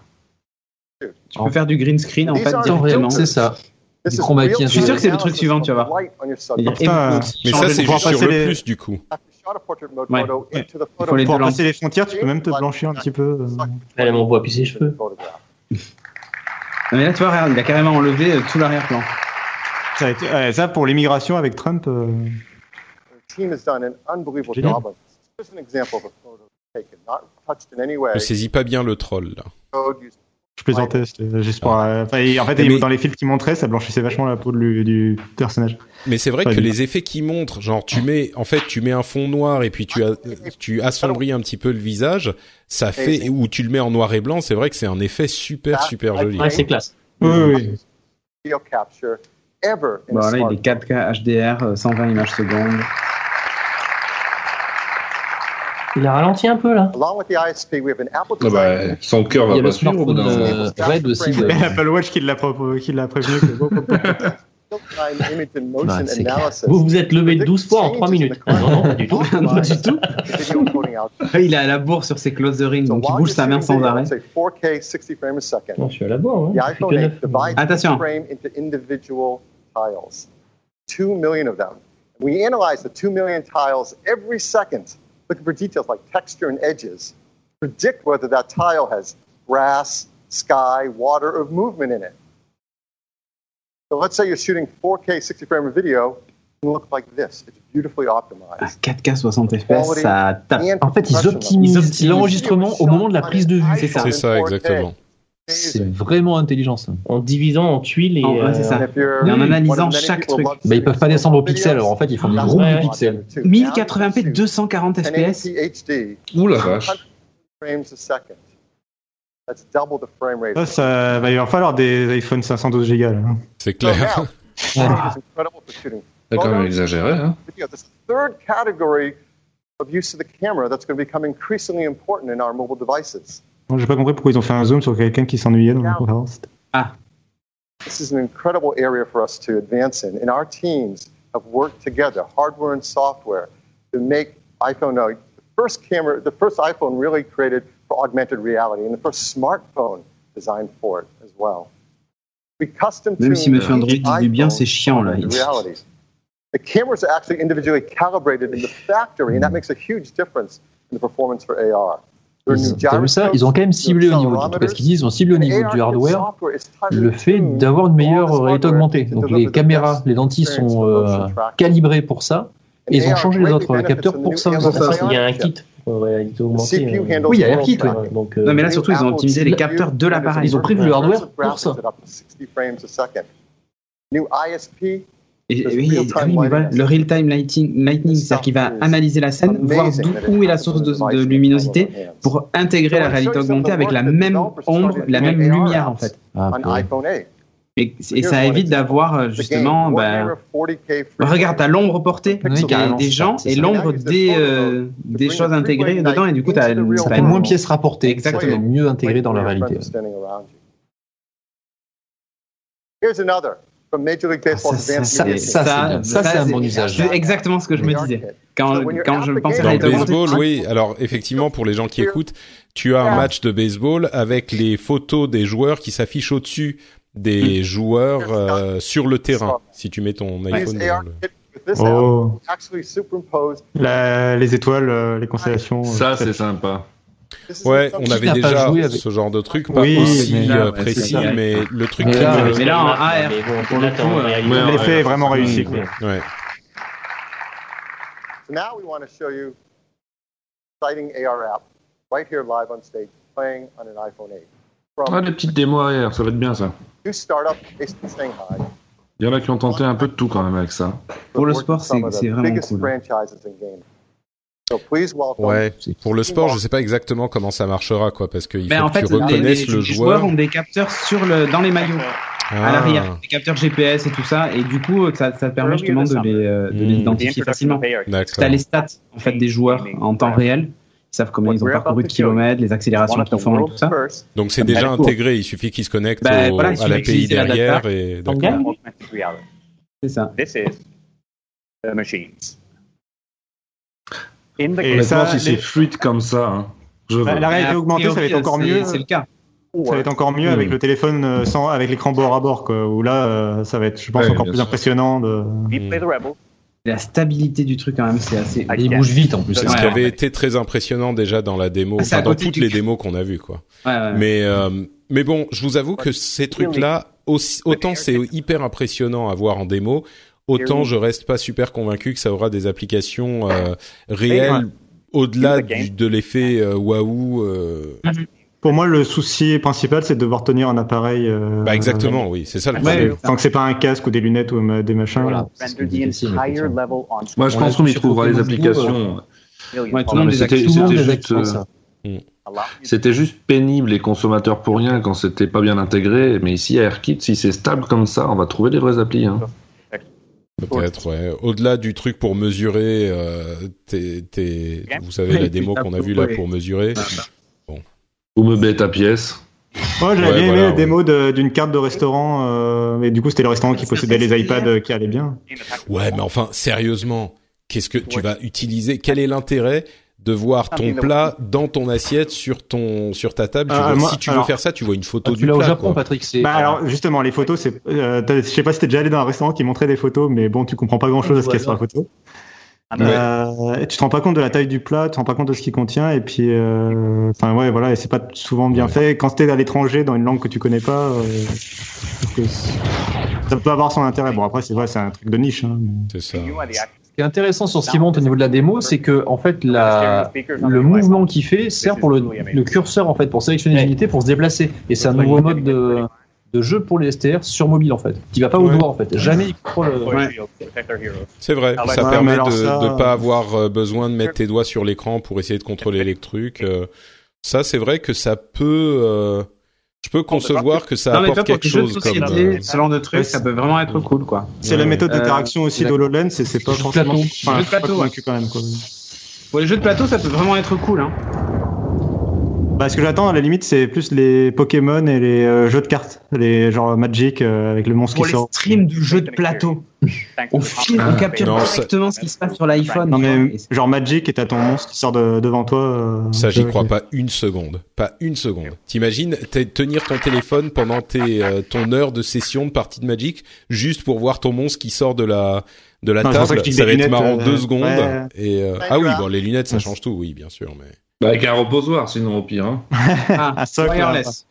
[SPEAKER 4] Tu peux faire du green screen, en
[SPEAKER 14] These
[SPEAKER 4] fait,
[SPEAKER 14] are
[SPEAKER 4] directement.
[SPEAKER 14] filters. This is real
[SPEAKER 4] Je suis sûr que c'est le truc
[SPEAKER 14] analysis
[SPEAKER 4] suivant, tu vas
[SPEAKER 14] of
[SPEAKER 4] voir.
[SPEAKER 14] light on your
[SPEAKER 3] Ah.
[SPEAKER 14] sub-
[SPEAKER 4] Il y a énormément de
[SPEAKER 1] Mais ça,
[SPEAKER 4] changer
[SPEAKER 1] c'est
[SPEAKER 4] de-
[SPEAKER 1] juste sur le plus, du coup.
[SPEAKER 14] Shot a portrait mode
[SPEAKER 4] Ouais.
[SPEAKER 14] photo
[SPEAKER 4] Ouais.
[SPEAKER 14] into the
[SPEAKER 3] Pour
[SPEAKER 14] photo.
[SPEAKER 3] passer les frontières, tu peux même te blanchir un petit peu. euh.
[SPEAKER 5] Elle m'envoie plus ses cheveux.
[SPEAKER 4] Non, mais là, tu vois, regarde, il a carrément enlevé euh, tout l'arrière-plan.
[SPEAKER 3] Ça, a été- ouais, ça, pour l'immigration avec Trump. euh,
[SPEAKER 14] The team has done an unbelievable
[SPEAKER 3] Génial.
[SPEAKER 14] job of this. Here's an example of a photo taken, not touched in any way.
[SPEAKER 1] Je saisis pas bien le troll, là.
[SPEAKER 14] Code used
[SPEAKER 3] Je plaisantais, c'était juste pour. euh, enfin, et en fait,
[SPEAKER 1] Mais-
[SPEAKER 3] dans les films qu'ils montraient, ça blanchissait vachement la peau du, du personnage.
[SPEAKER 1] Mais c'est vrai
[SPEAKER 3] Ouais,
[SPEAKER 1] que
[SPEAKER 3] mais-
[SPEAKER 1] les effets qui montrent, genre tu mets, en fait, tu mets un fond noir et puis tu, as, tu assombris un petit peu le visage, ça
[SPEAKER 4] Ah
[SPEAKER 1] fait, ou tu le mets en noir et blanc, c'est vrai que c'est un effet super super joli.
[SPEAKER 14] Ouais, c'est
[SPEAKER 5] classe.
[SPEAKER 3] Oui,
[SPEAKER 14] video capture ever in
[SPEAKER 4] Bon,
[SPEAKER 14] a
[SPEAKER 4] Bah, là,
[SPEAKER 14] smartphone.
[SPEAKER 4] il est 4K HDR, euh, 120 images secondes.
[SPEAKER 5] Il a ralenti un peu là.
[SPEAKER 14] Along with the ISP, we have an Apple
[SPEAKER 7] Ah bah,
[SPEAKER 14] design.
[SPEAKER 7] son cœur
[SPEAKER 4] Il y a
[SPEAKER 7] va pas
[SPEAKER 4] le
[SPEAKER 7] suivre au bout d'un
[SPEAKER 4] smartphone,
[SPEAKER 7] moment.
[SPEAKER 4] euh, Red aussi,
[SPEAKER 3] Et
[SPEAKER 4] de-
[SPEAKER 3] Apple Watch qui l'a pro- qui l'a prévenu que.
[SPEAKER 14] real-time image and motion
[SPEAKER 3] c'est clair.
[SPEAKER 14] analysis.
[SPEAKER 5] Vous vous êtes levé 12 fois en 3 minutes. Ah, non, non, pas du tout.
[SPEAKER 4] Pas du tout.
[SPEAKER 14] Video encoding out.
[SPEAKER 4] Il a la bourre sur ses close the ring, donc il
[SPEAKER 14] While
[SPEAKER 4] bouge
[SPEAKER 14] you're
[SPEAKER 4] sa main
[SPEAKER 14] shooting
[SPEAKER 4] sans
[SPEAKER 14] video,
[SPEAKER 4] arrêt.
[SPEAKER 14] it's a 4K 60 frames a second.
[SPEAKER 5] Non, je suis à la bourre.
[SPEAKER 14] The
[SPEAKER 5] Hein. Je fais que
[SPEAKER 14] iPhone 8
[SPEAKER 5] neuf.
[SPEAKER 14] divides
[SPEAKER 4] Attention.
[SPEAKER 14] each frame into individual tiles, two million of them. We analyze the two million tiles every second, looking for details like texture and edges, predict whether that tile has grass, sky, water, or movement in it. So let's say you're shooting 4K 60 frame of video, it will look like this. It's beautifully optimized.
[SPEAKER 4] 4K 60 FPS, ça tape.
[SPEAKER 14] En fait, ils optimisent
[SPEAKER 6] l'enregistrement au moment de la prise de vue.
[SPEAKER 4] C'est ça.
[SPEAKER 1] C'est ça exactement.
[SPEAKER 6] C'est vraiment intelligent ça.
[SPEAKER 5] En divisant en tuiles et. euh,
[SPEAKER 4] Oh,
[SPEAKER 6] euh,
[SPEAKER 4] ouais, c'est ça. Et en analysant chaque truc.
[SPEAKER 6] Mais Bah, ils peuvent pas descendre au pixel, alors en fait ils font
[SPEAKER 7] Ah,
[SPEAKER 6] des groupes de pixels.
[SPEAKER 4] 1080p, 240 FPS.
[SPEAKER 14] HD,
[SPEAKER 7] Ouh la
[SPEAKER 14] 100 frames a second. That's double the frame rate.
[SPEAKER 3] Ça, ça va il va falloir des iPhone 512 Go.
[SPEAKER 1] C'est
[SPEAKER 14] So
[SPEAKER 4] Oh,
[SPEAKER 14] now, data is incredible for shooting.
[SPEAKER 7] T'as quand même exagéré, hein.
[SPEAKER 14] Video. This third category of use of the camera that's going to become increasingly important in our mobile devices.
[SPEAKER 3] Non, J'ai pas compris pourquoi ils ont fait un zoom sur quelqu'un qui s'ennuyait dans la conférence.
[SPEAKER 14] This is an incredible area for us to advance in, and our teams have worked together, hardware and software, to make iPhone uh, the first camera, the first iPhone really created for augmented reality, and the first smartphone designed for it as well. We custom
[SPEAKER 4] Même
[SPEAKER 14] tuned
[SPEAKER 4] si Monsieur Android
[SPEAKER 14] each
[SPEAKER 4] dit du bien, c'est
[SPEAKER 14] Euh, iPhone
[SPEAKER 4] chiant là.
[SPEAKER 14] to reality. The cameras are actually individually calibrated in the factory, and that makes a huge difference in the performance for AR. There are new
[SPEAKER 6] T'as vu ça
[SPEAKER 14] gyroscopes,
[SPEAKER 6] Ils ont quand même ciblé au niveau du,
[SPEAKER 14] accelerometers,
[SPEAKER 6] parce qu'ils disent ils ont ciblé au niveau du hardware le fait d'avoir une meilleure réalité augmentée. Donc les caméras, les lentilles sont euh, calibrées pour ça. Et ils ont changé les
[SPEAKER 5] hein,
[SPEAKER 6] autres capteurs pour ça.
[SPEAKER 5] Il y a un kit. pour réalité augmentée,
[SPEAKER 14] CPU
[SPEAKER 5] euh,
[SPEAKER 14] handles
[SPEAKER 6] Oui, il y a AirKit,
[SPEAKER 5] euh,
[SPEAKER 6] ouais.
[SPEAKER 5] donc,
[SPEAKER 4] Non, mais là, surtout, ils ont optimisé les capteurs de l'appareil.
[SPEAKER 6] Ils ont prévu le hardware pour ça.
[SPEAKER 14] New ISP,
[SPEAKER 4] Et, et oui, et- ah oui, mais voilà, le real-time lighting, lightning, c'est-à-dire qu'il va analyser la scène, voir d'où où est la source de, de luminosité pour intégrer la réalité augmentée avec la même ombre, la même lumière en fait.
[SPEAKER 6] Ah,
[SPEAKER 14] on iPhone 8.
[SPEAKER 4] Et, et ça évite d'avoir euh, justement, bah,
[SPEAKER 14] 40K
[SPEAKER 4] regarde, t'as l'ombre portée
[SPEAKER 6] Oui,
[SPEAKER 4] des,
[SPEAKER 6] carrément,
[SPEAKER 4] des
[SPEAKER 6] c'est
[SPEAKER 4] gens
[SPEAKER 6] ça,
[SPEAKER 4] et
[SPEAKER 6] c'est ça.
[SPEAKER 4] l'ombre des, euh, des choses intégrées dedans, et du coup, t'as
[SPEAKER 6] Ça
[SPEAKER 4] t'as
[SPEAKER 6] fait moins pièces rapportées, exactement, mieux intégré dans la réalité.
[SPEAKER 14] standing around you. Here's another from Major
[SPEAKER 4] Ah,
[SPEAKER 14] League Baseball's
[SPEAKER 6] ça,
[SPEAKER 14] advanced
[SPEAKER 6] ça,
[SPEAKER 14] media
[SPEAKER 6] ça,
[SPEAKER 14] team.
[SPEAKER 6] c'est bien. Ça, c'est un bon usage.
[SPEAKER 4] C'est exactement ce que je me disais. Quand, quand je pensais
[SPEAKER 1] Dans
[SPEAKER 4] à
[SPEAKER 1] le
[SPEAKER 4] la réalité
[SPEAKER 1] baseball,
[SPEAKER 4] augmentée-
[SPEAKER 1] oui. Alors effectivement, pour les gens qui écoutent, tu as
[SPEAKER 4] Ah.
[SPEAKER 1] un match de baseball avec les photos des joueurs qui s'affichent au-dessus des joueurs euh, sur le terrain. Si tu mets ton
[SPEAKER 14] Use
[SPEAKER 1] iPhone
[SPEAKER 14] AR
[SPEAKER 1] dans le...
[SPEAKER 14] kit with this
[SPEAKER 3] Oh.
[SPEAKER 14] app actually superimposed
[SPEAKER 3] La- les étoiles, euh, les constellations.
[SPEAKER 7] Ça,
[SPEAKER 3] euh,
[SPEAKER 7] c'est sympa.
[SPEAKER 1] Ouais, on
[SPEAKER 14] Qui
[SPEAKER 1] avait
[SPEAKER 14] n'a pas
[SPEAKER 1] déjà
[SPEAKER 14] joué avec-
[SPEAKER 1] Ah, ce genre de truc, pas
[SPEAKER 3] Oui,
[SPEAKER 1] aussi
[SPEAKER 3] mais là,
[SPEAKER 1] euh,
[SPEAKER 3] ouais, c'est
[SPEAKER 1] précis,
[SPEAKER 3] ça.
[SPEAKER 1] mais le truc
[SPEAKER 3] Mais
[SPEAKER 1] qui
[SPEAKER 3] là,
[SPEAKER 1] me-
[SPEAKER 4] Mais là, en
[SPEAKER 5] Mais
[SPEAKER 4] AR,
[SPEAKER 5] bon,
[SPEAKER 4] pour le
[SPEAKER 5] là, t'es en réalité
[SPEAKER 4] coup, euh,
[SPEAKER 5] augmentée.
[SPEAKER 3] L'effet est vraiment réussi. quoi.
[SPEAKER 1] Ouais.
[SPEAKER 14] So now we want to show you exciting AR app right here live on stage playing on an iPhone 8.
[SPEAKER 7] Ah, des petites démos arrière, ça va être bien ça.
[SPEAKER 14] to start up a Shanghai.
[SPEAKER 7] Il y en a qui ont tenté un peu de tout quand même avec ça.
[SPEAKER 13] Pour le sport, c'est
[SPEAKER 14] Some of
[SPEAKER 13] c'est
[SPEAKER 14] the
[SPEAKER 13] vraiment
[SPEAKER 14] biggest
[SPEAKER 13] cool.
[SPEAKER 14] franchises in gaming. So please welcome.
[SPEAKER 1] Ouais. Pour le sport, je sais pas exactement comment ça marchera, quoi, parce qu'il faut
[SPEAKER 13] Ben, en
[SPEAKER 1] que
[SPEAKER 13] fait,
[SPEAKER 1] tu
[SPEAKER 13] les-
[SPEAKER 1] reconnaisses
[SPEAKER 13] les,
[SPEAKER 1] le
[SPEAKER 13] les
[SPEAKER 1] joueur.
[SPEAKER 13] joueurs ont des capteurs sur le, dans les maillots,
[SPEAKER 1] Ah.
[SPEAKER 13] à l'arrière, des capteurs GPS et tout ça, et du coup, ça, ça te permet justement de les, euh, de les identifier facilement.
[SPEAKER 1] Hmm. D'accord.
[SPEAKER 13] Tu as les stats en fait, des joueurs en temps réel, ils savent combien ils ont parcouru de kilomètres, les accélérations qu'ils font et tout ça.
[SPEAKER 1] Donc c'est
[SPEAKER 13] Ça me
[SPEAKER 1] déjà
[SPEAKER 13] paraît cool.
[SPEAKER 1] intégré, il suffit qu'ils se connectent
[SPEAKER 13] Ah, Ben,
[SPEAKER 1] au-
[SPEAKER 13] voilà, il
[SPEAKER 1] à
[SPEAKER 13] suffit
[SPEAKER 1] l'API
[SPEAKER 13] d'utiliser la data
[SPEAKER 1] derrière et
[SPEAKER 13] en
[SPEAKER 1] d'accord.
[SPEAKER 13] gamme.
[SPEAKER 8] Augmented reality.
[SPEAKER 13] C'est ça.
[SPEAKER 8] This is the machines. In the
[SPEAKER 7] Et
[SPEAKER 3] ça,
[SPEAKER 7] ça, si
[SPEAKER 3] les-
[SPEAKER 7] c'est fluide comme ça, hein, je veux.
[SPEAKER 3] Bah, la réalité
[SPEAKER 13] Mais a
[SPEAKER 3] augmentée, ça va
[SPEAKER 13] priori,
[SPEAKER 3] être encore
[SPEAKER 13] c'est-
[SPEAKER 3] mieux.
[SPEAKER 13] uh, c'est le cas.
[SPEAKER 3] Ça va être encore mieux avec
[SPEAKER 7] Hmm.
[SPEAKER 3] le téléphone euh, sans, avec l'écran bord à bord, quoi. Où là, euh, ça va être, je pense,
[SPEAKER 7] Ouais,
[SPEAKER 3] encore
[SPEAKER 7] bien
[SPEAKER 3] plus
[SPEAKER 7] sûr. Hmm.
[SPEAKER 3] impressionnant. De...
[SPEAKER 13] La stabilité du truc, quand même, c'est assez. Il bouge vite en plus. hein.
[SPEAKER 1] C'est
[SPEAKER 13] Ouais,
[SPEAKER 1] ce qui
[SPEAKER 13] ouais.
[SPEAKER 1] avait été très impressionnant déjà dans la démo,
[SPEAKER 13] Ah, c'est
[SPEAKER 1] enfin,
[SPEAKER 13] à
[SPEAKER 1] dans
[SPEAKER 13] côté
[SPEAKER 1] toutes
[SPEAKER 13] du
[SPEAKER 1] les
[SPEAKER 13] cul.
[SPEAKER 1] démos qu'on a vues, quoi.
[SPEAKER 13] Ouais, ouais, ouais.
[SPEAKER 1] Mais euh, mais bon, je vous avoue que ces trucs-là, aussi- autant c'est hyper impressionnant à voir en démo, autant je reste pas super convaincu que ça aura des applications euh, réelles au-delà du- de l'effet euh, waouh. euh,
[SPEAKER 3] Pour moi, le souci principal, c'est de devoir tenir un appareil. euh,
[SPEAKER 1] Bah exactement, oui, c'est ça le
[SPEAKER 3] Ouais,
[SPEAKER 1] problème.
[SPEAKER 3] Tant que c'est pas un casque ou des lunettes ou ma- des machins.
[SPEAKER 8] Render the entire level on
[SPEAKER 7] Moi, je
[SPEAKER 3] On
[SPEAKER 7] pense
[SPEAKER 3] l'a
[SPEAKER 7] qu'on y
[SPEAKER 3] sur
[SPEAKER 7] trouvera les
[SPEAKER 3] Pokémon Go,
[SPEAKER 7] applications.
[SPEAKER 8] million
[SPEAKER 7] Non,
[SPEAKER 13] Ouais, tout le monde
[SPEAKER 7] euh, Ah, mais
[SPEAKER 13] les
[SPEAKER 7] c'était-
[SPEAKER 13] active- tout le monde
[SPEAKER 7] c'était
[SPEAKER 13] les
[SPEAKER 7] juste,
[SPEAKER 13] active,
[SPEAKER 7] euh,
[SPEAKER 13] ça.
[SPEAKER 1] Mm.
[SPEAKER 7] C'était juste pénible les consommateurs pour rien quand c'était pas bien intégré. Mais ici, à AirKit, si c'est stable comme ça, on va trouver des vraies applis. hein.
[SPEAKER 1] Peut-être, ouais. Au-delà du truc pour mesurer, euh, tes- tes- vous savez la démo qu'on a vue là pour mesurer.
[SPEAKER 3] Ah, bah.
[SPEAKER 7] Ou me bête à pièce.
[SPEAKER 3] Moi, j'avais
[SPEAKER 7] Ouais,
[SPEAKER 3] bien aimé
[SPEAKER 7] voilà,
[SPEAKER 3] la démo de- d'une carte de restaurant, euh, et du coup, c'était le restaurant qui possédait les iPads euh, qui allaient bien.
[SPEAKER 1] Ouais, mais enfin, sérieusement, qu'est-ce que tu vas utiliser Quel est l'intérêt de voir
[SPEAKER 3] Ah,
[SPEAKER 1] ton plat dans ton assiette sur ton sur ta table Tu
[SPEAKER 3] Ah,
[SPEAKER 1] vois-
[SPEAKER 3] moi-
[SPEAKER 1] Si tu veux
[SPEAKER 3] alors-
[SPEAKER 1] faire ça, tu vois une photo du plat. quoi.
[SPEAKER 3] Bah alors justement, les photos, c'est. euh, t'as- je sais pas si t'es déjà allé dans un restaurant qui montrait des photos, mais bon, tu comprends pas grand chose à ce qu'il y a sur la photo. Euh, et tu te rends pas compte de la taille du plat, tu te rends pas compte de ce qu'il contient, et puis, euh, enfin ouais, voilà, et c'est pas souvent bien fait. Quand t'es à l'étranger dans une langue que tu connais pas, euh, je trouve que c'est- ça peut avoir son intérêt. Bon après, c'est vrai, c'est un truc de niche. Hein,
[SPEAKER 1] C'est ça.
[SPEAKER 6] Ce qui est intéressant sur ce qui monte au niveau de la démo, c'est que en fait la, le mouvement qu'il fait sert pour le, le curseur en fait pour sélectionner les unités pour se déplacer. Et c'est un nouveau mode de, de jeu pour les STR sur mobile en fait. Qui va pas au doigt en fait. Jamais il prend
[SPEAKER 13] euh,
[SPEAKER 6] le.
[SPEAKER 1] C'est vrai,
[SPEAKER 6] Ah,
[SPEAKER 1] ça
[SPEAKER 6] ouais, mais
[SPEAKER 1] permet
[SPEAKER 6] alors
[SPEAKER 1] de
[SPEAKER 6] ça-
[SPEAKER 1] ne pas avoir euh, besoin de mettre tes doigts sur l'écran pour essayer de contrôler les trucs. euh, ça, c'est vrai que ça peut. euh, je peux concevoir que ça
[SPEAKER 13] Non, mais
[SPEAKER 1] apporte
[SPEAKER 13] toi, pour
[SPEAKER 1] quelque
[SPEAKER 13] tes jeux de
[SPEAKER 1] chose comme.
[SPEAKER 13] société,
[SPEAKER 1] euh,
[SPEAKER 13] ce genre de truc, ça peut vraiment être cool quoi.
[SPEAKER 3] C'est la méthode
[SPEAKER 4] Euh,
[SPEAKER 3] d'interaction aussi
[SPEAKER 13] de
[SPEAKER 3] d'HoloLens, et c'est pas
[SPEAKER 13] Jeux de
[SPEAKER 3] forcément.
[SPEAKER 13] plateau.
[SPEAKER 3] Enfin,
[SPEAKER 13] Jeux de
[SPEAKER 3] je suis pas
[SPEAKER 13] plateau,
[SPEAKER 3] convaincu quand même. Quoi.
[SPEAKER 13] Pour les jeux de plateau, ça peut vraiment être cool. Hein.
[SPEAKER 3] Bah, ce que j'attends à la limite, c'est plus les Pokémon et les euh, jeux de cartes, les genre Magic euh, avec le monstre
[SPEAKER 13] Pour
[SPEAKER 3] qui
[SPEAKER 13] les
[SPEAKER 3] sort.
[SPEAKER 13] streams de jeux de plateau, on filme, on capture
[SPEAKER 3] Non, ça-
[SPEAKER 13] directement ce qui se passe sur l'iPhone.
[SPEAKER 3] Non mais genre Magic et t'as ton monstre qui sort de- devant toi. euh,
[SPEAKER 1] Ça, j'y
[SPEAKER 3] je-
[SPEAKER 1] crois pas une seconde. Pas une seconde. T'imagines t'es- tenir ton téléphone pendant tes, euh, ton heure de session de partie de Magic juste pour voir ton monstre qui sort de la, de la
[SPEAKER 3] Non, c'est pour ça
[SPEAKER 1] table.
[SPEAKER 3] que je dis
[SPEAKER 1] Ça va
[SPEAKER 3] des
[SPEAKER 1] être
[SPEAKER 3] lunettes,
[SPEAKER 1] marrant
[SPEAKER 3] euh,
[SPEAKER 1] deux secondes.
[SPEAKER 3] ouais.
[SPEAKER 1] Et, euh, ah oui, bon, les lunettes, ça change tout, oui, bien sûr. Mais...
[SPEAKER 7] Bah, avec un reposoir, sinon au pire. hein.
[SPEAKER 11] Ah,
[SPEAKER 3] un socle,
[SPEAKER 13] wireless.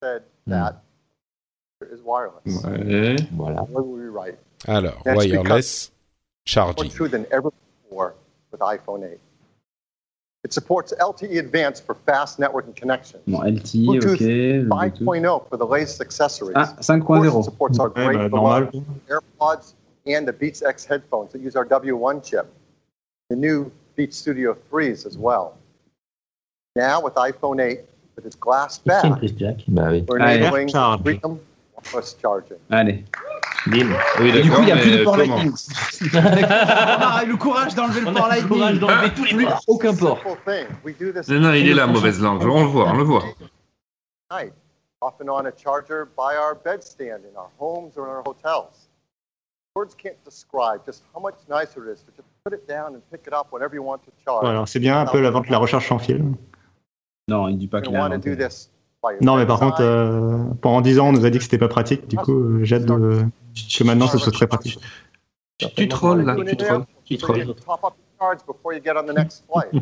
[SPEAKER 14] That
[SPEAKER 13] Hmm.
[SPEAKER 14] is wireless.
[SPEAKER 7] Ouais.
[SPEAKER 14] Why would we write?
[SPEAKER 1] Alors,
[SPEAKER 14] That's
[SPEAKER 1] wireless
[SPEAKER 14] More
[SPEAKER 1] charging.
[SPEAKER 14] true than ever before with iPhone 8. It supports LTE Advanced for fast networking connection.
[SPEAKER 13] Bon, LTE, ok.
[SPEAKER 14] Bluetooth
[SPEAKER 13] le Bluetooth.
[SPEAKER 14] 5.0 for the latest accessories.
[SPEAKER 13] Ah,
[SPEAKER 14] Of course, it
[SPEAKER 13] 5.0.
[SPEAKER 14] supports our
[SPEAKER 13] Ouais,
[SPEAKER 14] great
[SPEAKER 13] bah, normal.
[SPEAKER 14] beloved AirPods and the Beats X headphones that use our W1 chip. The new Beats Studio 3s as well. Now with iPhone 8, with its glass back,
[SPEAKER 6] Bah oui.
[SPEAKER 14] Ah. we're
[SPEAKER 13] Allez.
[SPEAKER 14] enabling
[SPEAKER 13] Charge.
[SPEAKER 14] freedom wireless charging.
[SPEAKER 13] Allez. Bim.
[SPEAKER 7] Oui,
[SPEAKER 13] Et du
[SPEAKER 7] d'accord,
[SPEAKER 13] coup, il n'y a
[SPEAKER 7] mais
[SPEAKER 13] plus de port
[SPEAKER 7] comment
[SPEAKER 13] Lightning. Ah, le courage d'enlever le port Lightning. tous les ports. Aucun port.
[SPEAKER 7] Non, non, il est là, mauvaise langue. On le voit, on le voit.
[SPEAKER 14] night, often on a charger by our bedstand in our homes or in our hotels. Words can't describe just how much nicer it is to just put it down and pick it up whenever you want to charge.
[SPEAKER 3] Ouais, alors c'est bien un peu la vente, la recherche en film.
[SPEAKER 13] Non, il dit pas
[SPEAKER 14] You
[SPEAKER 13] qu'il a
[SPEAKER 14] want to
[SPEAKER 13] inventé.
[SPEAKER 14] do this by your
[SPEAKER 3] Non mais par contre,
[SPEAKER 14] bedside,
[SPEAKER 3] euh, pendant 10 ans, on nous a dit que c'était pas pratique. Du coup, euh, j'ai hâte de, que maintenant ce soit très pratique.
[SPEAKER 7] Tu trolles là,
[SPEAKER 14] doing
[SPEAKER 7] tu
[SPEAKER 14] it
[SPEAKER 7] trolles.
[SPEAKER 14] now, so you can top up your charge before you get on the next flight.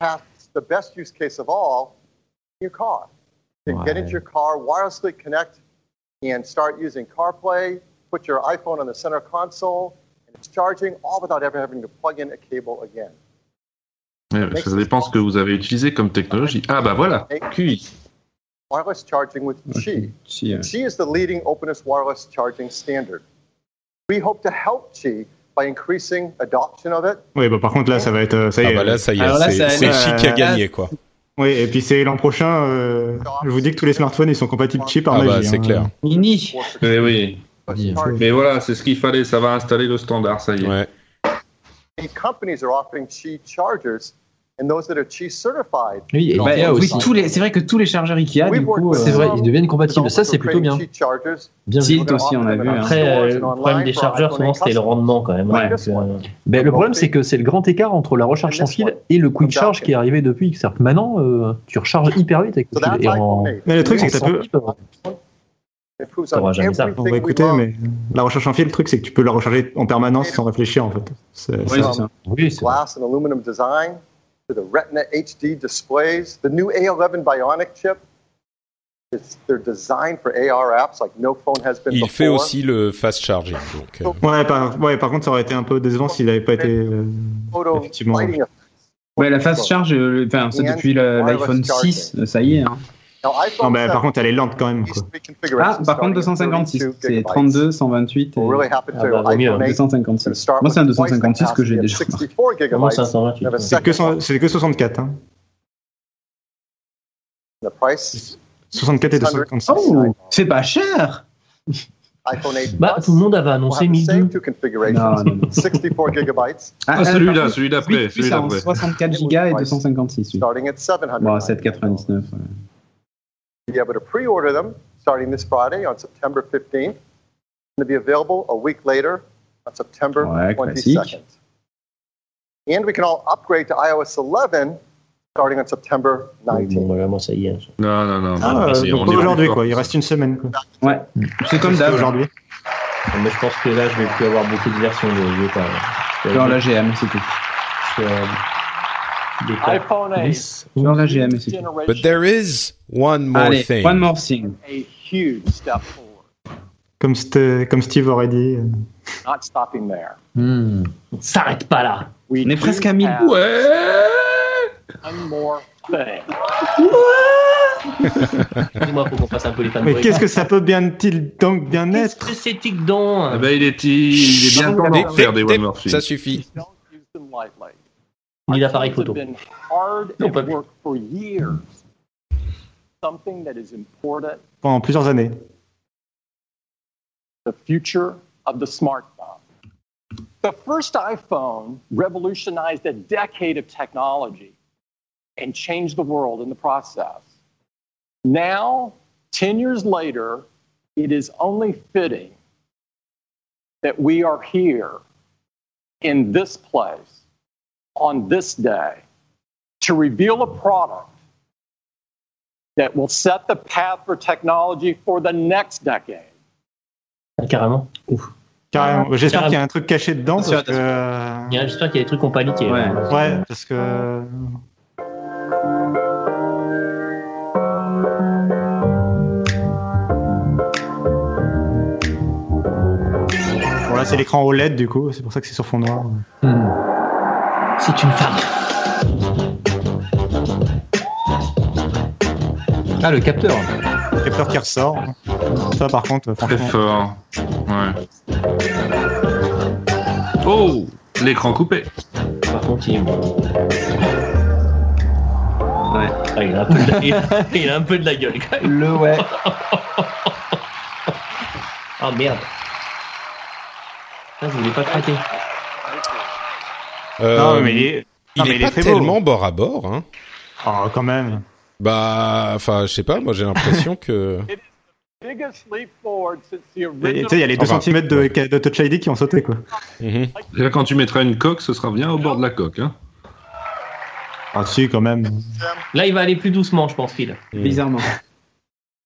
[SPEAKER 14] Perhaps the best use case of all, your car. You can get into your car, wirelessly connect, and start using CarPlay. Put your iPhone on the center console, and it's charging, all without ever having to plug in a cable again.
[SPEAKER 7] Ouais, ça dépend ce que vous avez utilisé comme technologie. Ah bah voilà, QI.
[SPEAKER 14] wireless charging with Qi.
[SPEAKER 4] Qi, ouais.
[SPEAKER 14] Qi is the leading openness wireless charging standard. We hope to help Qi by increasing adoption of it.
[SPEAKER 3] Oui, bah, par contre, là, ça va être. euh, Ça y est.
[SPEAKER 1] Ah bah là, ça y est,
[SPEAKER 3] Alors là,
[SPEAKER 1] c'est
[SPEAKER 3] ça va
[SPEAKER 1] c'est
[SPEAKER 3] être,
[SPEAKER 1] Chi qui a
[SPEAKER 3] euh,
[SPEAKER 1] gagné, quoi.
[SPEAKER 3] Oui, et puis c'est l'an prochain. euh, je vous dis que tous les smartphones ils sont compatibles chip par
[SPEAKER 1] Ah bah,
[SPEAKER 3] magie,
[SPEAKER 1] c'est
[SPEAKER 3] hein.
[SPEAKER 1] clair.
[SPEAKER 13] Mini.
[SPEAKER 7] Eh oui. Mais voilà, c'est ce qu'il fallait, ça va installer le standard, ça y est.
[SPEAKER 14] Many companies are offering Qi chargers, and those that are Qi certified.
[SPEAKER 6] Oui, et
[SPEAKER 13] Bah,
[SPEAKER 6] Ikea
[SPEAKER 13] oui,
[SPEAKER 6] aussi.
[SPEAKER 13] tous les- c'est vrai que tous les chargeurs Ikea,
[SPEAKER 14] Oui,
[SPEAKER 13] du
[SPEAKER 14] pour-
[SPEAKER 13] coup, euh,
[SPEAKER 6] C'est vrai, ils deviennent compatibles. Ça, c'est plutôt bien.
[SPEAKER 14] Qi chargers.
[SPEAKER 6] Bien
[SPEAKER 13] Tilt aussi, on a vu. hein.
[SPEAKER 5] Après, euh, le problème des chargeurs, souvent, c'était le rendement quand même.
[SPEAKER 13] Ouais.
[SPEAKER 5] Donc, euh,
[SPEAKER 6] Ben, le problème, c'est que c'est le grand écart entre la recharge sans fil et le quick charge qui est arrivé depuis. C'est-à-dire que maintenant, euh, tu recharges hyper vite avec le fil. Et en...
[SPEAKER 3] Mais le truc, c'est que
[SPEAKER 6] en
[SPEAKER 3] ça
[SPEAKER 6] sans
[SPEAKER 3] peut-
[SPEAKER 6] fil, euh,
[SPEAKER 14] Improves
[SPEAKER 3] On
[SPEAKER 14] on
[SPEAKER 3] Bon, bah,
[SPEAKER 14] everything we
[SPEAKER 3] écoutez,
[SPEAKER 14] love.
[SPEAKER 3] mais la recherche en fil, le truc, c'est que tu peux la recharger en permanence sans réfléchir, en fait. C'est- c'est-
[SPEAKER 14] From glass and aluminum design to the Retina HD displays, the new A11 Bionic chip. It's, they're designed for AR apps like no phone has been
[SPEAKER 1] Il
[SPEAKER 14] before.
[SPEAKER 1] fait
[SPEAKER 11] hein.
[SPEAKER 1] aussi le fast charging. Donc, euh,
[SPEAKER 3] Ouais, par, ouais, par contre, ça aurait été un peu décevant s'il n'avait pas été. euh,
[SPEAKER 14] Photo
[SPEAKER 3] effectivement.
[SPEAKER 14] lighting effect.
[SPEAKER 13] Ouais, la phase charge, euh, enfin, ça, depuis le- l'iPhone 6, euh, ça y est. Hein.
[SPEAKER 14] Now, iPhone
[SPEAKER 3] Non, bah, par
[SPEAKER 14] 7
[SPEAKER 3] contre, elle est lente quand même. Quoi.
[SPEAKER 13] Ah,
[SPEAKER 14] configuration
[SPEAKER 13] par contre,
[SPEAKER 14] starting at
[SPEAKER 13] 256,
[SPEAKER 14] 32
[SPEAKER 13] c'est
[SPEAKER 14] gigabytes.
[SPEAKER 13] 32, 128 et...
[SPEAKER 14] We're really happy to
[SPEAKER 13] Ah bah, vaut mieux, hein. 256. Moi, c'est un 256 que j'ai déjà.
[SPEAKER 14] 64 gigabytes of a
[SPEAKER 3] C'est
[SPEAKER 14] second
[SPEAKER 3] que, cent- c'est que 64. Hein.
[SPEAKER 14] the price.
[SPEAKER 3] 64 et 256.
[SPEAKER 13] Oh, c'est pas cher
[SPEAKER 14] iPhone 8
[SPEAKER 5] Bah, tout le monde avait annoncé
[SPEAKER 14] will have the
[SPEAKER 5] 1000.
[SPEAKER 14] same two configurations,
[SPEAKER 13] Non, non,
[SPEAKER 14] 64 gigabytes,
[SPEAKER 13] Ah,
[SPEAKER 7] Ah,
[SPEAKER 13] par
[SPEAKER 7] celui-là,
[SPEAKER 13] contre,
[SPEAKER 7] celui
[SPEAKER 13] oui,
[SPEAKER 7] d'après,
[SPEAKER 13] oui,
[SPEAKER 7] celui
[SPEAKER 13] ça, en
[SPEAKER 7] d'après.
[SPEAKER 13] 64 Go et 256. oui.
[SPEAKER 14] starting at 700.
[SPEAKER 13] Bon, 799. ouais.
[SPEAKER 14] You'll be able to pre-order them starting this Friday on September 15th, and they'll be available a week later on September
[SPEAKER 13] Ouais,
[SPEAKER 14] 22nd.
[SPEAKER 13] classique.
[SPEAKER 14] And we can all upgrade to iOS 11 starting on September
[SPEAKER 13] Oh,
[SPEAKER 14] 19th.
[SPEAKER 5] bon, vraiment, ça y est.
[SPEAKER 7] Non, non, non.
[SPEAKER 3] Ah,
[SPEAKER 7] non,
[SPEAKER 3] euh,
[SPEAKER 7] c'est-
[SPEAKER 3] donc
[SPEAKER 7] on
[SPEAKER 3] pas
[SPEAKER 7] est
[SPEAKER 3] aujourd'hui,
[SPEAKER 7] plus
[SPEAKER 3] quoi. Il reste une semaine. Quoi.
[SPEAKER 13] Ouais, c'est comme
[SPEAKER 3] Parce
[SPEAKER 13] d'hab.
[SPEAKER 3] qu'aujourd'hui.
[SPEAKER 5] Mais je pense que là, je vais plus avoir beaucoup de versions de jeux. quoi. Parce que,
[SPEAKER 13] Genre la GM, c'est tout.
[SPEAKER 5] euh, des quatre,
[SPEAKER 11] iPhone 8.
[SPEAKER 5] dix,
[SPEAKER 13] Genre la GM, c'est tout.
[SPEAKER 11] Generation
[SPEAKER 1] But there is one more
[SPEAKER 13] Allez,
[SPEAKER 1] thing.
[SPEAKER 13] one more thing.
[SPEAKER 11] a huge step forward.
[SPEAKER 3] Comme, c'était- comme Steve aurait dit. euh.
[SPEAKER 11] Not stopping there.
[SPEAKER 5] on S'arrête pas là.
[SPEAKER 11] We
[SPEAKER 13] On est
[SPEAKER 11] do
[SPEAKER 13] presque à 1000.
[SPEAKER 11] have
[SPEAKER 7] Ouais
[SPEAKER 11] One more thing.
[SPEAKER 5] Dis-moi, faut qu'on fasse un peu les fanboys.
[SPEAKER 3] Mais qu'est-ce que ça peut bien-t-il donc bien
[SPEAKER 5] Qu'est-ce
[SPEAKER 3] être
[SPEAKER 5] que c'est que dedans
[SPEAKER 7] Ah bah, il est, il, il est
[SPEAKER 13] Ah,
[SPEAKER 7] bien temps
[SPEAKER 1] Des-
[SPEAKER 7] d'en faire des
[SPEAKER 1] des-
[SPEAKER 7] One More Thing.
[SPEAKER 1] ça suffit.
[SPEAKER 11] Don't use them lightly.
[SPEAKER 5] Ni l'appareil
[SPEAKER 11] These have
[SPEAKER 5] photo.
[SPEAKER 11] been hard
[SPEAKER 5] Non,
[SPEAKER 11] at
[SPEAKER 5] pas-
[SPEAKER 11] work for years. Something that is important
[SPEAKER 3] pendant plusieurs années
[SPEAKER 11] the future of the smartphone. The first iPhone revolutionized a decade of technology and changed the world in the process. Now, 10 years later, it is only fitting that we are here in this place on this day to reveal a product that will set the path for technology for the next decade.
[SPEAKER 5] Ah, Carrément. Ouf.
[SPEAKER 3] Carrément.
[SPEAKER 5] Ah.
[SPEAKER 3] J'espère
[SPEAKER 5] Carrément.
[SPEAKER 3] qu'il y a un truc caché dedans.
[SPEAKER 5] Attention,
[SPEAKER 3] Parce que, euh,
[SPEAKER 5] Il y a- J'espère qu'il y a des trucs qu'on pas niqué.
[SPEAKER 13] Ouais.
[SPEAKER 5] hein.
[SPEAKER 3] Ouais, parce que. Bon, là, c'est l'écran OLED, du coup, c'est pour ça que c'est sur fond noir.
[SPEAKER 5] Hmm. C'est une femme.
[SPEAKER 6] Ah, le capteur.
[SPEAKER 3] Capteur qui ressort. Ça, par contre,
[SPEAKER 7] Très
[SPEAKER 3] franchement.
[SPEAKER 7] fort. Ouais. Oh L'écran coupé.
[SPEAKER 5] Par contre, il est bon.
[SPEAKER 13] Ouais.
[SPEAKER 5] Ah, il, a un peu de la... il a- il a un peu de la gueule quand même.
[SPEAKER 6] Le ouais.
[SPEAKER 5] Ah merde. Putain, je voulais pas craquer.
[SPEAKER 1] Euh,
[SPEAKER 3] Non, mais il est,
[SPEAKER 1] il
[SPEAKER 3] non, mais
[SPEAKER 1] est
[SPEAKER 3] il
[SPEAKER 1] pas
[SPEAKER 3] est très beau.
[SPEAKER 1] tellement bord à bord. Hein.
[SPEAKER 3] Oh, quand même.
[SPEAKER 1] Bah, enfin, je sais pas. Moi, j'ai l'impression que.
[SPEAKER 11] biggest leap forward since the
[SPEAKER 3] Et,
[SPEAKER 11] original.
[SPEAKER 3] Tu sais, il y a les 2
[SPEAKER 1] Enfin,
[SPEAKER 3] cm de, de Touch ID qui ont sauté, quoi.
[SPEAKER 1] Mhm.
[SPEAKER 7] Là, quand tu mettras une coque, ce sera bien au bord de la coque. Hein.
[SPEAKER 3] Ah, si, quand même.
[SPEAKER 5] Là, il va aller plus doucement, je pense, Phil.
[SPEAKER 13] Hmm. Bizarrement.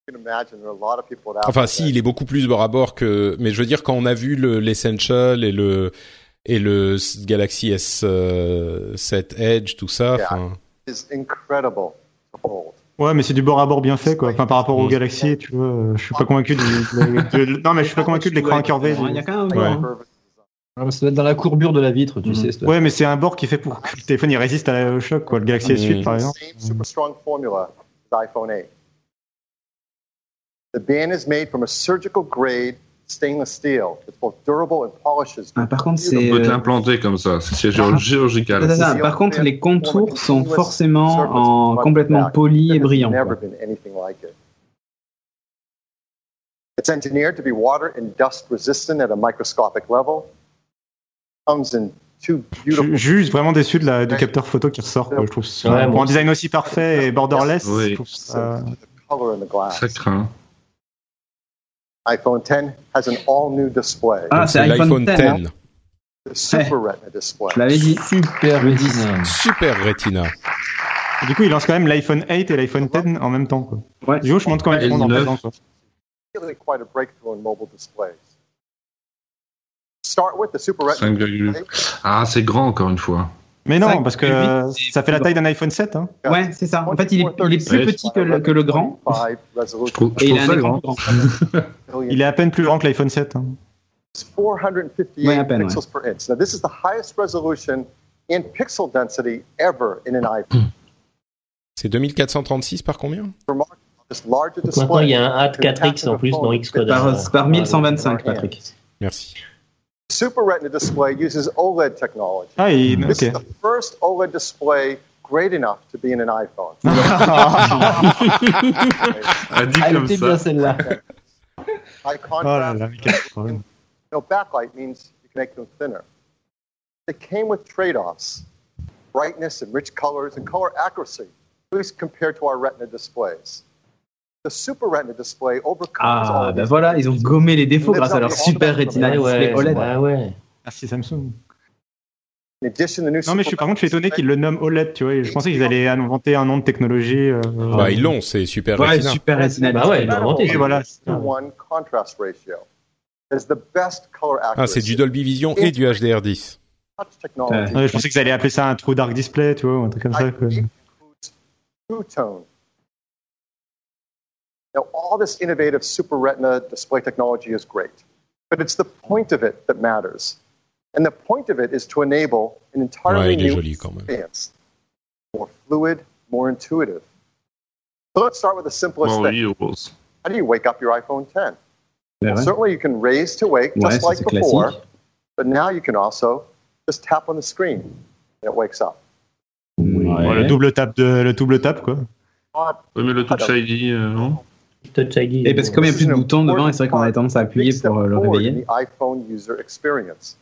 [SPEAKER 14] You can imagine there are a lot of people at Apple
[SPEAKER 1] Enfin, si,
[SPEAKER 14] that-
[SPEAKER 1] il est beaucoup plus bord à bord que. Mais je veux dire, quand on a vu le- l'Essential et le et le s- Galaxy S7 Edge, tout ça.
[SPEAKER 14] Yeah.
[SPEAKER 1] enfin,
[SPEAKER 14] is incredible to hold.
[SPEAKER 3] Ouais, mais c'est du bord à bord bien fait, quoi. Enfin, par rapport au
[SPEAKER 1] Mm.
[SPEAKER 3] Galaxy, tu vois, euh, je suis pas convaincu du, de- de- non, mais je suis pas convaincu de l'écran incurvé.
[SPEAKER 13] Il y a
[SPEAKER 3] du-
[SPEAKER 13] quand même un
[SPEAKER 1] Ouais.
[SPEAKER 13] bord, hein.
[SPEAKER 6] Ah, mais Ça doit être dans la courbure de la vitre, tu sais. ça doit-
[SPEAKER 3] Ouais, mais c'est un bord qui est fait pour que le téléphone il
[SPEAKER 14] Ah,
[SPEAKER 13] Hmm.
[SPEAKER 3] résiste à la- au choc, quoi. Le Galaxy
[SPEAKER 1] Mm.
[SPEAKER 3] S8, par
[SPEAKER 14] The
[SPEAKER 3] exemple.
[SPEAKER 14] same super strong formula as iPhone 8. The band is made from a surgical grade stainless steel. It's both durable and polishes.
[SPEAKER 13] Ah, par contre,
[SPEAKER 7] On
[SPEAKER 13] c'est.
[SPEAKER 7] peut te
[SPEAKER 13] euh, Ah,
[SPEAKER 7] l'implanter comme ça, c'est chirurg- chirurgical.
[SPEAKER 13] attends, attends, Par contre, les contours sont forcément en complètement polis et brillants.
[SPEAKER 14] Never
[SPEAKER 13] quoi.
[SPEAKER 14] been anything like it. It's engineered to be water and dust resistant at a microscopic level. Comes in two
[SPEAKER 3] Je
[SPEAKER 14] beautiful
[SPEAKER 3] suis juste vraiment déçu de la, du capteur photo qui ressort. quoi, je trouve ça-
[SPEAKER 14] Ouais,
[SPEAKER 3] pour
[SPEAKER 14] moi
[SPEAKER 3] un design aussi parfait et borderless,
[SPEAKER 7] Oui.
[SPEAKER 3] je trouve ça-
[SPEAKER 14] color in the glass.
[SPEAKER 7] Ça craint.
[SPEAKER 14] iPhone 10 has an all-new display.
[SPEAKER 13] Ah, c'est iPhone 10. hein.
[SPEAKER 14] The Super Retina display.
[SPEAKER 13] Je l'avais dit.
[SPEAKER 3] Super Retina.
[SPEAKER 1] Super Retina.
[SPEAKER 3] Du coup, il lance quand même l'iPhone 8 et l'iPhone 10 en même temps. Quoi. Du coup, je montre quand même
[SPEAKER 14] Et
[SPEAKER 3] en hein,
[SPEAKER 14] le
[SPEAKER 3] même
[SPEAKER 14] 9.
[SPEAKER 3] temps.
[SPEAKER 14] really quite a breakthrough in mobile displays. Start with the Super Retina.
[SPEAKER 7] 5,2. Ah, c'est grand encore une fois.
[SPEAKER 3] Mais non,
[SPEAKER 7] Cinq
[SPEAKER 3] parce que
[SPEAKER 7] et huit,
[SPEAKER 3] euh, ça fait la taille d'un iPhone 7. Hein.
[SPEAKER 13] Ouais, c'est ça. En fait, il est, il est plus
[SPEAKER 3] Ouais.
[SPEAKER 13] petit que le, que le grand.
[SPEAKER 14] Five resolution.
[SPEAKER 13] Et il a un écran plus
[SPEAKER 3] il est à peine plus grand que l'iPhone 7. hein.
[SPEAKER 14] It's 458
[SPEAKER 3] Ouais, à peine, ouais.
[SPEAKER 14] pixels per inch. Now this is the highest resolution and pixel density ever in an iPhone.
[SPEAKER 1] C'est 2436 par combien
[SPEAKER 14] Remarkable. This larger display.
[SPEAKER 1] Maintenant, il y a un
[SPEAKER 5] ad 4X en plus dans Xcode. Par- par 1125, Patrick.
[SPEAKER 1] Merci.
[SPEAKER 14] Super Retina display uses OLED technology.
[SPEAKER 3] Ah, il-
[SPEAKER 14] This
[SPEAKER 3] ok.
[SPEAKER 14] is the first OLED display great enough to be in an iPhone.
[SPEAKER 7] Ah, dit comme ça.
[SPEAKER 13] celle-là.
[SPEAKER 14] High
[SPEAKER 3] Oh
[SPEAKER 14] contrast.
[SPEAKER 3] là
[SPEAKER 10] آره، یعنی
[SPEAKER 3] là, mais quel problème.
[SPEAKER 14] No, backlight means you can make them thinner. It came with trade offs brightness and rich colors and color accuracy, at least compared to our Retina displays. The Super Retina display overcomes all
[SPEAKER 13] Ah,
[SPEAKER 14] of
[SPEAKER 13] ben
[SPEAKER 14] these.
[SPEAKER 13] voilà, ils ont gommé les défauts grâce à leur super Retina
[SPEAKER 3] Ouais,
[SPEAKER 13] Display
[SPEAKER 3] ouais,
[SPEAKER 13] OLED.
[SPEAKER 3] ouais,
[SPEAKER 5] ouais.
[SPEAKER 3] Merci Samsung.
[SPEAKER 14] In addition, the new
[SPEAKER 3] Non, mais je suis, par contre, je suis étonné qu'ils le nomment OLED, tu vois. et Je pensais qu'ils allaient inventer un nom de technologie. euh,
[SPEAKER 1] Bah, ils l'ont, c'est Super Retina.
[SPEAKER 3] Bah ouais, ils l'ont inventé.
[SPEAKER 14] Incredible
[SPEAKER 3] voilà.
[SPEAKER 14] 2-to-1 contrast ratio is the best color
[SPEAKER 1] Ah, c'est
[SPEAKER 14] accuracy.
[SPEAKER 1] du Dolby Vision et du HDR10.
[SPEAKER 14] Touch technology
[SPEAKER 3] Ouais, je pensais qu'ils allaient appeler ça un trou dark display, tu vois, ou un truc comme ça. quoi.
[SPEAKER 14] two tone. Now, all this innovative Super Retina display technology is great, but it's the point of it that matters. And the point of it is to enable an
[SPEAKER 1] Ouais,
[SPEAKER 14] entirely
[SPEAKER 1] il est
[SPEAKER 14] new
[SPEAKER 1] joli quand même.
[SPEAKER 14] experience more fluid, more intuitive. So let's start with the simplest
[SPEAKER 7] Bon,
[SPEAKER 14] thing.
[SPEAKER 7] oui, rose.
[SPEAKER 14] How do you wake up your iPhone 10?
[SPEAKER 7] Yeah.
[SPEAKER 14] Well, certainly you can raise to wake
[SPEAKER 7] Ouais,
[SPEAKER 14] just
[SPEAKER 7] ça,
[SPEAKER 14] like
[SPEAKER 7] c'est
[SPEAKER 14] before,
[SPEAKER 7] classique.
[SPEAKER 14] but now you can also just tap on the screen and it wakes up.
[SPEAKER 3] Ouais, le double tap, de, le double tap, quoi.
[SPEAKER 7] Oui, mais le Touch ID, euh, non
[SPEAKER 13] Et parce que comme il n'y a plus de boutons devant, et c'est vrai qu'on a tendance à appuyer pour euh, le
[SPEAKER 14] forward in
[SPEAKER 13] réveiller.
[SPEAKER 14] the iPhone user experience.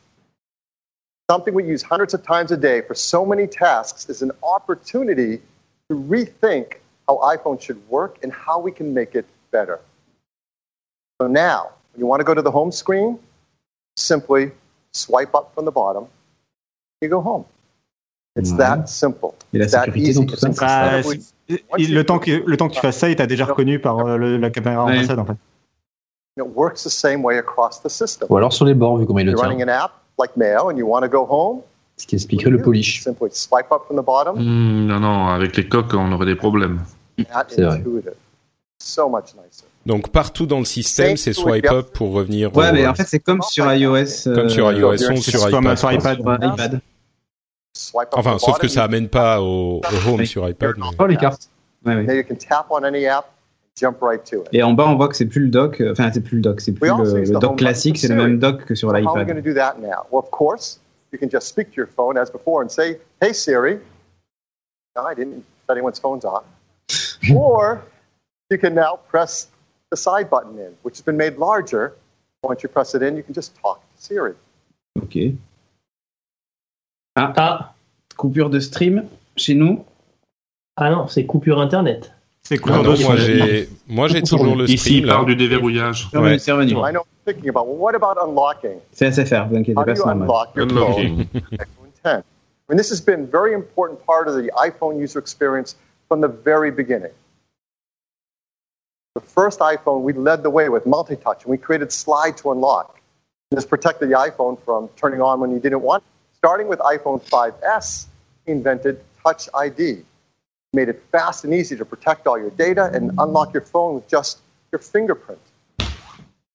[SPEAKER 14] Something we use hundreds of times a day for so many tasks is an opportunity to rethink how iPhone should work and how we can make it better. So now, when you want to go to the home screen, simply swipe up from the bottom, you go home. It's that
[SPEAKER 6] Mm-hmm.
[SPEAKER 14] simple.
[SPEAKER 13] Et la
[SPEAKER 14] It's that
[SPEAKER 13] sécurité
[SPEAKER 14] easy.
[SPEAKER 13] dans tout
[SPEAKER 14] It's
[SPEAKER 13] ça,
[SPEAKER 3] Bah,
[SPEAKER 14] incredibly
[SPEAKER 3] c'est- il- le, temps que, le temps que tu fasses ça, il t'a déjà reconnu par euh, le- la caméra en façade, en fait.
[SPEAKER 14] It works the same way across the system.
[SPEAKER 6] Ou alors sur les bords, vu comment il le
[SPEAKER 14] You're
[SPEAKER 6] tient.
[SPEAKER 14] running an app like Mail and you want to go home,
[SPEAKER 6] Ce qui expliquerait le polish.
[SPEAKER 14] simply swipe up from the bottom.
[SPEAKER 7] Hmm, Non, non, avec les coques, on aurait des problèmes.
[SPEAKER 14] That
[SPEAKER 7] C'est vrai.
[SPEAKER 14] intuitive. So much nicer.
[SPEAKER 1] Donc partout dans le système, c'est swipe up pour revenir.
[SPEAKER 13] Ouais,
[SPEAKER 1] au-
[SPEAKER 13] mais en fait, c'est comme sur iOS. euh,
[SPEAKER 1] Comme sur iOS, on sur
[SPEAKER 13] comme
[SPEAKER 1] iPad,
[SPEAKER 13] sur
[SPEAKER 1] quoi.
[SPEAKER 13] iPad.
[SPEAKER 1] Sur
[SPEAKER 13] iPad.
[SPEAKER 14] Swipe up
[SPEAKER 1] Enfin,
[SPEAKER 14] from the
[SPEAKER 1] sauf que
[SPEAKER 14] bottom,
[SPEAKER 1] ça amène pas au, au home sur iPad. mais-
[SPEAKER 13] Oh, les cartes. Ouais,
[SPEAKER 14] Now
[SPEAKER 13] ouais.
[SPEAKER 14] you can tap on any app, jump right to it.
[SPEAKER 13] Et en bas, on voit que c'est plus le dock, euh, enfin, c'est plus le dock, c'est plus le, le dock classique, c'est le même dock que sur
[SPEAKER 14] How are we going
[SPEAKER 13] l'iPad.
[SPEAKER 14] to do that now? Well, of course, you can just speak to your phone as before and say, "Hey Siri." No, I didn't set anyone's phones on. or you can now press the side button in, which has been made larger. Once you press it in, you can just talk to Siri.
[SPEAKER 13] Ok. Ah, coupure de stream chez nous.
[SPEAKER 5] Ah non, c'est coupure internet.
[SPEAKER 3] C'est
[SPEAKER 1] Ah non, moi j'ai, moi j'ai toujours le stream
[SPEAKER 7] Ici, il
[SPEAKER 1] là.
[SPEAKER 7] parle du déverrouillage.
[SPEAKER 13] C'est revenu, c'est revenu.
[SPEAKER 14] I know what I'm thinking about. Well, what about unlocking?
[SPEAKER 13] C'est SFR, vous inquiétez
[SPEAKER 14] How do
[SPEAKER 13] pas, c'est
[SPEAKER 14] you
[SPEAKER 13] normal.
[SPEAKER 14] unlock your phone? iPhone 10. I mean, this has been a very important part of the iPhone user experience from the very beginning. The first iPhone, we led the way with multi-touch, and we created slide to unlock. This protected the iPhone from turning on when you didn't want. it. Starting with iPhone 5S, we invented Touch ID, made it fast and easy to protect all your data and unlock your phone with just your fingerprint.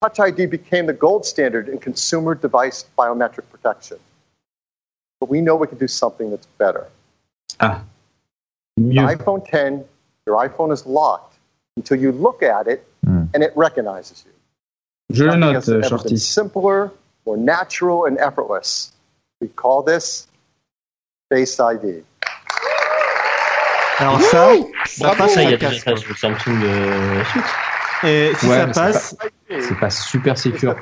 [SPEAKER 14] Touch ID became the gold standard in consumer device biometric protection. But we know we can do something that's better.
[SPEAKER 13] Ah.
[SPEAKER 14] The iPhone 10, your iPhone is locked until you look at it
[SPEAKER 13] Hmm.
[SPEAKER 14] and it recognizes you.
[SPEAKER 13] Je le note, euh, Shorty.
[SPEAKER 14] Simpler, more natural and effortless. We call this Face ID.
[SPEAKER 3] Alors ça, ça
[SPEAKER 5] Bravo,
[SPEAKER 3] passe
[SPEAKER 5] ça,
[SPEAKER 3] à
[SPEAKER 5] il y
[SPEAKER 3] la
[SPEAKER 5] a
[SPEAKER 3] casse.
[SPEAKER 5] déjà ça sur le Samsung euh, Switch.
[SPEAKER 3] Et si
[SPEAKER 13] Ouais,
[SPEAKER 3] ça
[SPEAKER 13] mais c'est
[SPEAKER 3] passe,
[SPEAKER 13] C'est pas super sécure.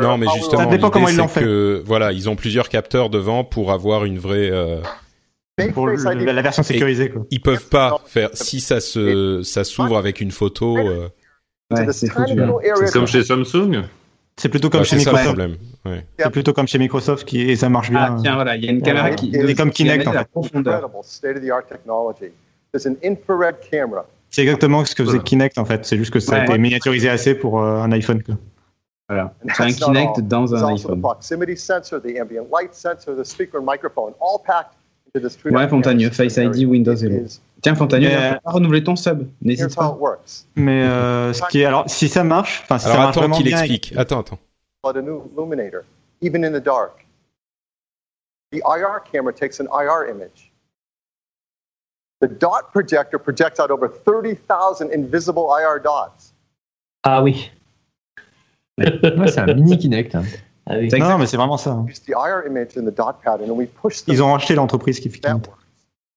[SPEAKER 1] Non, mais justement,
[SPEAKER 3] Ça dépend comment
[SPEAKER 1] l'idée,
[SPEAKER 3] ils l'ont
[SPEAKER 1] c'est
[SPEAKER 3] fait.
[SPEAKER 1] que voilà, ils ont plusieurs capteurs devant pour avoir une vraie. euh,
[SPEAKER 3] pour le- la, la version sécurisée, quoi.
[SPEAKER 1] Ils peuvent pas faire si ça se ça s'ouvre avec une photo. euh,
[SPEAKER 13] c'est
[SPEAKER 7] C'est comme chez Samsung
[SPEAKER 3] C'est plutôt comme
[SPEAKER 1] bah,
[SPEAKER 3] chez
[SPEAKER 1] c'est ça le
[SPEAKER 3] Microsoft.
[SPEAKER 1] problème. Ouais.
[SPEAKER 3] C'est plutôt comme chez Microsoft qui, et ça marche bien.
[SPEAKER 13] Ah, tiens, voilà, il y a une
[SPEAKER 3] Ouais.
[SPEAKER 13] caméra qui.
[SPEAKER 3] C'est comme
[SPEAKER 13] qui analyse
[SPEAKER 3] Kinect, en
[SPEAKER 13] la
[SPEAKER 3] fait.
[SPEAKER 13] profondeur.
[SPEAKER 14] Incredible state-of-the-art technology. There's an infrared camera.
[SPEAKER 3] C'est exactement ce que faisait Kinect, en fait. C'est juste que ça a
[SPEAKER 13] Ouais.
[SPEAKER 3] été miniaturisé assez pour euh, un iPhone, quoi.
[SPEAKER 13] Voilà.
[SPEAKER 14] And
[SPEAKER 13] C'est un
[SPEAKER 14] that's not
[SPEAKER 13] Kinect
[SPEAKER 14] all.
[SPEAKER 13] dans
[SPEAKER 14] There's
[SPEAKER 13] un
[SPEAKER 14] also the
[SPEAKER 13] iPhone.
[SPEAKER 14] proximity sensor, the ambient light sensor, the speaker and microphone, all packed into this
[SPEAKER 13] Ouais,
[SPEAKER 14] 3D
[SPEAKER 13] Fontagneux,
[SPEAKER 14] camera.
[SPEAKER 13] Face ID, Windows Hello. Tiens, Fontagneux,
[SPEAKER 3] Mais-
[SPEAKER 13] il va falloir renouveler ton sub. N'hésite
[SPEAKER 14] Here's how
[SPEAKER 13] pas.
[SPEAKER 14] it works.
[SPEAKER 3] Mais euh, ce qui est, alors, si ça marche, enfin, si ça
[SPEAKER 1] Alors
[SPEAKER 3] marche
[SPEAKER 1] attends
[SPEAKER 3] vraiment
[SPEAKER 1] qu'il
[SPEAKER 3] bien,
[SPEAKER 1] explique. Attends, attends.
[SPEAKER 14] But an illuminator, even in the dark. The IR camera takes an IR image. The dot projector projects out over 30,000 invisible IR dots.
[SPEAKER 5] Ah oui.
[SPEAKER 6] Ouais, c'est un mini Kinect. hein.
[SPEAKER 5] Ah oui.
[SPEAKER 3] Non, non, mais c'est vraiment ça. hein.
[SPEAKER 14] Use the IR image and the dot pattern, and we push them
[SPEAKER 3] Ils ont racheté l'entreprise qui fait Kinect.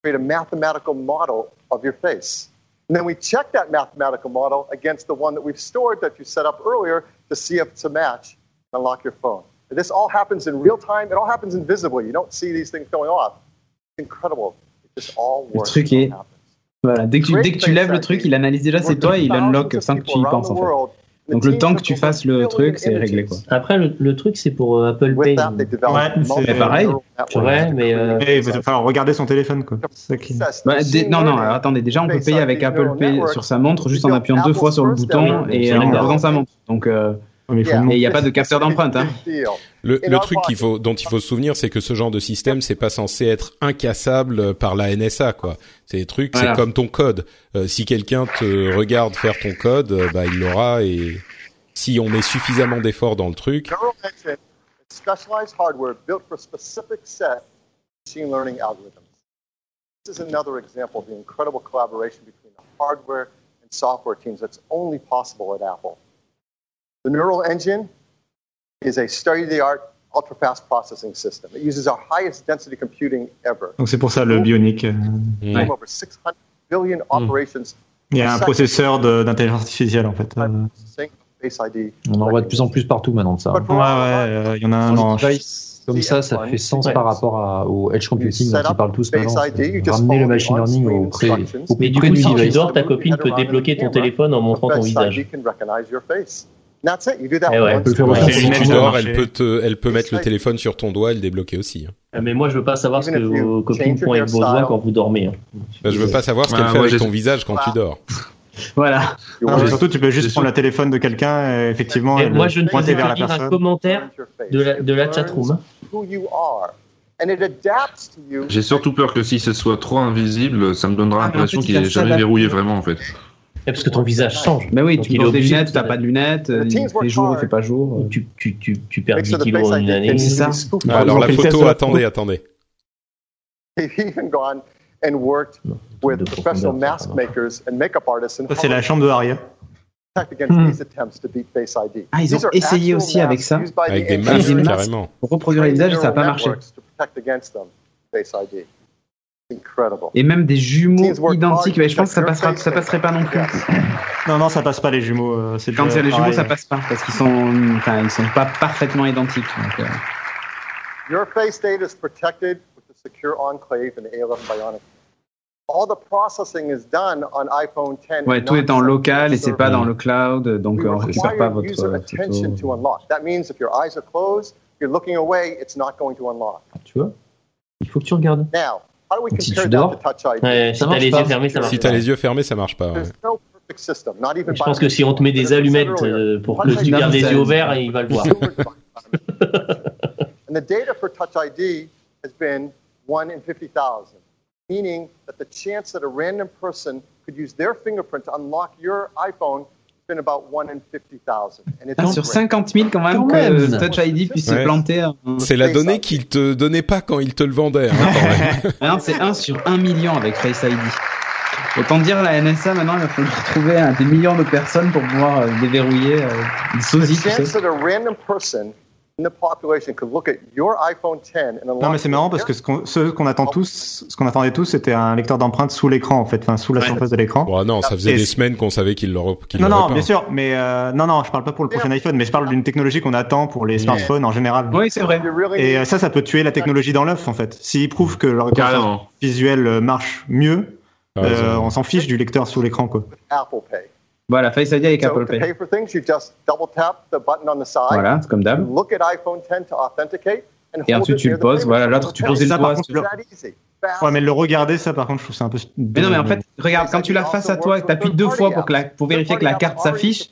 [SPEAKER 14] create a mathematical model of your face. And then we check that mathematical model against the one that we've stored that you set up earlier to see if it's a match and unlock your phone. And this all happens in real time. It all happens invisibly. You don't see these things going off. It's incredible. It just all
[SPEAKER 13] Le
[SPEAKER 14] works.
[SPEAKER 13] truc est. Voilà, dès que tu, dès que tu lèves le truc, il analyse déjà c'est toi et il unlock sans que tu y penses en fait. Donc le temps que tu fasses le truc, c'est réglé quoi.
[SPEAKER 5] Après, le, le truc, c'est pour euh, Apple
[SPEAKER 14] With
[SPEAKER 5] Pay.
[SPEAKER 14] that, they developed
[SPEAKER 3] Ouais,
[SPEAKER 14] multiple
[SPEAKER 3] c'est
[SPEAKER 13] pareil.
[SPEAKER 14] neural networks
[SPEAKER 5] Ouais, mais euh,
[SPEAKER 3] Et il va falloir regarder son téléphone, quoi. C'est ça qui-
[SPEAKER 14] Access
[SPEAKER 13] Bah, dé-
[SPEAKER 14] machine
[SPEAKER 13] non, non,
[SPEAKER 14] learning.
[SPEAKER 13] alors attendez, déjà on peut
[SPEAKER 14] Face
[SPEAKER 13] payer
[SPEAKER 14] ID
[SPEAKER 13] avec Apple
[SPEAKER 14] neural
[SPEAKER 13] Pay
[SPEAKER 14] network.
[SPEAKER 13] sur sa montre juste en appuyant deux fois sur le bouton et en regardant sa montre. Donc euh,
[SPEAKER 3] Mais il faut
[SPEAKER 13] et il n'y a
[SPEAKER 14] Yeah.
[SPEAKER 13] pas de capteur d'empreinte. Hein.
[SPEAKER 14] Deal.
[SPEAKER 1] Le,
[SPEAKER 14] Et
[SPEAKER 1] le
[SPEAKER 14] dans
[SPEAKER 1] truc
[SPEAKER 14] le
[SPEAKER 1] qu'il faut, dont il faut se souvenir, c'est que ce genre de système, c'est pas censé être incassable euh, par la NSA, quoi. C'est des trucs,
[SPEAKER 13] Voilà.
[SPEAKER 1] c'est comme ton code. Euh, si quelqu'un te regarde faire ton code, euh, bah il l'aura et si on met suffisamment d'efforts dans le truc,
[SPEAKER 14] Neural engine is specialized hardware built for specific set of machine learning algorithms. This is another example of the incredible collaboration between the hardware and software teams that's only possible at Apple. The neural engine is a state-of-the-art ultra-fast processing system. It uses our highest density computing ever.
[SPEAKER 3] Donc c'est pour ça le Bionic. euh,
[SPEAKER 1] Mm.
[SPEAKER 14] From over 600 billion operations
[SPEAKER 3] Il y a un processeur de- d'intelligence artificielle, en fait. Euh, ouais,
[SPEAKER 14] sync Face ID.
[SPEAKER 6] On en voit de plus en plus partout maintenant de ça. hein.
[SPEAKER 14] But
[SPEAKER 3] ouais,
[SPEAKER 14] for all of us,
[SPEAKER 3] euh, il y en a un en
[SPEAKER 6] Les devices Comme ça, ça fait sens par rapport à- au edge computing dont ils parlent tous maintenant. Ramener le machine
[SPEAKER 14] hein,
[SPEAKER 6] learning au pré, au
[SPEAKER 5] Mais du
[SPEAKER 6] près
[SPEAKER 5] coup,
[SPEAKER 6] du
[SPEAKER 5] si tu
[SPEAKER 6] device.
[SPEAKER 5] dors, ta copine peut débloquer ton téléphone en montrant ton
[SPEAKER 14] Face
[SPEAKER 5] visage.
[SPEAKER 14] ID can recognize your face. And That's it. You do that
[SPEAKER 5] Eh ouais.
[SPEAKER 14] once.
[SPEAKER 6] peut le faire
[SPEAKER 1] Ouais,
[SPEAKER 6] aussi.
[SPEAKER 1] bah, si
[SPEAKER 3] c'est
[SPEAKER 1] tu
[SPEAKER 3] une
[SPEAKER 1] dors,
[SPEAKER 3] marché.
[SPEAKER 1] elle peut te, elle peut mettre le
[SPEAKER 14] Exact.
[SPEAKER 1] téléphone sur ton doigt et le débloquer aussi. hein.
[SPEAKER 5] Ah, Mais moi, je veux pas savoir ce que
[SPEAKER 14] Even if you
[SPEAKER 5] vos copines
[SPEAKER 14] change your
[SPEAKER 5] font avec vos
[SPEAKER 14] hairstyle.
[SPEAKER 5] doigts quand vous dormez. hein.
[SPEAKER 1] Bah, je veux pas savoir ce
[SPEAKER 7] Ouais,
[SPEAKER 1] qu'elle fait
[SPEAKER 7] moi,
[SPEAKER 1] avec
[SPEAKER 7] j'ai-
[SPEAKER 1] ton visage quand tu dors.
[SPEAKER 13] Voilà.
[SPEAKER 14] You
[SPEAKER 3] Non, mais
[SPEAKER 14] want
[SPEAKER 3] surtout, tu peux juste
[SPEAKER 7] C'est
[SPEAKER 3] prendre la téléphone de quelqu'un, et effectivement,
[SPEAKER 5] Et
[SPEAKER 3] et
[SPEAKER 5] moi,
[SPEAKER 3] le
[SPEAKER 5] je ne
[SPEAKER 3] pointer
[SPEAKER 5] faisais
[SPEAKER 3] vers
[SPEAKER 5] que
[SPEAKER 3] la
[SPEAKER 5] lire un
[SPEAKER 3] personne.
[SPEAKER 5] commentaire
[SPEAKER 14] to your face.
[SPEAKER 5] de la, de la
[SPEAKER 14] It
[SPEAKER 5] chatroom. hein.
[SPEAKER 14] learns Who you are. And it adapts to you.
[SPEAKER 7] J'ai surtout peur que si ce soit trop invisible, ça me donnera
[SPEAKER 13] Ah, mais en
[SPEAKER 7] l'impression
[SPEAKER 13] fait,
[SPEAKER 7] qu'il
[SPEAKER 13] il
[SPEAKER 7] est
[SPEAKER 13] va
[SPEAKER 7] jamais
[SPEAKER 13] s'adapter.
[SPEAKER 7] verrouillé vraiment en fait.
[SPEAKER 5] Eh, Parce que ton visage change.
[SPEAKER 13] Bah oui,
[SPEAKER 5] Donc,
[SPEAKER 13] tu
[SPEAKER 5] il est
[SPEAKER 13] portes des
[SPEAKER 5] obligé
[SPEAKER 13] lunettes,
[SPEAKER 5] de-
[SPEAKER 13] t'as pas de lunettes, euh,
[SPEAKER 14] The
[SPEAKER 13] il
[SPEAKER 14] teams
[SPEAKER 13] fait
[SPEAKER 14] work
[SPEAKER 13] jour, il fait
[SPEAKER 14] hard.
[SPEAKER 13] pas jour. euh.
[SPEAKER 5] Tu, tu, tu, tu perds
[SPEAKER 14] Make
[SPEAKER 5] 10
[SPEAKER 14] sure the
[SPEAKER 5] kilos
[SPEAKER 14] face
[SPEAKER 5] en une
[SPEAKER 14] ID
[SPEAKER 5] année.
[SPEAKER 14] can
[SPEAKER 13] C'est ça.
[SPEAKER 14] be spoofed.
[SPEAKER 6] Ah,
[SPEAKER 1] Alors
[SPEAKER 6] ils ont
[SPEAKER 1] la
[SPEAKER 6] fait le
[SPEAKER 1] photo,
[SPEAKER 6] test.
[SPEAKER 1] attendez, attendez.
[SPEAKER 14] They've even gone and worked with
[SPEAKER 5] de
[SPEAKER 14] professional
[SPEAKER 5] profondeur,
[SPEAKER 14] mask
[SPEAKER 5] pardon.
[SPEAKER 14] makers and makeup artists and
[SPEAKER 3] Ça, c'est la chambre de Aria.
[SPEAKER 14] protect against
[SPEAKER 3] Hmm.
[SPEAKER 14] these attempts to beat Face ID.
[SPEAKER 13] Ah, ils
[SPEAKER 14] These
[SPEAKER 13] ont
[SPEAKER 14] are
[SPEAKER 13] essayé
[SPEAKER 14] actual
[SPEAKER 13] aussi avec
[SPEAKER 14] masks
[SPEAKER 13] ça.
[SPEAKER 14] used by
[SPEAKER 1] Avec
[SPEAKER 14] the
[SPEAKER 1] des
[SPEAKER 13] masques,
[SPEAKER 1] masques
[SPEAKER 14] engineers
[SPEAKER 1] carrément.
[SPEAKER 13] Pour reproduire les visages, ça a pas marché.
[SPEAKER 14] to protect against them, Face ID. Incredible.
[SPEAKER 13] Et même des jumeaux identiques, mais je pense que ça passera, ça passerait pas non plus.
[SPEAKER 3] Non, non, ça passe pas les jumeaux. euh, c'est
[SPEAKER 13] Quand
[SPEAKER 3] déjà
[SPEAKER 13] c'est les jumeaux,
[SPEAKER 3] pareil.
[SPEAKER 13] ça passe pas parce qu'ils sont, enfin, ils sont pas parfaitement identiques. donc, euh.
[SPEAKER 14] Your face data is protected with the secure enclave and ALF Bionic. All the processing is done on iPhone 10.
[SPEAKER 13] Ouais, tout est en local et c'est pas
[SPEAKER 3] euh,
[SPEAKER 13] dans le cloud, donc
[SPEAKER 14] We
[SPEAKER 13] euh, on récupère pas
[SPEAKER 14] require
[SPEAKER 13] votre
[SPEAKER 14] user
[SPEAKER 13] euh,
[SPEAKER 14] attention to
[SPEAKER 13] photo.
[SPEAKER 14] unlock. That means if your eyes are closed, you're looking away, it's not going to unlock.
[SPEAKER 5] Tu vois Il faut que tu regardes.
[SPEAKER 14] Now, how do we
[SPEAKER 6] Si tu
[SPEAKER 14] compare
[SPEAKER 6] dors,
[SPEAKER 14] that to Touch ID?
[SPEAKER 5] Ouais, si
[SPEAKER 6] Ça
[SPEAKER 5] t'as
[SPEAKER 6] marche
[SPEAKER 5] les
[SPEAKER 6] pas.
[SPEAKER 5] yeux fermés, ça marche
[SPEAKER 1] Si
[SPEAKER 5] pas.
[SPEAKER 1] t'as les yeux euh, fermés, ça marche pas. ouais.
[SPEAKER 14] There's no perfect system, not even
[SPEAKER 5] Je pense que si on te met des allumettes euh, pour que tu
[SPEAKER 13] Non,
[SPEAKER 5] gardes les
[SPEAKER 13] ça-
[SPEAKER 5] yeux ouverts, il va le voir.
[SPEAKER 14] And the data for Touch ID has been 1 in 50,000, meaning that the chance that a random person could use their fingerprint to unlock your iPhone has been about 1 in 50,000. And it's
[SPEAKER 13] Ah, sur
[SPEAKER 14] great.
[SPEAKER 13] 50 000 quand même
[SPEAKER 6] Quand
[SPEAKER 4] euh,
[SPEAKER 13] que
[SPEAKER 6] même.
[SPEAKER 13] Touch ID puisse
[SPEAKER 1] Ouais.
[SPEAKER 13] se planter. hein.
[SPEAKER 1] C'est la
[SPEAKER 14] Face
[SPEAKER 1] donnée
[SPEAKER 14] ID.
[SPEAKER 1] qu'il te donnait pas quand il te le vendait. hein, quand même.
[SPEAKER 13] Ah non, c'est 1 sur 1 million avec Face ID.
[SPEAKER 4] Autant dire, la NSA, maintenant, il va falloir trouver hein, des millions de personnes pour pouvoir euh, déverrouiller euh, une sosie, tu sais.
[SPEAKER 3] Non, mais c'est marrant parce que ce qu'on ce qu'on attend tous, ce qu'on attendait tous, c'était un lecteur d'empreintes sous l'écran, en fait, enfin, sous la surface de l'écran.
[SPEAKER 1] Bon, ah non, ça faisait
[SPEAKER 3] Et
[SPEAKER 1] des semaines qu'on savait qu'il l'aurait. qu'il
[SPEAKER 3] Non,
[SPEAKER 1] l'aurait
[SPEAKER 3] non,
[SPEAKER 1] pas. hein.
[SPEAKER 3] bien sûr, mais euh, non, non, je parle pas pour le prochain iPhone, mais je parle d'une technologie qu'on attend pour les smartphones en général.
[SPEAKER 4] Oui, c'est vrai.
[SPEAKER 3] Et euh, ça, ça peut tuer la technologie dans l'œuf, en fait. S'ils prouvent que le reconnaissance
[SPEAKER 7] Carrément.
[SPEAKER 3] visuel euh, marche mieux,
[SPEAKER 1] T'as
[SPEAKER 3] euh,
[SPEAKER 1] Ah, raison.
[SPEAKER 3] on s'en fiche du lecteur sous l'écran, quoi.
[SPEAKER 14] Apple Pay.
[SPEAKER 4] Voilà, Face ID avec
[SPEAKER 14] So
[SPEAKER 4] Apple
[SPEAKER 14] to
[SPEAKER 4] Pay.
[SPEAKER 14] pay for things, you just double tap the button on the side.
[SPEAKER 4] Voilà, c'est comme d'hab.
[SPEAKER 14] Look at iPhone 10 to authenticate. and
[SPEAKER 4] Et
[SPEAKER 14] hold
[SPEAKER 4] ensuite,
[SPEAKER 14] it
[SPEAKER 4] tu le
[SPEAKER 14] near the
[SPEAKER 4] poses,
[SPEAKER 14] payment
[SPEAKER 4] voilà,
[SPEAKER 14] screen.
[SPEAKER 4] l'autre, tu poses
[SPEAKER 14] It's
[SPEAKER 4] le doigt
[SPEAKER 14] that
[SPEAKER 4] sur le-
[SPEAKER 14] easy.
[SPEAKER 4] Bah,
[SPEAKER 14] Fast.
[SPEAKER 3] Ouais, mais le regarder, ça, par contre, je trouve ça un peu.
[SPEAKER 4] Mais non, mais en fait, regarde, quand tu l'as face à toi et que t'appuies deux fois pour, que la- pour vérifier que la carte s'affiche,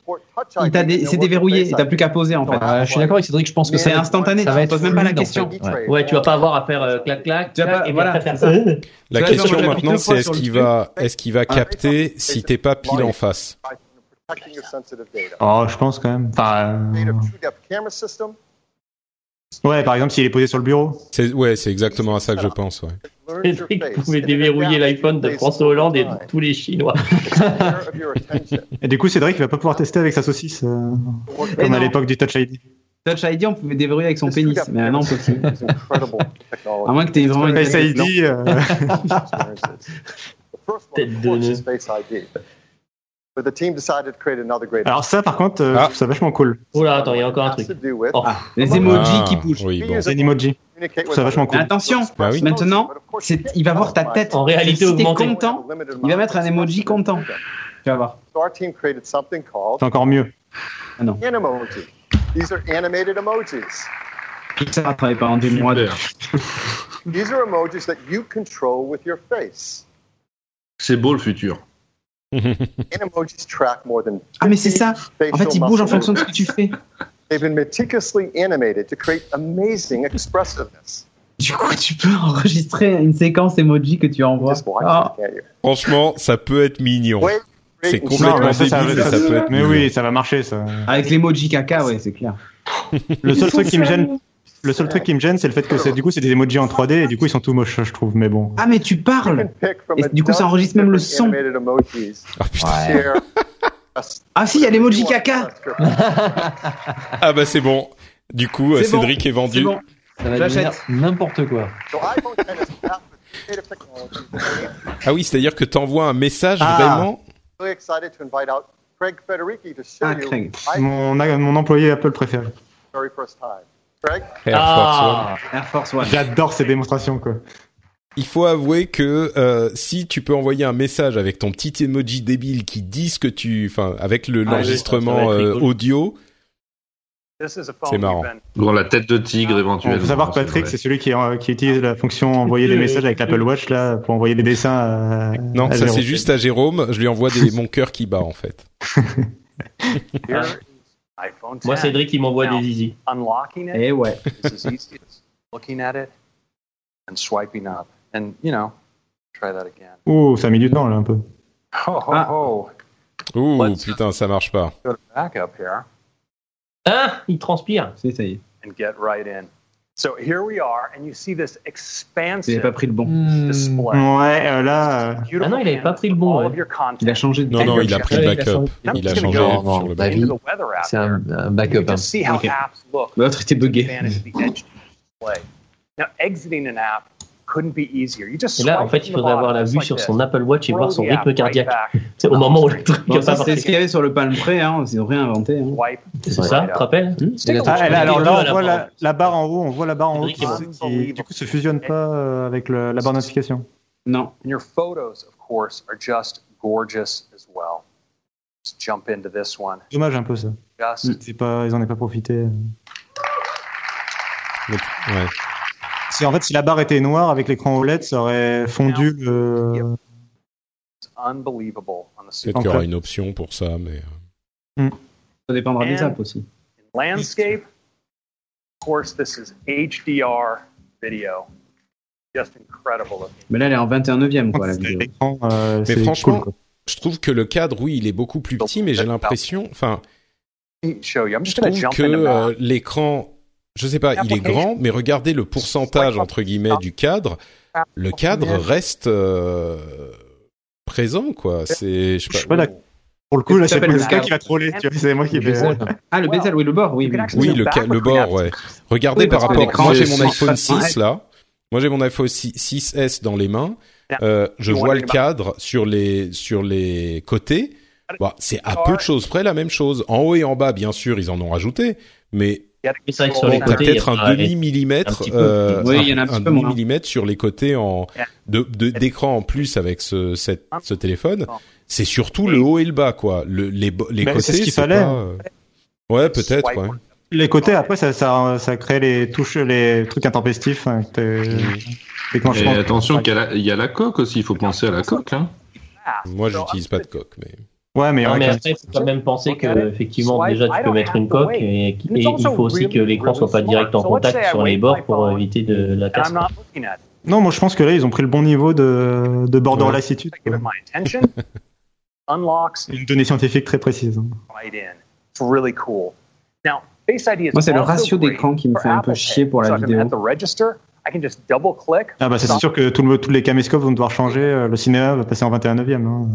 [SPEAKER 4] il t'a dé- c'est déverrouillé et t'as plus qu'à poser, en fait.
[SPEAKER 6] Ah, je suis d'accord avec Cédric, je pense que
[SPEAKER 4] C'est
[SPEAKER 6] ça-
[SPEAKER 4] instantané,
[SPEAKER 6] ça
[SPEAKER 4] tu
[SPEAKER 6] va
[SPEAKER 4] ne
[SPEAKER 6] être
[SPEAKER 4] poses même pas la
[SPEAKER 6] fluide, en
[SPEAKER 4] question.
[SPEAKER 6] fait.
[SPEAKER 5] Ouais. tu vas pas avoir à faire euh, clac clac,
[SPEAKER 4] Tu vas
[SPEAKER 5] clac,
[SPEAKER 4] pas-
[SPEAKER 5] et puis
[SPEAKER 4] voilà.
[SPEAKER 5] après faire ça.
[SPEAKER 1] La
[SPEAKER 4] Tu vois,
[SPEAKER 1] question
[SPEAKER 4] genre, on appuie
[SPEAKER 1] maintenant,
[SPEAKER 4] deux fois
[SPEAKER 1] c'est est-ce
[SPEAKER 4] sur le
[SPEAKER 1] qu'il
[SPEAKER 4] truc.
[SPEAKER 1] va, est-ce qu'il
[SPEAKER 4] Ah,
[SPEAKER 3] Ah.
[SPEAKER 1] va capter si t'es pas pile en face
[SPEAKER 14] Protecting your sensitive data.
[SPEAKER 3] Oh, je pense quand même. Enfin, euh,
[SPEAKER 14] TrueDepth camera system
[SPEAKER 3] Ouais, par exemple, s'il est posé sur le bureau.
[SPEAKER 1] C'est ouais, c'est exactement à ça que je pense. Ouais.
[SPEAKER 14] learns your
[SPEAKER 5] Cédric
[SPEAKER 14] face
[SPEAKER 5] pouvait
[SPEAKER 14] and
[SPEAKER 5] déverrouiller l'iPhone de François Hollande et de tous les Chinois.
[SPEAKER 14] aware of your attention.
[SPEAKER 3] Et du coup, Cédric, il va pas pouvoir tester avec sa saucisse, euh, comme
[SPEAKER 4] non.
[SPEAKER 3] à l'époque du Touch ID.
[SPEAKER 4] Touch ID, on pouvait déverrouiller avec son pénis, mais maintenant, on peut plus.
[SPEAKER 14] It's incredible technology.
[SPEAKER 4] À moins que t'aies vraiment une
[SPEAKER 3] Face ID. euh,
[SPEAKER 14] The first one, of course, is Face ID. But the team decided to create another great
[SPEAKER 3] Alors ça, par contre, euh, je trouve ça vachement cool.
[SPEAKER 5] Oh là, attends, il y a encore un truc.
[SPEAKER 14] to do with
[SPEAKER 5] Oh.
[SPEAKER 4] Les emojis qui
[SPEAKER 1] Ah. Ah,
[SPEAKER 4] bougent.
[SPEAKER 1] Oui, bon.
[SPEAKER 3] C'est un emoji.
[SPEAKER 14] communicate
[SPEAKER 3] Ça, vachement
[SPEAKER 4] Mais
[SPEAKER 3] cool.
[SPEAKER 4] attention,
[SPEAKER 1] Bah oui.
[SPEAKER 4] maintenant, c'est- il va voir ta tête.
[SPEAKER 5] En réalité
[SPEAKER 4] si t'es
[SPEAKER 5] augmentée.
[SPEAKER 4] content, il va mettre un emoji content. Tu vas voir.
[SPEAKER 14] So our team created something called
[SPEAKER 3] C'est encore mieux.
[SPEAKER 4] Ah non,
[SPEAKER 14] Animoji. These are animated emojis.
[SPEAKER 4] tout ça va travailler pendant deux mois.
[SPEAKER 7] Super.
[SPEAKER 14] These are emojis that you control with your face.
[SPEAKER 7] C'est beau le futur.
[SPEAKER 14] And emojis track more than
[SPEAKER 4] Ah mais c'est ça. En fait, il bouge en fonction de ce que tu fais.
[SPEAKER 14] They've been meticulously animated to create amazing expressiveness.
[SPEAKER 4] Du coup, tu peux enregistrer une séquence emoji que tu envoies.
[SPEAKER 14] Just watch
[SPEAKER 4] Ah,
[SPEAKER 14] it, can't you?
[SPEAKER 1] Franchement, ça peut être mignon.
[SPEAKER 14] Ouais,
[SPEAKER 1] C'est
[SPEAKER 14] Non,
[SPEAKER 1] complètement
[SPEAKER 3] mais ça, ça-
[SPEAKER 1] débile, mais ça,
[SPEAKER 3] ça-
[SPEAKER 1] peut être
[SPEAKER 3] Mais
[SPEAKER 1] mignon.
[SPEAKER 3] oui, ça va marcher, ça.
[SPEAKER 4] avec l'emoji caca, ouais, c'est clair.
[SPEAKER 3] Le seul truc qui me gêne, le seul truc qui me gêne, c'est le fait que c'est du coup c'est des emojis en 3D et du coup ils sont tout moches, je trouve. Mais bon.
[SPEAKER 4] Ah mais tu
[SPEAKER 14] You can
[SPEAKER 4] parles.
[SPEAKER 14] pick from
[SPEAKER 4] Et
[SPEAKER 14] a
[SPEAKER 4] du coup, ça
[SPEAKER 14] dozen
[SPEAKER 4] enregistre même le
[SPEAKER 14] different
[SPEAKER 4] son.
[SPEAKER 14] animated emojis
[SPEAKER 1] Ah putain.
[SPEAKER 14] to
[SPEAKER 5] euh,
[SPEAKER 14] share a
[SPEAKER 4] Ah si, il y a l'emoji caca.
[SPEAKER 1] Ah bah c'est bon. Du coup, euh,
[SPEAKER 4] C'est bon.
[SPEAKER 1] Cédric est vendu.
[SPEAKER 4] C'est bon.
[SPEAKER 6] Ça va devenir
[SPEAKER 4] J'achète.
[SPEAKER 6] n'importe quoi.
[SPEAKER 14] So iPhone X is packed with creative technology that we
[SPEAKER 1] Ah oui, c'est-à-dire que t'envoies un message
[SPEAKER 3] Ah.
[SPEAKER 1] vraiment.
[SPEAKER 14] really excited to invite out Craig Federici to show
[SPEAKER 4] Ah,
[SPEAKER 14] you
[SPEAKER 4] Craig.
[SPEAKER 14] iPhone
[SPEAKER 3] Mon, mon employé Apple préféré.
[SPEAKER 14] for the very first time. Craig,
[SPEAKER 1] Air Force One.
[SPEAKER 5] Ah,
[SPEAKER 4] Air Force One.
[SPEAKER 3] J'adore ces démonstrations quoi.
[SPEAKER 1] Il faut avouer que euh, si tu peux envoyer un message avec ton petit emoji débile qui dit ce que tu, enfin, avec le-
[SPEAKER 5] Ah oui, ça
[SPEAKER 1] l'enregistrement
[SPEAKER 5] va être
[SPEAKER 1] euh,
[SPEAKER 5] rigolo.
[SPEAKER 1] audio,
[SPEAKER 13] This is a
[SPEAKER 1] C'est
[SPEAKER 13] phone
[SPEAKER 1] marrant.
[SPEAKER 13] we've been
[SPEAKER 7] Dans la tête de tigre éventuellement.
[SPEAKER 3] Il faut savoir que Patrick, c'est celui qui, euh, qui utilise la fonction envoyer des messages avec l'Apple Watch là pour envoyer des dessins. À,
[SPEAKER 1] non,
[SPEAKER 3] à
[SPEAKER 1] ça
[SPEAKER 3] Jérôme.
[SPEAKER 1] c'est juste à Jérôme. Je lui envoie des mon cœur qui bat en fait.
[SPEAKER 13] here. is iPhone 10.
[SPEAKER 5] moi Cédric il m'envoie
[SPEAKER 13] Now,
[SPEAKER 5] des easy.
[SPEAKER 13] Unlocking it
[SPEAKER 4] Eh ouais.
[SPEAKER 13] is as easy as looking at it and swiping up. And, you know, try that again.
[SPEAKER 3] Ouh, ça a mis du temps là un peu.
[SPEAKER 13] Ho, ho,
[SPEAKER 4] Ah.
[SPEAKER 13] ho.
[SPEAKER 1] Ouh
[SPEAKER 13] Let's-
[SPEAKER 1] putain, ça marche pas.
[SPEAKER 13] Go to back up here
[SPEAKER 5] Hein Il transpire.
[SPEAKER 4] C'est ça y est.
[SPEAKER 13] and get right in. So here we are, and you see this
[SPEAKER 4] J'ai pas
[SPEAKER 13] expansive
[SPEAKER 4] pris le bon.
[SPEAKER 13] display.
[SPEAKER 3] Ouais, euh, là. euh,
[SPEAKER 13] Beautiful
[SPEAKER 5] Hmm. Ah non, il avait pas
[SPEAKER 13] canvas
[SPEAKER 5] pris le
[SPEAKER 13] with
[SPEAKER 5] bon,
[SPEAKER 13] all
[SPEAKER 5] ouais.
[SPEAKER 13] of your content.
[SPEAKER 4] Il a changé de.
[SPEAKER 1] Non, non, il a pris le
[SPEAKER 6] il a changé.
[SPEAKER 1] backup. Il a
[SPEAKER 13] Non,
[SPEAKER 1] changé
[SPEAKER 13] non,
[SPEAKER 6] non,
[SPEAKER 1] sur le
[SPEAKER 6] bah,
[SPEAKER 1] backup.
[SPEAKER 13] Into the weather app
[SPEAKER 6] C'est un,
[SPEAKER 5] euh,
[SPEAKER 6] un
[SPEAKER 13] You
[SPEAKER 6] backup.
[SPEAKER 13] can
[SPEAKER 6] hein.
[SPEAKER 13] see how
[SPEAKER 4] Ok.
[SPEAKER 13] apps look.
[SPEAKER 4] L'autre était
[SPEAKER 13] to
[SPEAKER 4] bugué.
[SPEAKER 13] manage the edge display. Now, exiting an app couldn't be easier. You just
[SPEAKER 5] Et là en
[SPEAKER 13] swipe
[SPEAKER 5] fait
[SPEAKER 13] from
[SPEAKER 5] il
[SPEAKER 13] the
[SPEAKER 5] faudrait avoir
[SPEAKER 13] bottom,
[SPEAKER 5] la
[SPEAKER 13] just
[SPEAKER 5] vue
[SPEAKER 13] like
[SPEAKER 5] sur
[SPEAKER 13] this.
[SPEAKER 5] son Apple Watch et
[SPEAKER 13] Roll
[SPEAKER 5] voir son
[SPEAKER 13] the app
[SPEAKER 5] rythme
[SPEAKER 13] right
[SPEAKER 5] cardiaque.
[SPEAKER 13] back.
[SPEAKER 5] C'est au moment où le truc
[SPEAKER 4] Bon,
[SPEAKER 5] a pas
[SPEAKER 4] ça, c'est ce
[SPEAKER 5] marché.
[SPEAKER 4] qu'il y avait sur le Palm Pre, hein. Ils ont rien inventé. Hein.
[SPEAKER 13] Wipe.
[SPEAKER 5] C'est ça, tu te rappelles
[SPEAKER 6] Il a
[SPEAKER 3] Ah,
[SPEAKER 6] touché.
[SPEAKER 3] et là, alors
[SPEAKER 5] les
[SPEAKER 3] là,
[SPEAKER 5] deux à
[SPEAKER 3] on
[SPEAKER 5] la
[SPEAKER 3] voit
[SPEAKER 5] fin.
[SPEAKER 3] la, la barre en haut, on voit la barre en haut
[SPEAKER 5] Cédric,
[SPEAKER 3] qui,
[SPEAKER 5] il
[SPEAKER 13] est bon.
[SPEAKER 3] qui, du coup se fusionne pas euh, avec le- la barre de notification.
[SPEAKER 4] Non.
[SPEAKER 13] And your photos, of course, are just gorgeous as well. Let's jump into this one.
[SPEAKER 3] Dommage un peu ça.
[SPEAKER 13] Just
[SPEAKER 3] C'est pas, ils en ont pas profité.
[SPEAKER 1] Donc, ouais.
[SPEAKER 3] Si en fait si la barre était noire avec l'écran OLED, ça aurait fondu euh, le.
[SPEAKER 13] unbelievable on the
[SPEAKER 1] Peut-être qu'il
[SPEAKER 13] super
[SPEAKER 1] y
[SPEAKER 3] Encore. Hmm.
[SPEAKER 1] aura une option pour ça, mais euh,
[SPEAKER 4] Ça dépendra des apps aussi.
[SPEAKER 13] landscape. Of course, this is HDR video. Just incredible looking.
[SPEAKER 4] Mais là, elle est en 21 e quoi, la vidéo.
[SPEAKER 3] L'écran, euh,
[SPEAKER 1] Mais
[SPEAKER 3] c'est
[SPEAKER 1] franchement,
[SPEAKER 3] cool, quoi.
[SPEAKER 1] je trouve que le cadre, oui, il est beaucoup plus petit, mais j'ai l'impression, enfin,
[SPEAKER 13] Let me show you. I'm
[SPEAKER 1] je
[SPEAKER 13] just going
[SPEAKER 1] trouve
[SPEAKER 13] to jump
[SPEAKER 1] que
[SPEAKER 13] into that.
[SPEAKER 1] euh, l'écran, je sais pas, il est grand, mais regardez le pourcentage entre guillemets du cadre. Le cadre reste euh, présent, quoi. C'est, je sais pas.
[SPEAKER 3] suis pas d'accord. Pour le coup, là, c'est Pascal qui va troller. tu vois, C'est moi qui vais.
[SPEAKER 4] Ah, le bezel, oui, le bord, oui.
[SPEAKER 1] Oui, le, ca- le bord, ouais. Regardez
[SPEAKER 4] Oui,
[SPEAKER 1] par
[SPEAKER 4] parce que
[SPEAKER 1] rapport.
[SPEAKER 4] l'écran,
[SPEAKER 1] Moi, j'ai
[SPEAKER 4] je
[SPEAKER 1] mon
[SPEAKER 4] sens
[SPEAKER 1] iPhone
[SPEAKER 4] pas son
[SPEAKER 1] 6
[SPEAKER 4] aide.
[SPEAKER 1] là. Moi, j'ai mon iPhone 6, 6S dans les mains. Euh, je
[SPEAKER 15] You
[SPEAKER 1] vois
[SPEAKER 15] wondering
[SPEAKER 1] le cadre sur les sur les côtés. Bah, c'est à peu de choses près la même chose. En haut et en bas, bien sûr, ils en ont rajouté, mais
[SPEAKER 5] c'est vrai que sur les
[SPEAKER 1] Bon, t'as
[SPEAKER 5] côtés,
[SPEAKER 1] peut-être
[SPEAKER 5] il y a
[SPEAKER 1] un
[SPEAKER 5] un
[SPEAKER 1] demi
[SPEAKER 5] un
[SPEAKER 1] millimètre,
[SPEAKER 5] petit peu.
[SPEAKER 4] Oui, il y en a un petit peu moins.
[SPEAKER 1] millimètre sur les côtés en de- de- d'écran en plus avec ce cette-
[SPEAKER 4] Hein.
[SPEAKER 1] ce téléphone. C'est surtout le haut et le bas quoi. Le- les bo- les
[SPEAKER 3] Mais
[SPEAKER 1] côtés.
[SPEAKER 3] c'est ce qu'il fallait.
[SPEAKER 1] pas, euh, Ouais, peut-être. ouais.
[SPEAKER 3] Les côtés, après, ça, ça, ça crée les touches, les trucs intempestifs. hein, que t'es- dès que moi, je
[SPEAKER 7] Et euh,
[SPEAKER 3] pense-
[SPEAKER 7] attention qu'il y a la- il y, a la coque aussi, il faut penser à la coque. Hein.
[SPEAKER 1] Moi, j'utilise pas de coque, mais.
[SPEAKER 3] Ouais, mais,
[SPEAKER 5] Non,
[SPEAKER 3] ouais,
[SPEAKER 5] mais
[SPEAKER 3] quand-
[SPEAKER 5] après, il faut quand même penser que, effectivement, déjà, tu peux mettre une coque et, et il
[SPEAKER 13] also
[SPEAKER 5] faut aussi que l'écran soit pas direct en contact sur les bords pour éviter de la
[SPEAKER 13] and
[SPEAKER 5] casse.
[SPEAKER 13] I'm not looking at it.
[SPEAKER 3] non, moi je pense que là ils ont pris le bon niveau de, de border
[SPEAKER 13] Ouais.
[SPEAKER 3] lassitude.
[SPEAKER 13] Given my attention, unlocks
[SPEAKER 3] Une donnée scientifique très précise. hein.
[SPEAKER 13] right in. It's really cool. Now, Face ID is
[SPEAKER 3] Moi, c'est le
[SPEAKER 13] also
[SPEAKER 3] ratio
[SPEAKER 13] great
[SPEAKER 3] d'écran qui me
[SPEAKER 13] for
[SPEAKER 3] fait un peu
[SPEAKER 13] Apple
[SPEAKER 3] chier
[SPEAKER 13] Pay.
[SPEAKER 3] pour la
[SPEAKER 13] so if I'm
[SPEAKER 3] vidéo.
[SPEAKER 13] At the register, I can just double click.
[SPEAKER 3] Ah bah c'est sûr que tout le, tous les caméscopes vont devoir changer. euh, Le cinéma va passer en 21 e
[SPEAKER 4] Mais non,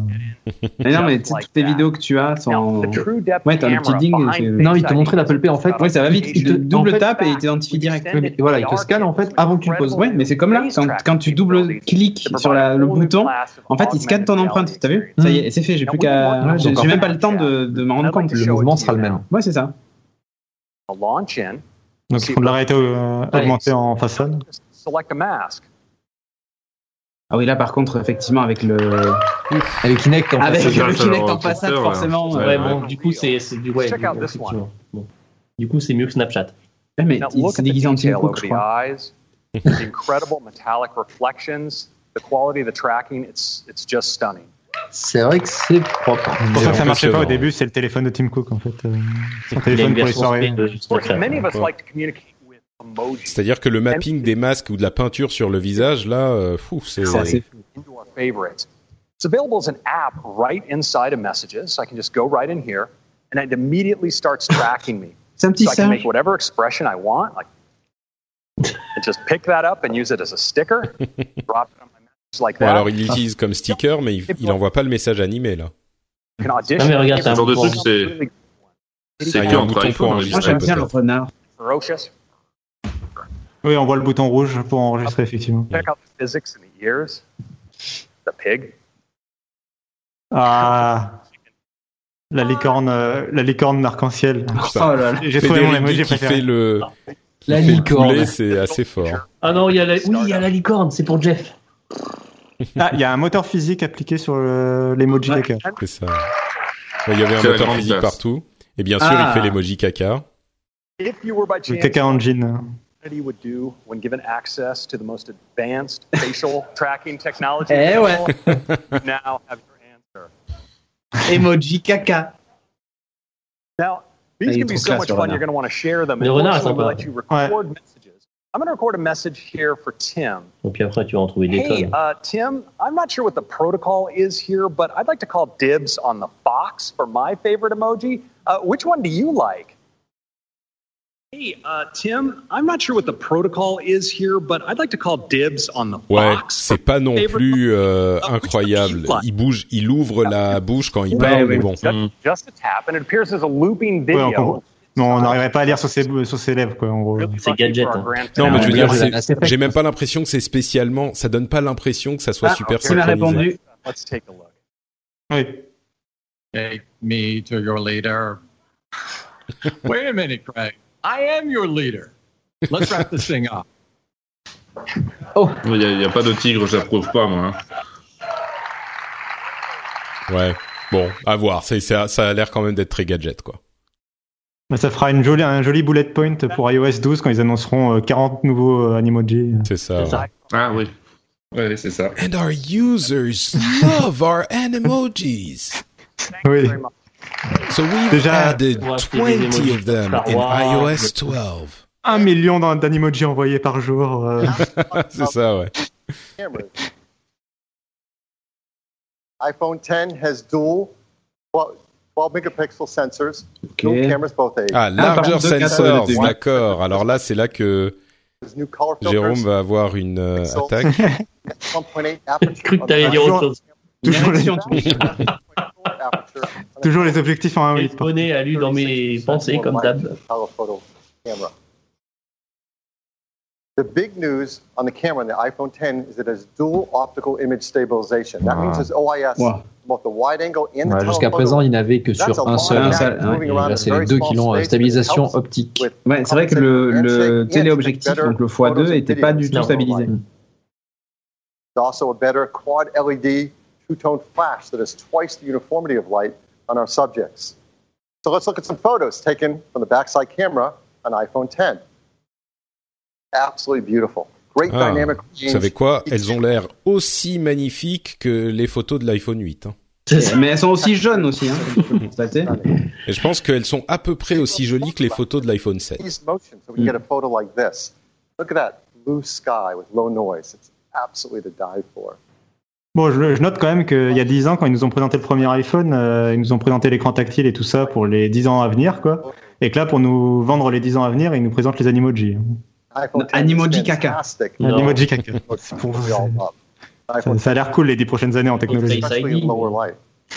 [SPEAKER 4] mais tu sais, toutes les vidéos que tu as sont. en- Ouais, t'as le petit ding. c'est-
[SPEAKER 6] Non, il te montrait l'Apple Pay en fait.
[SPEAKER 4] Ouais, ça va vite. Il te double tape et il t'identifie direct.
[SPEAKER 6] Oui, mais voilà, il te scanne en fait avant que tu le poses.
[SPEAKER 4] Ouais, mais c'est comme là, quand, quand tu double-cliques sur la- le bouton, en fait, il scanne ton empreinte, t'as vu Ça y est, c'est fait, j'ai plus qu'à...
[SPEAKER 6] Ouais,
[SPEAKER 4] j'ai
[SPEAKER 6] donc, en
[SPEAKER 4] j'ai même
[SPEAKER 6] fait,
[SPEAKER 4] pas le temps de, de m'en
[SPEAKER 13] Ah,
[SPEAKER 4] rendre compte.
[SPEAKER 6] Le mouvement sera le même.
[SPEAKER 4] Ouais, c'est ça.
[SPEAKER 13] I'll launch in,
[SPEAKER 3] Donc il faut de la réalité euh, augmentée en façade.
[SPEAKER 13] select a mask.
[SPEAKER 4] Ah oui, là, par contre, effectivement, avec le...
[SPEAKER 6] Avec Kinect
[SPEAKER 5] en
[SPEAKER 4] Avec
[SPEAKER 5] façade.
[SPEAKER 4] le Kinect en façade,
[SPEAKER 5] Ouais.
[SPEAKER 4] forcément.
[SPEAKER 5] hein. Ouais,
[SPEAKER 4] euh,
[SPEAKER 5] bon, du coup, c'est c'est du ouais,
[SPEAKER 4] Check
[SPEAKER 5] du-
[SPEAKER 4] out this one.
[SPEAKER 5] effectivement. Bon. Du coup, c'est mieux que Snapchat.
[SPEAKER 4] Ouais, mais
[SPEAKER 13] Now,
[SPEAKER 4] il
[SPEAKER 13] look
[SPEAKER 4] s'est
[SPEAKER 13] at the
[SPEAKER 4] déguisé en Tim
[SPEAKER 13] detail
[SPEAKER 4] Cook,
[SPEAKER 13] over
[SPEAKER 4] je
[SPEAKER 13] the
[SPEAKER 4] crois.
[SPEAKER 13] eyes, the incredible metallic reflections, the quality of the tracking, it's, it's just stunning.
[SPEAKER 6] C'est vrai que c'est propre.
[SPEAKER 3] C'est pour ça que ça marchait pas au début, c'est le téléphone de Tim Cook en fait. euh, Son
[SPEAKER 1] Il y a une
[SPEAKER 3] téléphone pour les
[SPEAKER 1] version
[SPEAKER 3] soirées.
[SPEAKER 1] spé- de
[SPEAKER 13] Of course, many of us
[SPEAKER 1] Ouais.
[SPEAKER 13] like to communicate with emojis
[SPEAKER 1] C'est-à-dire que le mapping des masques ou de la peinture sur le visage, là, euh, fou, c'est.
[SPEAKER 13] into our favorites. It's available as an app right inside of Messages. So I can just go right in here, and it immediately starts tracking me.
[SPEAKER 4] so
[SPEAKER 13] I can
[SPEAKER 4] singe.
[SPEAKER 13] make whatever expression I want, like, and just pick that up and use it as a sticker. drop it on my message like
[SPEAKER 1] Bon,
[SPEAKER 13] that.
[SPEAKER 1] alors, il l'utilise comme sticker, mais il, il envoie pas le message animé là.
[SPEAKER 13] You
[SPEAKER 3] Ah,
[SPEAKER 13] can
[SPEAKER 4] Ah,
[SPEAKER 13] audition. It's
[SPEAKER 1] un
[SPEAKER 13] really
[SPEAKER 1] c'est que entre iPhone,
[SPEAKER 4] Moi, j'aime bien le renard.
[SPEAKER 13] ferocious.
[SPEAKER 3] Oui, on voit le bouton rouge pour enregistrer effectivement.
[SPEAKER 13] Check out the physics in the ears. The pig.
[SPEAKER 3] Ah, la licorne, euh, la licorne arc-en-ciel.
[SPEAKER 1] Oh là là.
[SPEAKER 3] J'ai trouvé mon
[SPEAKER 1] Federici
[SPEAKER 3] emoji
[SPEAKER 1] qui fait
[SPEAKER 3] préféré.
[SPEAKER 1] le. qui
[SPEAKER 3] La
[SPEAKER 1] fait le
[SPEAKER 3] licorne.
[SPEAKER 1] poulet, C'est assez fort.
[SPEAKER 5] Ah non, il y a la, oui, il y a la licorne, c'est pour Jeff.
[SPEAKER 3] Ah, il y a un moteur physique appliqué sur le- l'emoji
[SPEAKER 5] Ouais.
[SPEAKER 3] d'accord.
[SPEAKER 1] C'est ça. Ouais, Il y avait un
[SPEAKER 7] C'est la
[SPEAKER 1] moteur
[SPEAKER 7] grande
[SPEAKER 1] physique
[SPEAKER 7] classe.
[SPEAKER 1] partout. Et bien sûr,
[SPEAKER 13] Ah.
[SPEAKER 1] il fait l'emoji caca.
[SPEAKER 13] If you were by
[SPEAKER 3] Le
[SPEAKER 13] chance,
[SPEAKER 3] caca en jean.
[SPEAKER 13] what you would do when given access to the most advanced facial tracking technology.
[SPEAKER 4] Eh ouais.
[SPEAKER 13] available, now have
[SPEAKER 4] Emoji caca.
[SPEAKER 13] Now,
[SPEAKER 4] Ah,
[SPEAKER 13] these
[SPEAKER 4] il est
[SPEAKER 13] can be
[SPEAKER 4] trop
[SPEAKER 13] so
[SPEAKER 4] classe,
[SPEAKER 13] much
[SPEAKER 4] le
[SPEAKER 13] fun.
[SPEAKER 4] renard.
[SPEAKER 13] You're going to want to share them.
[SPEAKER 5] Le
[SPEAKER 13] And
[SPEAKER 5] renard est
[SPEAKER 13] fortunately, we'll
[SPEAKER 5] sympa.
[SPEAKER 13] let you record messages. I'm going to record a message here for Tim.
[SPEAKER 5] Et puis après, tu vas en trouver des
[SPEAKER 13] Hey,
[SPEAKER 5] tonnes.
[SPEAKER 13] uh, Tim, I'm not sure what the protocol is here, but I'd like to call dibs on the fox for my favorite emoji. Uh, which one do you like? Hey, uh, Tim, I'm not sure what the protocol is here, but I'd like to call dibs on the
[SPEAKER 1] Ouais, c'est pas non plus euh, incroyable. Il bouge, il ouvre la bouche quand il parle, mais bon.
[SPEAKER 13] Just, just a tap, and it appears as a looping
[SPEAKER 3] Ouais, on
[SPEAKER 13] video.
[SPEAKER 3] comprend- non, on n'arriverait pas à lire sur ses, sur ses lèvres, quoi, en gros. Ah,
[SPEAKER 5] C'est gadget. hein.
[SPEAKER 1] Non, mais je veux dire, c'est-
[SPEAKER 5] c'est-
[SPEAKER 1] j'ai même pas l'impression que c'est spécialement. Ça donne pas l'impression que ça soit
[SPEAKER 13] Ah,
[SPEAKER 1] super
[SPEAKER 13] ok. Il m'a
[SPEAKER 1] synchronisé.
[SPEAKER 13] répondu. Let's take a look.
[SPEAKER 3] Oui.
[SPEAKER 11] Take me to your leader. Wait a minute, Craig. I am your leader. Let's wrap this thing up.
[SPEAKER 4] Oh.
[SPEAKER 7] Il n'y a, il y a pas de tigre, j'approuve pas moi. hein.
[SPEAKER 1] Ouais. Bon, à voir. C'est- Ça, ça a l'air quand même d'être très gadget, quoi.
[SPEAKER 3] Mais ça fera une jolie, un joli bullet point pour iOS 12 quand ils annonceront euh, 40 nouveaux euh, animojis.
[SPEAKER 1] C'est ça.
[SPEAKER 7] Ah oui. Oui, c'est ça.
[SPEAKER 1] And our users love our animojis.
[SPEAKER 3] Oui.
[SPEAKER 1] So we've
[SPEAKER 3] Déjà-
[SPEAKER 1] added
[SPEAKER 3] Ouais, c'est des
[SPEAKER 1] 20
[SPEAKER 3] emojis
[SPEAKER 1] of them
[SPEAKER 3] Star
[SPEAKER 1] in
[SPEAKER 3] Wars.
[SPEAKER 1] iOS 12.
[SPEAKER 3] Un million d'an- d'animojis envoyés par jour. euh.
[SPEAKER 1] C'est ça, ouais.
[SPEAKER 14] cameras. iPhone 10 has dual 12, 12 megapixel sensors, dual cameras both aids.
[SPEAKER 1] Ah, larger sensors, d'accord. Alors là, c'est là que Jérôme va avoir une euh, attaque.
[SPEAKER 14] 1.8 aperture.
[SPEAKER 5] Je cru que t'allais dire autre chose.
[SPEAKER 3] Toujours les... Toujours les objectifs en 1.8.
[SPEAKER 5] Poney à lui dans mes pensées comme d'hab.
[SPEAKER 14] The big news on the camera on the iPhone 10 is it has dual optical image stabilization. That means it's OIS.
[SPEAKER 6] Wow.
[SPEAKER 14] Both the wide angle and the
[SPEAKER 6] Ouais,
[SPEAKER 14] telephoto.
[SPEAKER 6] Jusqu'à présent, il n'avait que
[SPEAKER 14] That's
[SPEAKER 6] sur
[SPEAKER 14] a
[SPEAKER 6] un
[SPEAKER 14] long
[SPEAKER 6] seul.
[SPEAKER 14] attack
[SPEAKER 6] hein,
[SPEAKER 14] moving
[SPEAKER 6] et
[SPEAKER 14] around in
[SPEAKER 6] là,
[SPEAKER 14] a
[SPEAKER 6] c'est
[SPEAKER 14] very
[SPEAKER 6] les deux
[SPEAKER 14] small
[SPEAKER 6] qui l'ont euh,
[SPEAKER 14] space.
[SPEAKER 6] stabilisation optique.
[SPEAKER 13] Ouais, c'est vrai que le, le téléobjectif, donc le x2, était pas du tout stabilisé.
[SPEAKER 14] There's also a better quad LED two-tone flash that has twice the uniformity of light on our subjects. So let's look at some photos taken from the backside camera on iPhone 10. Absolutely beautiful. Great
[SPEAKER 1] Ah,
[SPEAKER 14] dynamic
[SPEAKER 1] vous
[SPEAKER 14] range.
[SPEAKER 1] savez quoi Elles ont l'air aussi magnifiques que les photos de l'iPhone 8. hein.
[SPEAKER 13] Mais elles sont aussi jeunes aussi, hein, comme tu peux le constater.
[SPEAKER 1] Et je pense qu'elles sont à peu près aussi jolies que les photos de l'iPhone 7.
[SPEAKER 14] Ease motion, so we can get a photo like this. Look at that blue sky with low noise. It's absolutely to die for.
[SPEAKER 3] Bon, je, je note quand même qu'il y a 10 ans, quand ils nous ont présenté le premier iPhone, euh, ils nous ont présenté l'écran tactile et tout ça pour les 10 ans à venir, quoi. Et que là, pour nous vendre les 10 ans à venir, ils nous présentent les Animoji.
[SPEAKER 14] iPhone 10
[SPEAKER 13] Animoji
[SPEAKER 14] is
[SPEAKER 13] caca.
[SPEAKER 14] fantastic.
[SPEAKER 3] Animoji caca.
[SPEAKER 14] We all love.
[SPEAKER 3] hein, Ça, ça a l'air cool les 10 prochaines années en technologie.
[SPEAKER 14] Especially in lower light.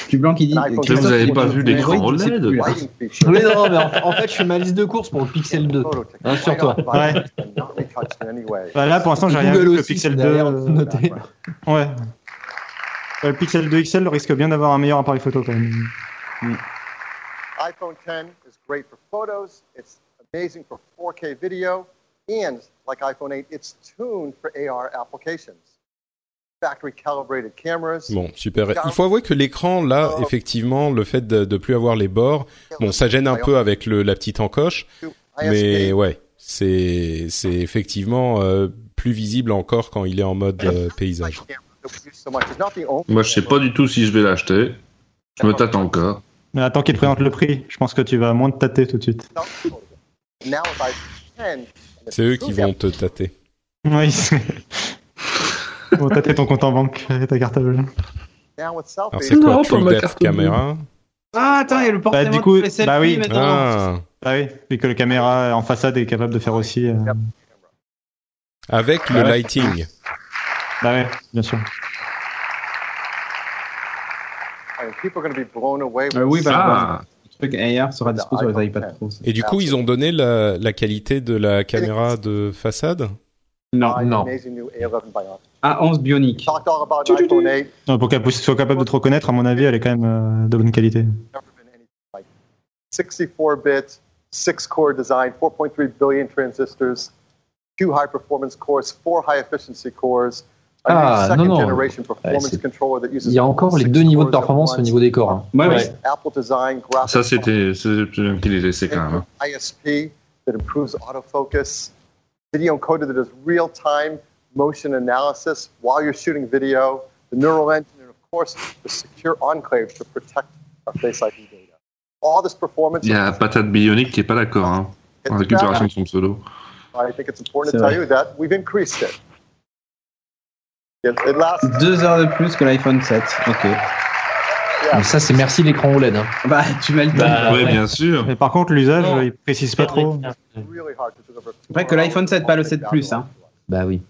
[SPEAKER 13] Tu blanc qui dit.
[SPEAKER 3] Christophe, vous avez pas vu l'écran
[SPEAKER 13] Android,
[SPEAKER 6] E
[SPEAKER 13] je sais
[SPEAKER 3] OLED
[SPEAKER 13] plus, hein.
[SPEAKER 14] Lighting feature.
[SPEAKER 6] Oui, non, mais en, en fait, je suis ma liste de courses pour le Pixel hein, 2. Rassure-toi.
[SPEAKER 3] Ouais.
[SPEAKER 14] Not retouched in any way.
[SPEAKER 3] Bah là, pour l'instant, j'ai rien
[SPEAKER 6] Google
[SPEAKER 3] vu que le
[SPEAKER 6] aussi,
[SPEAKER 3] Pixel 2.
[SPEAKER 6] derrière,
[SPEAKER 3] euh,
[SPEAKER 6] noté.
[SPEAKER 3] Ouais. Euh, Le Pixel 2 XL risque bien d'avoir un meilleur appareil photo quand même.
[SPEAKER 14] iPhone 10 is great for photos. It's amazing for 4K video, and like iPhone 8, it's tuned for AR applications. Factory calibrated cameras.
[SPEAKER 1] Bon, super. Il faut avouer que l'écran, là, effectivement, le fait de, de plus avoir les bords, bon, ça gêne un peu avec le, la petite encoche, mais ouais, c'est c'est effectivement euh, plus visible encore quand il est en mode euh, paysage.
[SPEAKER 14] So much. It's not the only.
[SPEAKER 7] Moi, je sais pas du tout si je vais l'acheter. Je me tâte encore.
[SPEAKER 3] Mais attends qu'il te présente le prix, je pense que tu vas moins te tâter tout de suite.
[SPEAKER 14] Now with iPhone 10,
[SPEAKER 1] C'est eux qui vont te tâter.
[SPEAKER 3] Oui. bon, tâter ton compte en banque et ta carte bleue.
[SPEAKER 14] now with
[SPEAKER 1] Alors
[SPEAKER 14] selfies.
[SPEAKER 1] c'est quoi True Depth Camera
[SPEAKER 13] Ah, attends, il y a le
[SPEAKER 3] Bah,
[SPEAKER 13] portrait
[SPEAKER 3] du coup,
[SPEAKER 13] de selfie
[SPEAKER 3] bah oui.
[SPEAKER 13] maintenant.
[SPEAKER 1] Ah.
[SPEAKER 3] Bah oui, vu que le caméra en façade est capable de faire aussi. euh,
[SPEAKER 1] avec le
[SPEAKER 3] Ah ouais.
[SPEAKER 1] lighting.
[SPEAKER 3] Bah ouais, bien sûr.
[SPEAKER 14] I mean, people are going to be blown away.
[SPEAKER 13] Euh, oui, bah,
[SPEAKER 1] Ah.
[SPEAKER 13] bah, le truc AR sera dispo sur les iPad Pro.
[SPEAKER 1] Et du coup, ils ont donné la, la qualité de la caméra de façade
[SPEAKER 14] Ah,
[SPEAKER 13] Non, non.
[SPEAKER 14] Amazing new A11 bionic.
[SPEAKER 13] Ah, 11 bionique.
[SPEAKER 14] Talked all about an iPhone 8.
[SPEAKER 3] Non, pour qu'elle puisse- soit capable de te reconnaître, à mon avis, elle est quand même euh, de bonne qualité.
[SPEAKER 14] 64 bit, six core design, 4.3 billion transistors, two high performance cores, four high efficiency cores, a
[SPEAKER 6] Ah,
[SPEAKER 14] new second
[SPEAKER 6] non, non.
[SPEAKER 14] generation
[SPEAKER 6] Ouais,
[SPEAKER 14] performance
[SPEAKER 6] c'est-
[SPEAKER 14] controller that uses
[SPEAKER 6] Il y a
[SPEAKER 4] Oh,
[SPEAKER 6] encore les deux niveaux de performance au niveau des corps. hein.
[SPEAKER 14] Apple design graphics
[SPEAKER 7] Ça, c'était. C'est un petit laissé quand même. hein.
[SPEAKER 14] ISP that improves autofocus, video encoder that does real time motion analysis while you're shooting video, the neural engine, and of course, the secure enclave to protect our Face ID data. All this performance
[SPEAKER 7] Il y a Patate Bionic qui est pas d'accord, hein, en récupération de son pseudo.
[SPEAKER 14] I think it's important to
[SPEAKER 7] C'est
[SPEAKER 14] tell
[SPEAKER 7] vrai.
[SPEAKER 14] you that we've increased it. It, it lasts.
[SPEAKER 13] Deux heures de plus que l'iPhone 7. Ok.
[SPEAKER 6] Mais ça, c'est merci l'écran OLED. hein.
[SPEAKER 13] Bah, tu m'as le temps.
[SPEAKER 7] ouais, bien sûr.
[SPEAKER 3] Mais par contre, l'usage, euh, il précise pas trop.
[SPEAKER 13] C'est vrai que l'iPhone 7, pas le 7 Plus. Hein.
[SPEAKER 6] Bah oui.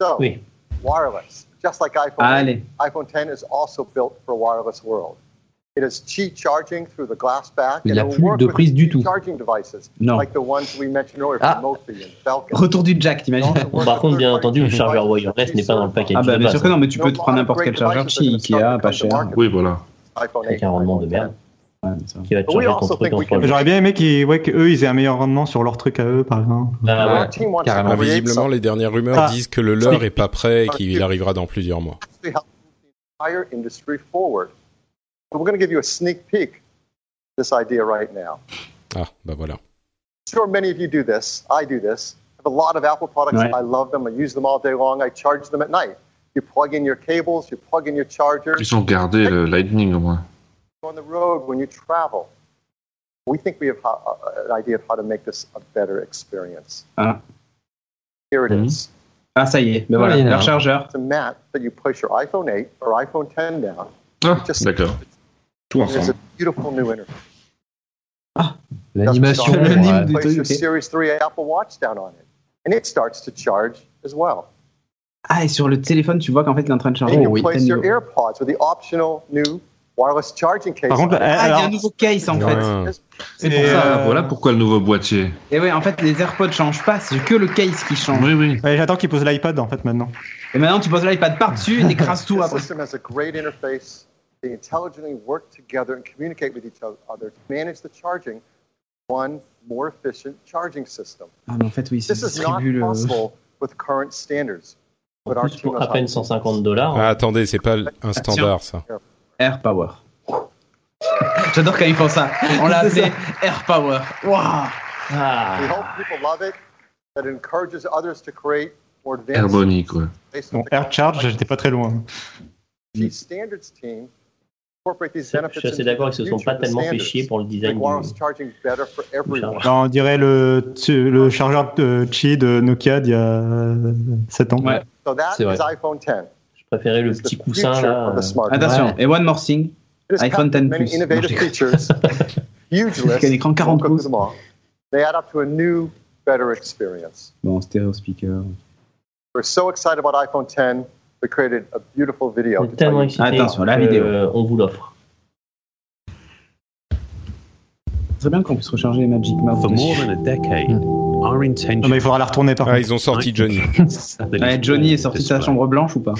[SPEAKER 14] So,
[SPEAKER 6] Oui.
[SPEAKER 14] wireless, just like iPhone,
[SPEAKER 13] Ah, Allez.
[SPEAKER 14] iPhone 10 is also built for a wireless world. It has Qi charging through the glass back,
[SPEAKER 13] Il
[SPEAKER 14] and
[SPEAKER 13] y a
[SPEAKER 14] it will
[SPEAKER 13] plus
[SPEAKER 14] work
[SPEAKER 13] de
[SPEAKER 14] with
[SPEAKER 13] prise du tout.
[SPEAKER 14] Qi charging devices,
[SPEAKER 13] Non.
[SPEAKER 14] like the ones we mentioned earlier
[SPEAKER 13] Ah.
[SPEAKER 14] from Mophie and Falcon.
[SPEAKER 13] Retour du jack, t'imagines
[SPEAKER 5] Bon, par contre, bien entendu, le chargeur wireless n'est pas dans le package.
[SPEAKER 13] Ah bah
[SPEAKER 5] de
[SPEAKER 13] bien
[SPEAKER 5] base.
[SPEAKER 13] sûr que non, mais tu peux te prendre n'importe quel chargeur chez Ikea, pas cher.
[SPEAKER 7] Oui, voilà.
[SPEAKER 14] iPhone 8.
[SPEAKER 5] Avec un rendement de merde. Qui va te
[SPEAKER 14] But we
[SPEAKER 5] charger ton
[SPEAKER 14] also
[SPEAKER 5] truc
[SPEAKER 14] think
[SPEAKER 5] en
[SPEAKER 14] we
[SPEAKER 5] 3
[SPEAKER 14] can.
[SPEAKER 3] J'aurais bien aimé qu'eux, ouais, qu'eux, ils aient un meilleur rendement sur leur truc à eux, par exemple.
[SPEAKER 13] Bah,
[SPEAKER 1] Bah,
[SPEAKER 14] Our team wants to
[SPEAKER 1] Carrément.
[SPEAKER 14] create
[SPEAKER 1] Visiblement, les dernières rumeurs
[SPEAKER 3] Ah.
[SPEAKER 1] disent que le leur est pas prêt et qu'il arrivera dans plusieurs mois.
[SPEAKER 14] actually help move the entire industry forward. But we're going to give you a sneak peek at this idea right now.
[SPEAKER 1] Ah, bah voilà.
[SPEAKER 14] Sure, many of you do this. I do this. I have a lot of Apple products.
[SPEAKER 1] Right.
[SPEAKER 14] I love them. I use them all day long. I charge them at night. You plug in your cables. You plug in your charger.
[SPEAKER 7] Ils ont gardé le Lightning au moins.
[SPEAKER 14] on the road when you travel. We think we have ho- uh, an idea of how to make this a better experience.
[SPEAKER 13] Ah.
[SPEAKER 14] Here it is.
[SPEAKER 13] Ah, ça y est, ben voilà,
[SPEAKER 14] Ah, il y en a
[SPEAKER 13] leur
[SPEAKER 14] un.
[SPEAKER 13] chargeur.
[SPEAKER 14] It's a mat that you place your iPhone 8 or iPhone 10 down.
[SPEAKER 7] Ah, d'accord. Tout
[SPEAKER 14] There's
[SPEAKER 7] ensemble.
[SPEAKER 14] a beautiful new interface.
[SPEAKER 6] L'animation.
[SPEAKER 14] Just
[SPEAKER 6] ouais.
[SPEAKER 14] place your Series 3 Apple Watch down on it, and it starts to charge as well.
[SPEAKER 13] Ah, et sur le téléphone, tu vois qu'en fait, il est en train de charger.
[SPEAKER 14] And you can place your AirPods with the optional new wireless charging case.
[SPEAKER 13] Par contre, ah, il y a un nouveau case en
[SPEAKER 7] Ouais.
[SPEAKER 14] Ah.
[SPEAKER 3] Ah.
[SPEAKER 13] fait. C'est pour
[SPEAKER 7] Et,
[SPEAKER 13] ça.
[SPEAKER 7] euh, Voilà pourquoi le nouveau boîtier.
[SPEAKER 13] Et ouais, en fait, les AirPods changent pas, c'est que le case qui change.
[SPEAKER 7] Oui, oui.
[SPEAKER 3] Ouais, J'attends qu'il pose l'iPad en fait maintenant.
[SPEAKER 13] Et maintenant, tu poses l'iPad par-dessus et t'écrases tout
[SPEAKER 14] This
[SPEAKER 13] après.
[SPEAKER 14] system has a great interface. They intelligently work together and communicate with each other to manage the charging. One more efficient charging system.
[SPEAKER 13] Ah, mais en fait, oui, c'est
[SPEAKER 14] This is not
[SPEAKER 13] distribue le.
[SPEAKER 14] possible with current standards. But our team
[SPEAKER 5] à peine 150 dollars.
[SPEAKER 1] Ah, attendez, c'est pas un standard ça.
[SPEAKER 13] Air Power. J'adore quand ils font ça. On l'a
[SPEAKER 14] C'est
[SPEAKER 13] appelé Air Power. Waouh!
[SPEAKER 14] We hope people love it. That encourages others to create more advanced
[SPEAKER 7] Airbonnie, quoi.
[SPEAKER 14] based on
[SPEAKER 3] Bon, Air Charge, j'étais pas très loin.
[SPEAKER 14] the standards team incorporate these
[SPEAKER 5] Je
[SPEAKER 14] benefits
[SPEAKER 5] suis assez
[SPEAKER 14] into
[SPEAKER 5] d'accord
[SPEAKER 14] the
[SPEAKER 5] qu'ils se sont
[SPEAKER 14] future
[SPEAKER 5] pas
[SPEAKER 14] of the
[SPEAKER 5] tellement fait
[SPEAKER 14] standards.
[SPEAKER 5] chier pour le design
[SPEAKER 14] Like wireless
[SPEAKER 5] du...
[SPEAKER 14] charging better for everyone.
[SPEAKER 3] Là, Bah, on dirait le, le chargeur de Chi de Nokia d'il y a 7 ans.
[SPEAKER 14] So that
[SPEAKER 3] C'est vrai.
[SPEAKER 14] is iPhone 10.
[SPEAKER 5] Je préférais le petit coussin là.
[SPEAKER 13] Attention, et one more thing.
[SPEAKER 14] It has
[SPEAKER 13] iPhone
[SPEAKER 14] patented
[SPEAKER 13] 10
[SPEAKER 14] many
[SPEAKER 13] Plus. Non, je
[SPEAKER 14] innovative
[SPEAKER 13] déconne.
[SPEAKER 14] features. Huge
[SPEAKER 13] Avec
[SPEAKER 14] list.
[SPEAKER 13] un écran
[SPEAKER 14] Won't
[SPEAKER 13] 40
[SPEAKER 14] go through
[SPEAKER 13] pouces.
[SPEAKER 14] them all. They add up to a new, better experience.
[SPEAKER 13] Bon, stéréo speaker.
[SPEAKER 14] We're so excited about iPhone 10. We created a beautiful video. to tell
[SPEAKER 5] Tellement
[SPEAKER 14] you.
[SPEAKER 5] excité que, euh, on vous l'offre.
[SPEAKER 13] C'est bien qu'on puisse recharger les Magic Mouse.
[SPEAKER 16] For more than a decade, our intention.
[SPEAKER 3] Hmm. mais il faudra la retourner par
[SPEAKER 1] Ah, ils ont sorti Johnny.
[SPEAKER 13] Ouais, Johnny est sorti de sa chambre blanche ou pas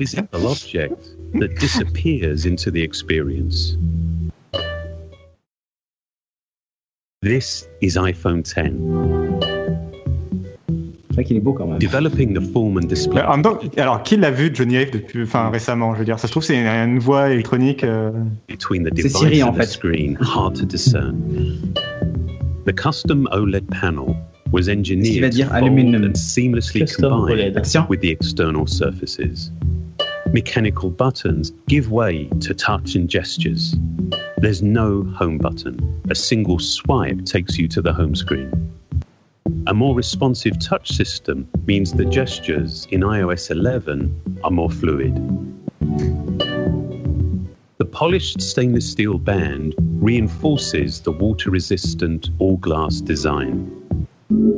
[SPEAKER 16] Is an object that disappears into the experience. This is iPhone 10,
[SPEAKER 13] C'est vrai qu'il est beau quand même.
[SPEAKER 16] developing the form and display.
[SPEAKER 3] Euh, en même temps, alors qui l'a vu Johnny Ive depuis, enfin récemment, je veux dire. Ça se trouve c'est une voix électronique. euh,
[SPEAKER 16] between the
[SPEAKER 3] C'est
[SPEAKER 16] device
[SPEAKER 3] Siri, en
[SPEAKER 16] and the
[SPEAKER 3] fait.
[SPEAKER 16] screen, hard to discern. The custom OLED panel was engineered to
[SPEAKER 13] dire
[SPEAKER 16] fold
[SPEAKER 13] aluminum.
[SPEAKER 16] and seamlessly
[SPEAKER 13] Custom
[SPEAKER 16] combine
[SPEAKER 13] OLED.
[SPEAKER 16] with the external surfaces. Mechanical buttons give way to touch and gestures. There's no home button. A single swipe takes you to the home screen. A more responsive touch system means the gestures in iOS 11 are more fluid. The polished stainless steel band reinforces the water resistant all glass design.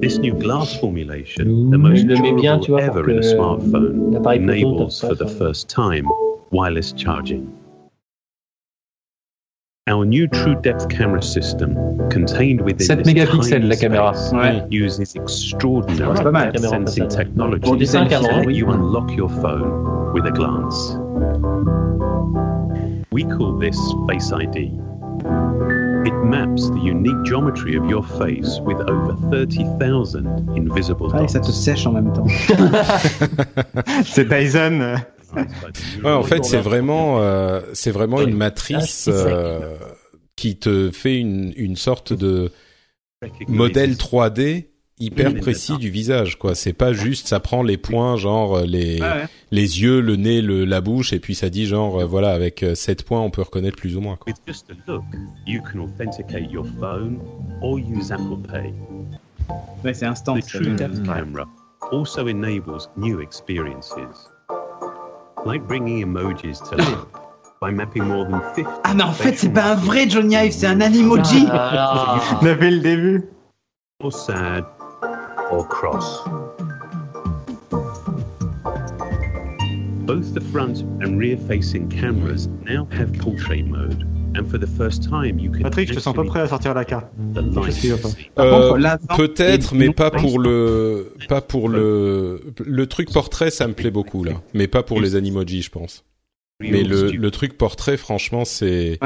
[SPEAKER 16] This new glass formulation, the most
[SPEAKER 5] Il le met bien, tu
[SPEAKER 16] durable
[SPEAKER 5] vois, pour
[SPEAKER 16] ever
[SPEAKER 5] que
[SPEAKER 16] in a smartphone,
[SPEAKER 5] l'appareil photo
[SPEAKER 16] enables
[SPEAKER 5] tape
[SPEAKER 16] for
[SPEAKER 5] pas
[SPEAKER 16] the
[SPEAKER 5] sur-
[SPEAKER 16] first time wireless charging. Our new true depth camera system, contained within
[SPEAKER 6] 7
[SPEAKER 16] this
[SPEAKER 6] mégapixels,
[SPEAKER 16] tiny
[SPEAKER 6] la caméra.
[SPEAKER 16] space,
[SPEAKER 6] Ouais.
[SPEAKER 16] uses extraordinary
[SPEAKER 6] C'est pas mal.
[SPEAKER 16] depth sensing technology
[SPEAKER 6] Pour du
[SPEAKER 16] to
[SPEAKER 6] 5 avant,
[SPEAKER 16] let
[SPEAKER 6] oui.
[SPEAKER 16] you unlock your phone with a glance. We call this Face ID. It maps the unique geometry of your face with over 30,000 invisible
[SPEAKER 13] Ah, et ça te sèche en même temps.
[SPEAKER 3] c'est Dyson. euh.
[SPEAKER 1] Ouais, en fait, c'est vraiment, euh, c'est vraiment une matrice
[SPEAKER 5] Ah,
[SPEAKER 1] euh, qui te fait une, une sorte de modèle 3D hyper précis du visage. Quoi, c'est pas juste, ça prend les points, genre euh, les
[SPEAKER 13] Ouais, ouais.
[SPEAKER 1] les yeux, le nez, le, la bouche, et puis ça dit genre euh, voilà avec euh, sept points, on peut reconnaître plus ou moins. Quoi.
[SPEAKER 16] With just a look, you can authenticate your phone or use Apple Pay.
[SPEAKER 13] Ouais, c'est instant.
[SPEAKER 16] The
[SPEAKER 13] ça. euh,
[SPEAKER 16] True Depth camera also enables new experiences, like bringing emojis to life by mapping more than 50.
[SPEAKER 13] Ah, mais en fait, c'est pas un vrai Johnny Ive, c'est un animoji
[SPEAKER 5] Ah
[SPEAKER 4] Ah
[SPEAKER 3] Depuis le début.
[SPEAKER 16] or sad or cross. Both the front and rear facing cameras now have portrait mode, and for the first time, you can
[SPEAKER 3] Patrick, je te sens pas prêt à sortir la carte.
[SPEAKER 16] the
[SPEAKER 3] Je suis, enfin.
[SPEAKER 16] light.
[SPEAKER 1] Euh, Peut-être, mais pas pour le, pas pour le, le truc portrait, ça me plaît beaucoup là, mais pas pour les animojis, je pense. Mais le, le truc portrait, franchement, c'est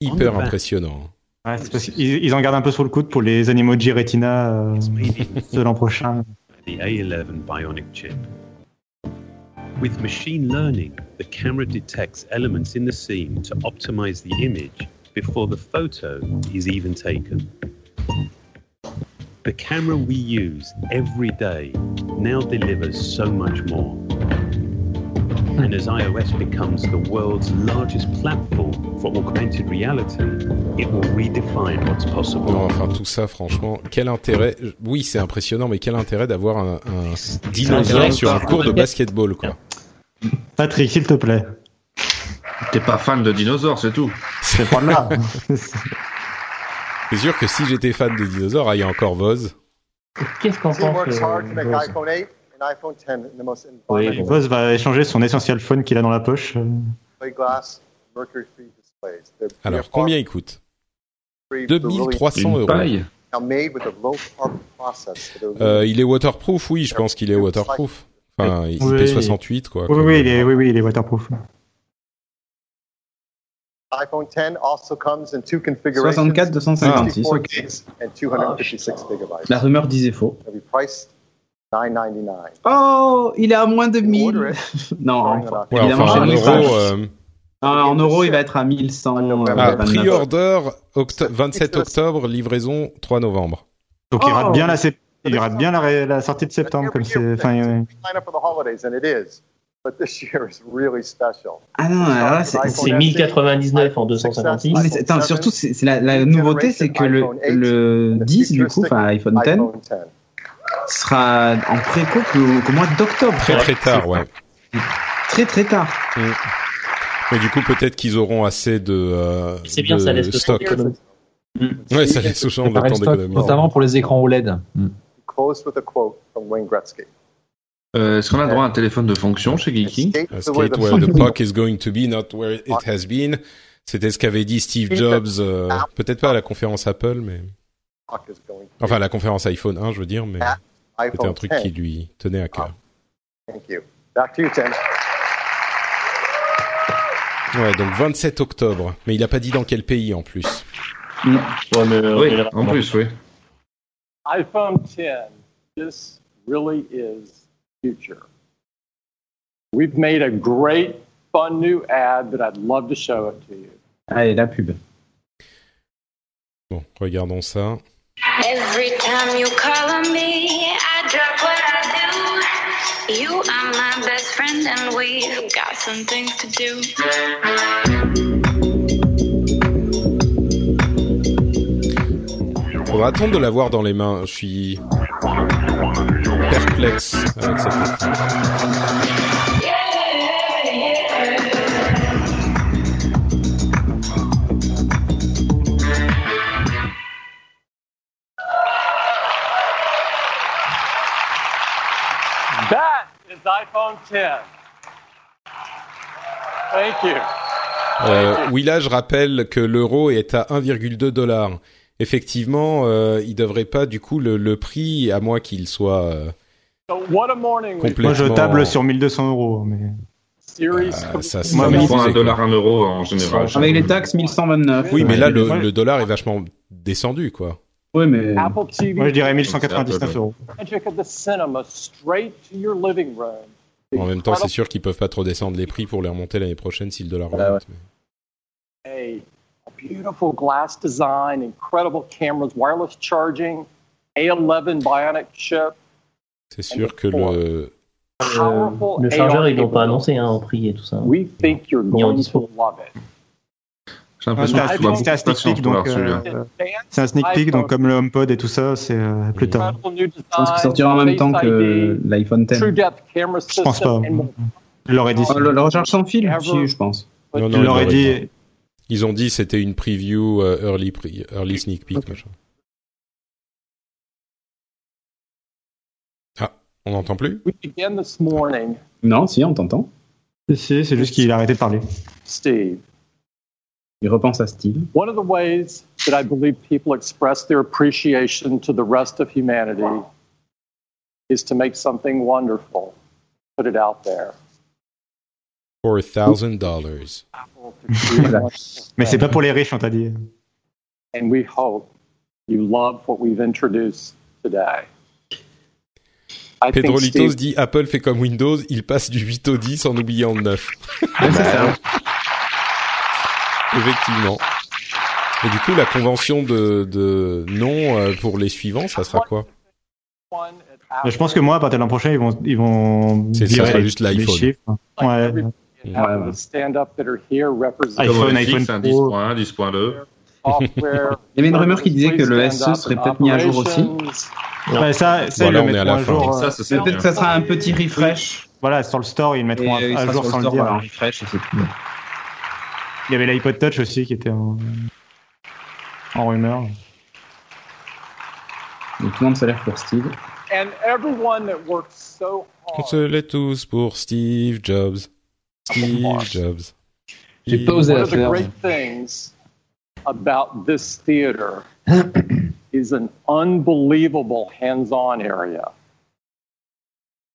[SPEAKER 1] hyper impressionnant. hein.
[SPEAKER 3] Ouais, c'est parce qu'ils ils en gardent un peu sur le coude pour les Animoji Retina euh, de l'an prochain.
[SPEAKER 16] the A11 Bionic chip. With machine learning, the camera detects elements in the scene to optimize the image before the photo is even taken. The camera we use every day now delivers so much more. And as iOS becomes the world's largest platform for augmented reality, it will redefine what's possible.
[SPEAKER 1] Non, enfin tout ça, franchement, quel intérêt Oui, c'est impressionnant, mais quel intérêt d'avoir un, un dinosaure sur un cours de basketball, quoi.
[SPEAKER 3] Patrick, s'il te plaît.
[SPEAKER 7] T'es pas fan de dinosaures, c'est tout.
[SPEAKER 3] C'est pas là.
[SPEAKER 1] C'est sûr que si j'étais fan de dinosaures, ah, il y a encore Voz.
[SPEAKER 5] Qu'est-ce euh, qu'on
[SPEAKER 14] Team works hard to make iPhone 8 an iPhone 10 in the most
[SPEAKER 3] Oui, Buzz va échanger son essentiel phone qu'il a dans la poche. euh,
[SPEAKER 14] plate glass mercury free displays. They're
[SPEAKER 1] Alors, combien il coûte
[SPEAKER 14] free for really-
[SPEAKER 1] 2300 euros.
[SPEAKER 14] Now made with a low carbon process. So they're
[SPEAKER 1] Euh, il est waterproof, oui, je pense qu'il est waterproof. Enfin, il
[SPEAKER 3] Oui.
[SPEAKER 1] fait 68, quoi.
[SPEAKER 3] Oui, oui, oui, il est, oui, oui, il est waterproof.
[SPEAKER 14] iPhone 10 also comes in two configurations.
[SPEAKER 13] 64, 256,
[SPEAKER 14] 64
[SPEAKER 13] ok.
[SPEAKER 14] gigs and 256 gigabytes.
[SPEAKER 13] La rumeur disait faux.
[SPEAKER 14] It'll be priced 9.99.
[SPEAKER 13] Oh, il est à moins de 1000. non, en-
[SPEAKER 1] Ouais,
[SPEAKER 13] évidemment,
[SPEAKER 1] enfin, en
[SPEAKER 13] je ne sais
[SPEAKER 1] euros,
[SPEAKER 13] pas.
[SPEAKER 1] euh,
[SPEAKER 13] Non, en euros, il va être à 1100. euh,
[SPEAKER 1] ah,
[SPEAKER 13] 29.
[SPEAKER 1] pre-order octo- 27 octobre, livraison 3 novembre.
[SPEAKER 3] Donc il rate bien la, sep- il rate bien la, ré- la sortie de septembre. Comme c'est, enfin, euh,
[SPEAKER 14] Sign up for the holidays, and it is. But this year is really special.
[SPEAKER 13] Ah non, alors là, c'est
[SPEAKER 5] C'est 1099 en 256.
[SPEAKER 13] Ouais, mais c'est- attends, surtout, c'est c'est la, la nouveauté, c'est que le, le 10, du coup, enfin iPhone 10,
[SPEAKER 14] iPhone 10.
[SPEAKER 13] sera en préco qu'au qu'au mois d'octobre.
[SPEAKER 1] Très très tard, ouais.
[SPEAKER 13] Très très tard.
[SPEAKER 1] Mm. Mais du coup, peut-être qu'ils auront assez de, euh,
[SPEAKER 5] C'est bien,
[SPEAKER 1] de
[SPEAKER 5] ça laisse le temps
[SPEAKER 1] stock.
[SPEAKER 5] d'économiser.
[SPEAKER 1] Ouais, ça laisse aux gens le
[SPEAKER 6] Préparer
[SPEAKER 1] temps
[SPEAKER 6] le stock,
[SPEAKER 1] d'économiser.
[SPEAKER 6] notamment pour les écrans E OLED.
[SPEAKER 14] Close with a quote from Wayne Gretzky.
[SPEAKER 7] Euh, Est-ce qu'on a droit à un téléphone de fonction chez Geeky
[SPEAKER 1] Uh, skate where the puck is going to be, not where it has been. C'était ce qu'avait dit Steve Jobs, euh, peut-être pas à la conférence Apple, mais
[SPEAKER 14] Puck is going to
[SPEAKER 1] enfin à la conférence iPhone 1, je veux dire, mais c'était un
[SPEAKER 14] iPhone
[SPEAKER 1] truc
[SPEAKER 14] 10.
[SPEAKER 1] qui lui tenait à cœur.
[SPEAKER 14] Thank you. Back to you, Tim.
[SPEAKER 1] Ouais, donc 27 octobre, mais il a pas dit dans quel pays en plus.
[SPEAKER 7] Oui, en plus, oui.
[SPEAKER 11] iPhone 10, this really is future. We've made a great, fun new ad that I'd love to show it to you.
[SPEAKER 13] Allez, Ah, la pub.
[SPEAKER 1] Bon, regardons ça.
[SPEAKER 17] Every time you call on me, I drop what I do. You are my best friend, and we've got some things to do.
[SPEAKER 1] Faudra attendre de l'avoir dans les mains. Je suis perplexe avec cette
[SPEAKER 11] That is iPhone 10. Thank you.
[SPEAKER 1] Euh, oui, là, je rappelle que l'euro est à 1,2 dollars. Effectivement, euh, il devrait pas, du coup, le, le prix, à moins qu'il soit euh,
[SPEAKER 11] So, what a morning we've
[SPEAKER 1] complètement... euh,
[SPEAKER 3] moi, je table sur 1200 euros. Mais...
[SPEAKER 11] series.
[SPEAKER 1] ça,
[SPEAKER 3] Moi, mais pour un
[SPEAKER 7] dollar, un euro en général.
[SPEAKER 13] Avec les taxes, 1129.
[SPEAKER 1] Oui, mais là, le,
[SPEAKER 13] Ouais.
[SPEAKER 1] le dollar est vachement descendu, quoi.
[SPEAKER 13] Oui, mais...
[SPEAKER 11] Apple TV.
[SPEAKER 3] Moi, je dirais 1199 euros.
[SPEAKER 11] Magic of the cinema straight to your living room.
[SPEAKER 1] En même temps, c'est sûr qu'ils peuvent pas trop descendre les prix pour les remonter l'année prochaine si le dollar
[SPEAKER 11] Bah
[SPEAKER 1] remonte.
[SPEAKER 11] a beautiful glass design, incredible cameras, wireless charging, A11 Bionic chip,
[SPEAKER 1] C'est sûr que le...
[SPEAKER 11] powerful
[SPEAKER 5] Euh, Le chargeur, ils l'ont pas annoncé hein, en prix et tout ça.
[SPEAKER 11] We think you're
[SPEAKER 5] Ni en
[SPEAKER 11] going
[SPEAKER 5] dispo.
[SPEAKER 11] to love it.
[SPEAKER 7] J'ai
[SPEAKER 3] Ouais,
[SPEAKER 7] l'impression
[SPEAKER 13] Ah,
[SPEAKER 3] C'était
[SPEAKER 7] que
[SPEAKER 3] un-
[SPEAKER 7] tu dois beaucoup
[SPEAKER 3] c'était Ah, un
[SPEAKER 7] de patience pour l'avoir
[SPEAKER 3] sneak peek, donc.
[SPEAKER 7] celui-là.
[SPEAKER 3] euh,
[SPEAKER 7] hein.
[SPEAKER 3] C'est un sneak peek, donc comme le HomePod et tout ça, c'est euh, plus tard.
[SPEAKER 13] Je pense qu'il sortira en même temps que l'iPhone 10.
[SPEAKER 11] True depth camera
[SPEAKER 3] Je pense
[SPEAKER 11] system
[SPEAKER 3] pas.
[SPEAKER 11] and more.
[SPEAKER 3] Il l'aurait dit.
[SPEAKER 13] Oh, le, le recharge sans fil, si, je pense.
[SPEAKER 1] Non,
[SPEAKER 3] Il
[SPEAKER 1] non, ils
[SPEAKER 3] l'aurait
[SPEAKER 1] l'auraient
[SPEAKER 3] dit.
[SPEAKER 1] pas. Ils ont dit c'était une preview euh, early, pre- early sneak peek, machin. Ah, on n'entend plus
[SPEAKER 11] We began this morning,
[SPEAKER 13] Non, si, on t'entend.
[SPEAKER 3] Si, si, c'est juste qu'il a arrêté de parler.
[SPEAKER 11] Steve.
[SPEAKER 13] Il repense à Steve.
[SPEAKER 11] One of the ways that I believe people express their appreciation to the rest of humanity is to make something wonderful, put it out there.
[SPEAKER 1] For a thousand dollars.
[SPEAKER 3] Mais c'est pas pour les riches, on t'a dit.
[SPEAKER 11] And we hope you love what we've introduced today. I think,
[SPEAKER 1] Pedro Litos
[SPEAKER 11] Steve,
[SPEAKER 1] dit Apple fait comme Windows, il passe du 8 au 10 en oubliant le 9. Effectivement. Et du coup, la convention de, de nom euh, pour les suivants, ça sera quoi
[SPEAKER 3] Je pense que moi, à partir de l'an prochain, ils vont, ils vont
[SPEAKER 1] C'est- ça
[SPEAKER 3] virer
[SPEAKER 1] sera
[SPEAKER 3] les-
[SPEAKER 1] juste
[SPEAKER 3] les
[SPEAKER 1] l'iPhone.
[SPEAKER 3] chiffres. Ouais.
[SPEAKER 13] Ah, bah,
[SPEAKER 11] Apple, the stand up that are here represent
[SPEAKER 3] iPhone,
[SPEAKER 7] Comme
[SPEAKER 3] iPhone
[SPEAKER 7] Netflix, un
[SPEAKER 3] Pro.
[SPEAKER 7] 10.1, 10.2.
[SPEAKER 11] software.
[SPEAKER 13] Il y avait une rumeur qui disait que le SE serait peut-être mis à jour aussi.
[SPEAKER 3] Ouais, ça, ça
[SPEAKER 1] Bon,
[SPEAKER 3] ils
[SPEAKER 1] là,
[SPEAKER 3] le
[SPEAKER 1] on est à
[SPEAKER 3] mettront
[SPEAKER 1] la
[SPEAKER 3] à
[SPEAKER 1] fin.
[SPEAKER 3] jour. euh,
[SPEAKER 7] Ça, ça, c'est
[SPEAKER 13] Peut-être que ça sera un petit refresh.
[SPEAKER 3] Voilà, sur le store, ils le mettront
[SPEAKER 13] Et, euh, il
[SPEAKER 3] à, à
[SPEAKER 13] sera
[SPEAKER 3] jour
[SPEAKER 13] sur
[SPEAKER 3] sans
[SPEAKER 13] le
[SPEAKER 3] le
[SPEAKER 13] store,
[SPEAKER 3] dire.
[SPEAKER 13] voilà,
[SPEAKER 3] hein.
[SPEAKER 13] un refresh, et c'est tout.
[SPEAKER 3] Il y avait l'iPod Touch aussi qui était en, en rumeur.
[SPEAKER 4] Donc tout le monde s'élève pour Steve.
[SPEAKER 11] And everyone that worked so
[SPEAKER 1] On se lève tous pour Steve Jobs. Steve Jobs.
[SPEAKER 6] J'ai pas osé
[SPEAKER 11] Oh, One
[SPEAKER 6] la
[SPEAKER 11] of the
[SPEAKER 6] faire.
[SPEAKER 11] great things about this theater is an unbelievable hands-on area.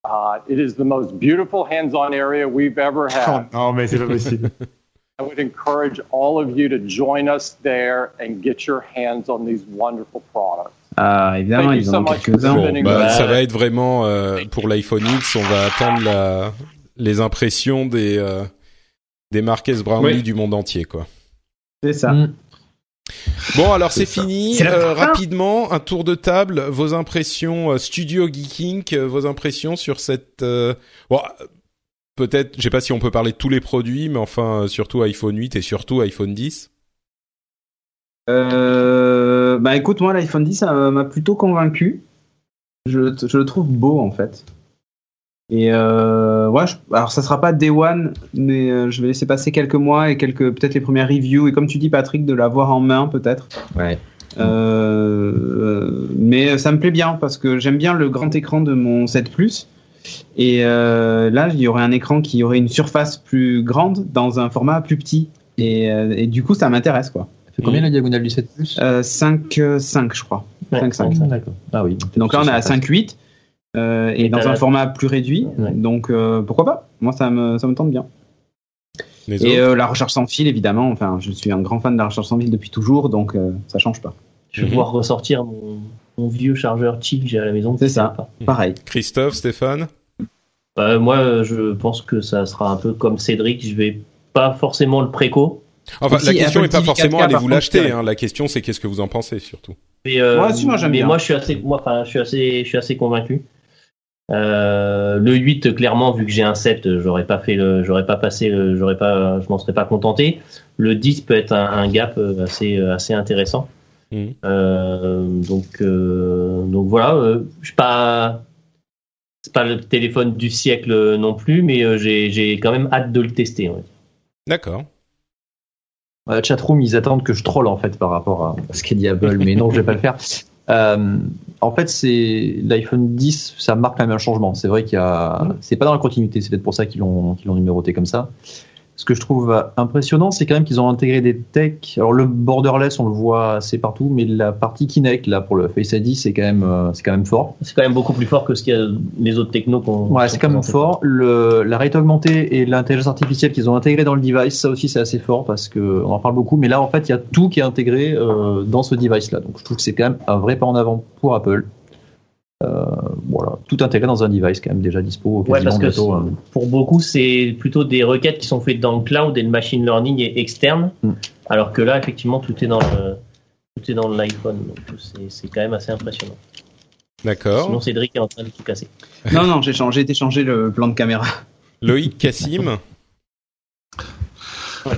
[SPEAKER 11] Uh, it is the most beautiful hands-on area we've ever
[SPEAKER 13] Ah.
[SPEAKER 11] had.
[SPEAKER 3] non, mais c'est pas possible.
[SPEAKER 11] I would encourage all of you to join us there and get your hands on these wonderful products.
[SPEAKER 4] Ah, évidemment,
[SPEAKER 11] Thank you
[SPEAKER 4] ils
[SPEAKER 11] so
[SPEAKER 4] en ont
[SPEAKER 11] much
[SPEAKER 4] quelques-uns.
[SPEAKER 11] for
[SPEAKER 1] Bon,
[SPEAKER 11] spending
[SPEAKER 1] bah,
[SPEAKER 11] the-
[SPEAKER 1] ça va être vraiment euh, pour l'iPhone X. On va attendre la- les impressions des euh, des Marques Brownlee
[SPEAKER 4] Oui.
[SPEAKER 1] du monde entier, quoi.
[SPEAKER 4] C'est ça.
[SPEAKER 3] Mm.
[SPEAKER 1] Bon, alors c'est fini.
[SPEAKER 4] C'est la
[SPEAKER 1] Euh,
[SPEAKER 4] fin.
[SPEAKER 1] rapidement, un tour de table. Vos impressions, euh, Studio Geeking, euh, vos impressions sur cette. euh, bon, euh, peut-être, je sais pas si on peut parler de tous les produits, mais enfin, euh, surtout iPhone 8 et surtout iPhone 10.
[SPEAKER 13] Euh, bah écoute, moi l'iPhone 10 euh, m'a plutôt convaincu. Je, le- je le trouve beau en fait. Et euh, ouais, je- alors ça sera pas Day One, mais euh, je vais laisser passer quelques mois et quelques peut-être les premières reviews. Et comme tu dis Patrick, de l'avoir en main peut-être.
[SPEAKER 4] Ouais.
[SPEAKER 13] Euh, euh, mais ça me plaît bien parce que j'aime bien le grand écran de mon 7 Plus. Et euh, là, il y aurait un écran qui aurait une surface plus grande dans un format plus petit. Et, euh, et du coup, ça m'intéresse quoi.
[SPEAKER 6] Fait combien la diagonale du 7 plus
[SPEAKER 13] Euh, 5, euh, 5, je crois. 5, 5.
[SPEAKER 6] D'accord. Ah oui.
[SPEAKER 13] Donc là, on est à 5, 8. euh, et dans
[SPEAKER 6] t'as
[SPEAKER 13] un
[SPEAKER 6] la-
[SPEAKER 13] format plus réduit. Donc euh, pourquoi pas Moi, ça me, ça me tente bien.
[SPEAKER 1] Les
[SPEAKER 13] et
[SPEAKER 1] autres
[SPEAKER 13] euh, la recherche sans fil, évidemment. Enfin, je suis un grand fan de la recherche sans fil depuis toujours, donc euh, ça change pas.
[SPEAKER 5] Je
[SPEAKER 1] Mhm.
[SPEAKER 5] vais pouvoir ressortir mon, mon vieux chargeur cheap que j'ai à la maison.
[SPEAKER 13] C'est ça, pareil.
[SPEAKER 1] Christophe, Stéphane
[SPEAKER 5] Bah, moi, euh, je pense que ça sera un peu comme Cédric. Je vais pas forcément le préco.
[SPEAKER 1] Enfin, la question
[SPEAKER 5] n'est
[SPEAKER 1] n'est pas forcément allez-vous l'acheter. hein. La question, c'est qu'est-ce que vous en pensez surtout.
[SPEAKER 5] Mais, euh,
[SPEAKER 1] Moi aussi, moi, j'aime
[SPEAKER 5] mais
[SPEAKER 1] bien.
[SPEAKER 5] moi, je suis assez, moi, enfin, je suis assez, je suis assez convaincu. Euh, le 8, clairement, vu que j'ai un 7, j'aurais pas fait, le- j'aurais pas passé, le- j'aurais pas, je m'en serais pas contenté. Le 10 peut être un, un gap euh, assez, euh, assez intéressant.
[SPEAKER 3] Hmm.
[SPEAKER 5] Euh, donc, euh, donc voilà, euh, je suis pas, c'est pas le téléphone du siècle euh, non plus, mais euh, j'ai, j'ai quand même hâte de le tester. on va dire.
[SPEAKER 1] D'accord.
[SPEAKER 6] Euh, chatroom, ils attendent que je troll en fait par rapport à ce qu'est dit Apple, mais non, je vais pas le faire. Euh, en fait, c'est l'iPhone 10, ça marque quand même un changement. C'est vrai qu'il y a, c'est pas dans la continuité, c'est peut-être pour ça qu'ils l'ont, qu'ils l'ont numéroté comme ça. Ce que je trouve impressionnant, c'est quand même qu'ils ont intégré des techs. Alors le borderless, on le voit assez partout, mais la partie Kinect là pour le Face ID, c'est quand même, euh, c'est quand même fort.
[SPEAKER 5] C'est quand même beaucoup plus fort que ce qu'il y a les autres technos qu'on.
[SPEAKER 6] Ouais, c'est quand même fort. Le, la réalité augmentée et l'intelligence artificielle qu'ils ont intégrée dans le device, ça aussi c'est assez fort parce que on en parle beaucoup, mais là en fait il y a tout qui est intégré euh, dans ce device-là. Donc je trouve que c'est quand même un vrai pas en avant pour Apple. Euh, voilà, tout intégré dans un device quand même déjà dispo
[SPEAKER 5] Ouais,
[SPEAKER 6] quasiment
[SPEAKER 5] parce que
[SPEAKER 6] bientôt, hein.
[SPEAKER 5] pour beaucoup, c'est plutôt des requêtes qui sont faites dans le cloud et le machine learning est externe,
[SPEAKER 6] Mm.
[SPEAKER 5] alors que là, effectivement, tout est dans le tout est dans l'iPhone, donc c'est- c'est quand même assez impressionnant.
[SPEAKER 4] Oh.
[SPEAKER 1] D'accord.
[SPEAKER 5] Sinon, Cédric est en train de tout casser.
[SPEAKER 13] Non, non, j'ai changé, j'ai changé le plan de caméra.
[SPEAKER 1] Loïc Cassim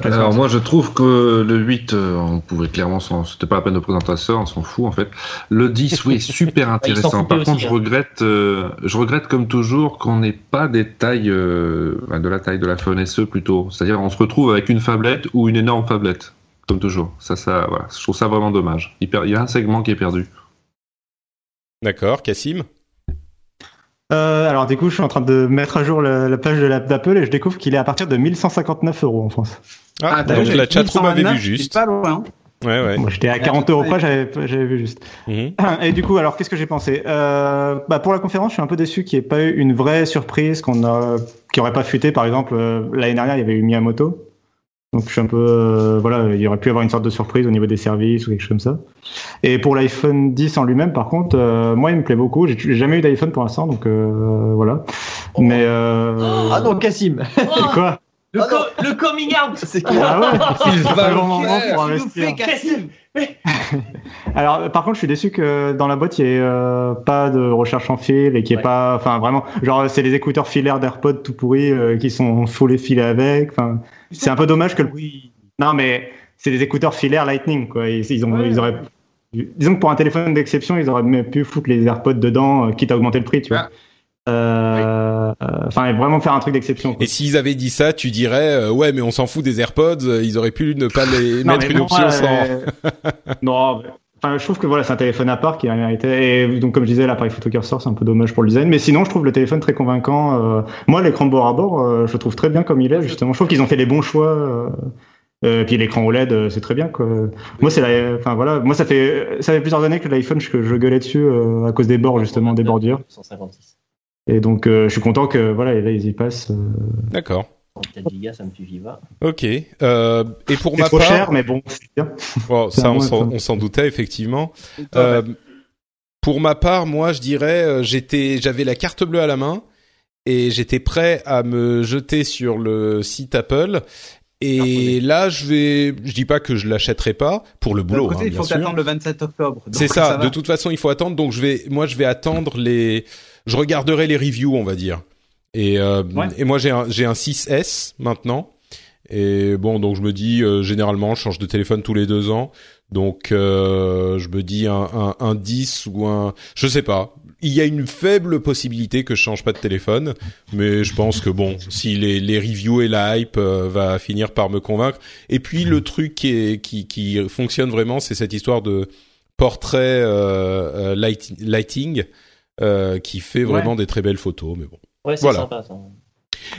[SPEAKER 7] Alors moi je trouve que le 8, euh, on pouvait clairement, s'en- c'était pas la peine de présenter ça, on s'en fout en fait. Le 10, oui, super
[SPEAKER 16] Ils s'en
[SPEAKER 7] intéressant.
[SPEAKER 16] foutaient
[SPEAKER 7] Par
[SPEAKER 16] aussi,
[SPEAKER 7] contre, je
[SPEAKER 16] hein.
[SPEAKER 7] regrette, euh, je regrette comme toujours qu'on n'ait pas des tailles, euh, ben, de la taille de la phone SE plutôt. C'est-à-dire on se retrouve avec une phablette ou une énorme phablette, comme toujours. Ça, ça, voilà, je trouve ça vraiment dommage. Il, per- il y a un segment qui est perdu.
[SPEAKER 1] D'accord, Cassim
[SPEAKER 3] Euh, alors du coup, je suis en train de mettre à jour le- la page de l'app d'Apple et je découvre qu'il est à partir de 1159 euros en France.
[SPEAKER 1] Ah,
[SPEAKER 3] t'as
[SPEAKER 1] donc
[SPEAKER 3] vu,
[SPEAKER 1] la
[SPEAKER 3] j'ai
[SPEAKER 1] chatroom avait
[SPEAKER 3] 1129,
[SPEAKER 1] vu juste.
[SPEAKER 13] Pas loin. hein.
[SPEAKER 1] Ouais, ouais.
[SPEAKER 3] Moi, j'étais à 40 euros près, j'avais j'avais vu juste.
[SPEAKER 1] Mhm.
[SPEAKER 3] Et du coup, alors qu'est-ce que j'ai pensé Euh, bah, Pour la conférence, je suis un peu déçu qu'il n'y ait pas eu une vraie surprise qu'on a, qui aurait pas fuité. Par exemple, euh, l'année dernière, il y avait eu Miyamoto. Donc je suis un peu, euh, voilà, il y aurait pu avoir une sorte de surprise au niveau des services ou quelque chose comme ça. Et pour l'iPhone 10 en lui-même, par contre, euh, moi, il me plaît beaucoup. J'ai- J'ai jamais eu d'iPhone pour l'instant, donc euh, voilà. Mais euh,
[SPEAKER 6] Oh. Ah non, Cassim
[SPEAKER 3] quoi
[SPEAKER 5] Le, co- le coming out C'est
[SPEAKER 3] Ah ouais, c'est le bon moment pour
[SPEAKER 5] Qu'est-ce qu'il nous
[SPEAKER 3] investir.
[SPEAKER 5] fait, Cassim
[SPEAKER 3] Alors, par contre, je suis déçu que dans la boîte, il n'y ait euh, pas de recherche en fil et qu'il n'y ait pas. Enfin, vraiment, genre, c'est les écouteurs filaires d'AirPods tout pourris euh, qui sont faut les filer avec. Enfin, c'est un peu dommage que. le- Non, mais c'est des écouteurs filaires Lightning, quoi. Ils, ils ont, ils auraient. Disons que pour un téléphone d'exception, ils auraient même pu foutre les AirPods dedans, euh, quitte à augmenter le prix, tu vois. Euh, euh, Enfin, vraiment faire un truc d'exception. quoi.
[SPEAKER 1] Et s'ils avaient dit ça, tu dirais euh, ouais, mais on s'en fout des AirPods. euh, Ils auraient pu ne pas les
[SPEAKER 3] Non,
[SPEAKER 1] mettre
[SPEAKER 3] mais
[SPEAKER 1] une
[SPEAKER 3] bon,
[SPEAKER 1] option
[SPEAKER 3] euh,
[SPEAKER 1] sans.
[SPEAKER 3] non, mais Enfin, je trouve que voilà, c'est un téléphone à part qui a mérité. Et donc, comme je disais, l'appareil photo curseur, c'est un peu dommage pour le design. Mais sinon, je trouve le téléphone très convaincant. Euh, moi, l'écran bord à bord, euh, je le trouve très bien comme il est, justement. Je trouve qu'ils ont fait les bons choix. Euh, euh, puis l'écran OLED, c'est très bien, quoi. Moi, c'est la, enfin, voilà. Moi, ça fait, ça fait plusieurs années que l'iPhone, je, je gueulais dessus euh, à cause des bords, justement, des bordures.
[SPEAKER 5] 156.
[SPEAKER 3] Et donc, euh, je suis content que, voilà, et là, ils y passent. euh,
[SPEAKER 1] D'accord.
[SPEAKER 5] 4 gigas, ça me suffit pas.
[SPEAKER 1] Ok. Euh, et pour
[SPEAKER 3] C'est
[SPEAKER 1] ma
[SPEAKER 3] trop
[SPEAKER 1] part,
[SPEAKER 3] cher, mais bon, c'est bien.
[SPEAKER 1] Bon,
[SPEAKER 3] C'est
[SPEAKER 1] ça,
[SPEAKER 3] un
[SPEAKER 1] on
[SPEAKER 3] moins,
[SPEAKER 1] s'en-
[SPEAKER 3] ça.
[SPEAKER 1] on s'en doutait effectivement. Euh, pour ma part, moi, je dirais, euh, j'étais, j'avais la carte bleue à la main et j'étais prêt à me jeter sur le site Apple. Et là, je vais, je dis pas que je l'achèterai pas pour le boulot,
[SPEAKER 4] D'un côté,
[SPEAKER 1] hein,
[SPEAKER 4] il
[SPEAKER 1] bien
[SPEAKER 4] faut
[SPEAKER 1] sûr.
[SPEAKER 4] attendre le 27 octobre. donc
[SPEAKER 1] C'est ça.
[SPEAKER 4] va.
[SPEAKER 1] de toute façon, il faut attendre. Donc, je vais, moi, je vais attendre les, je regarderai les reviews, on va dire. Et, euh,
[SPEAKER 4] Ouais.
[SPEAKER 1] et moi, j'ai un, j'ai un 6S maintenant. Et bon, donc je me dis, euh, généralement, je change de téléphone tous les deux ans. Donc, euh, je me dis un, un, un 10 ou un, je sais pas. Il y a une faible possibilité que je change pas de téléphone, mais je pense que bon, si les, les reviews et la hype euh, va finir par me convaincre. Et puis le truc qui, est, qui, qui fonctionne vraiment, c'est cette histoire de portrait euh, euh, light- lighting euh, qui fait vraiment des très belles photos. Mais bon,
[SPEAKER 5] Ouais, c'est
[SPEAKER 1] voilà.
[SPEAKER 5] sympa ça.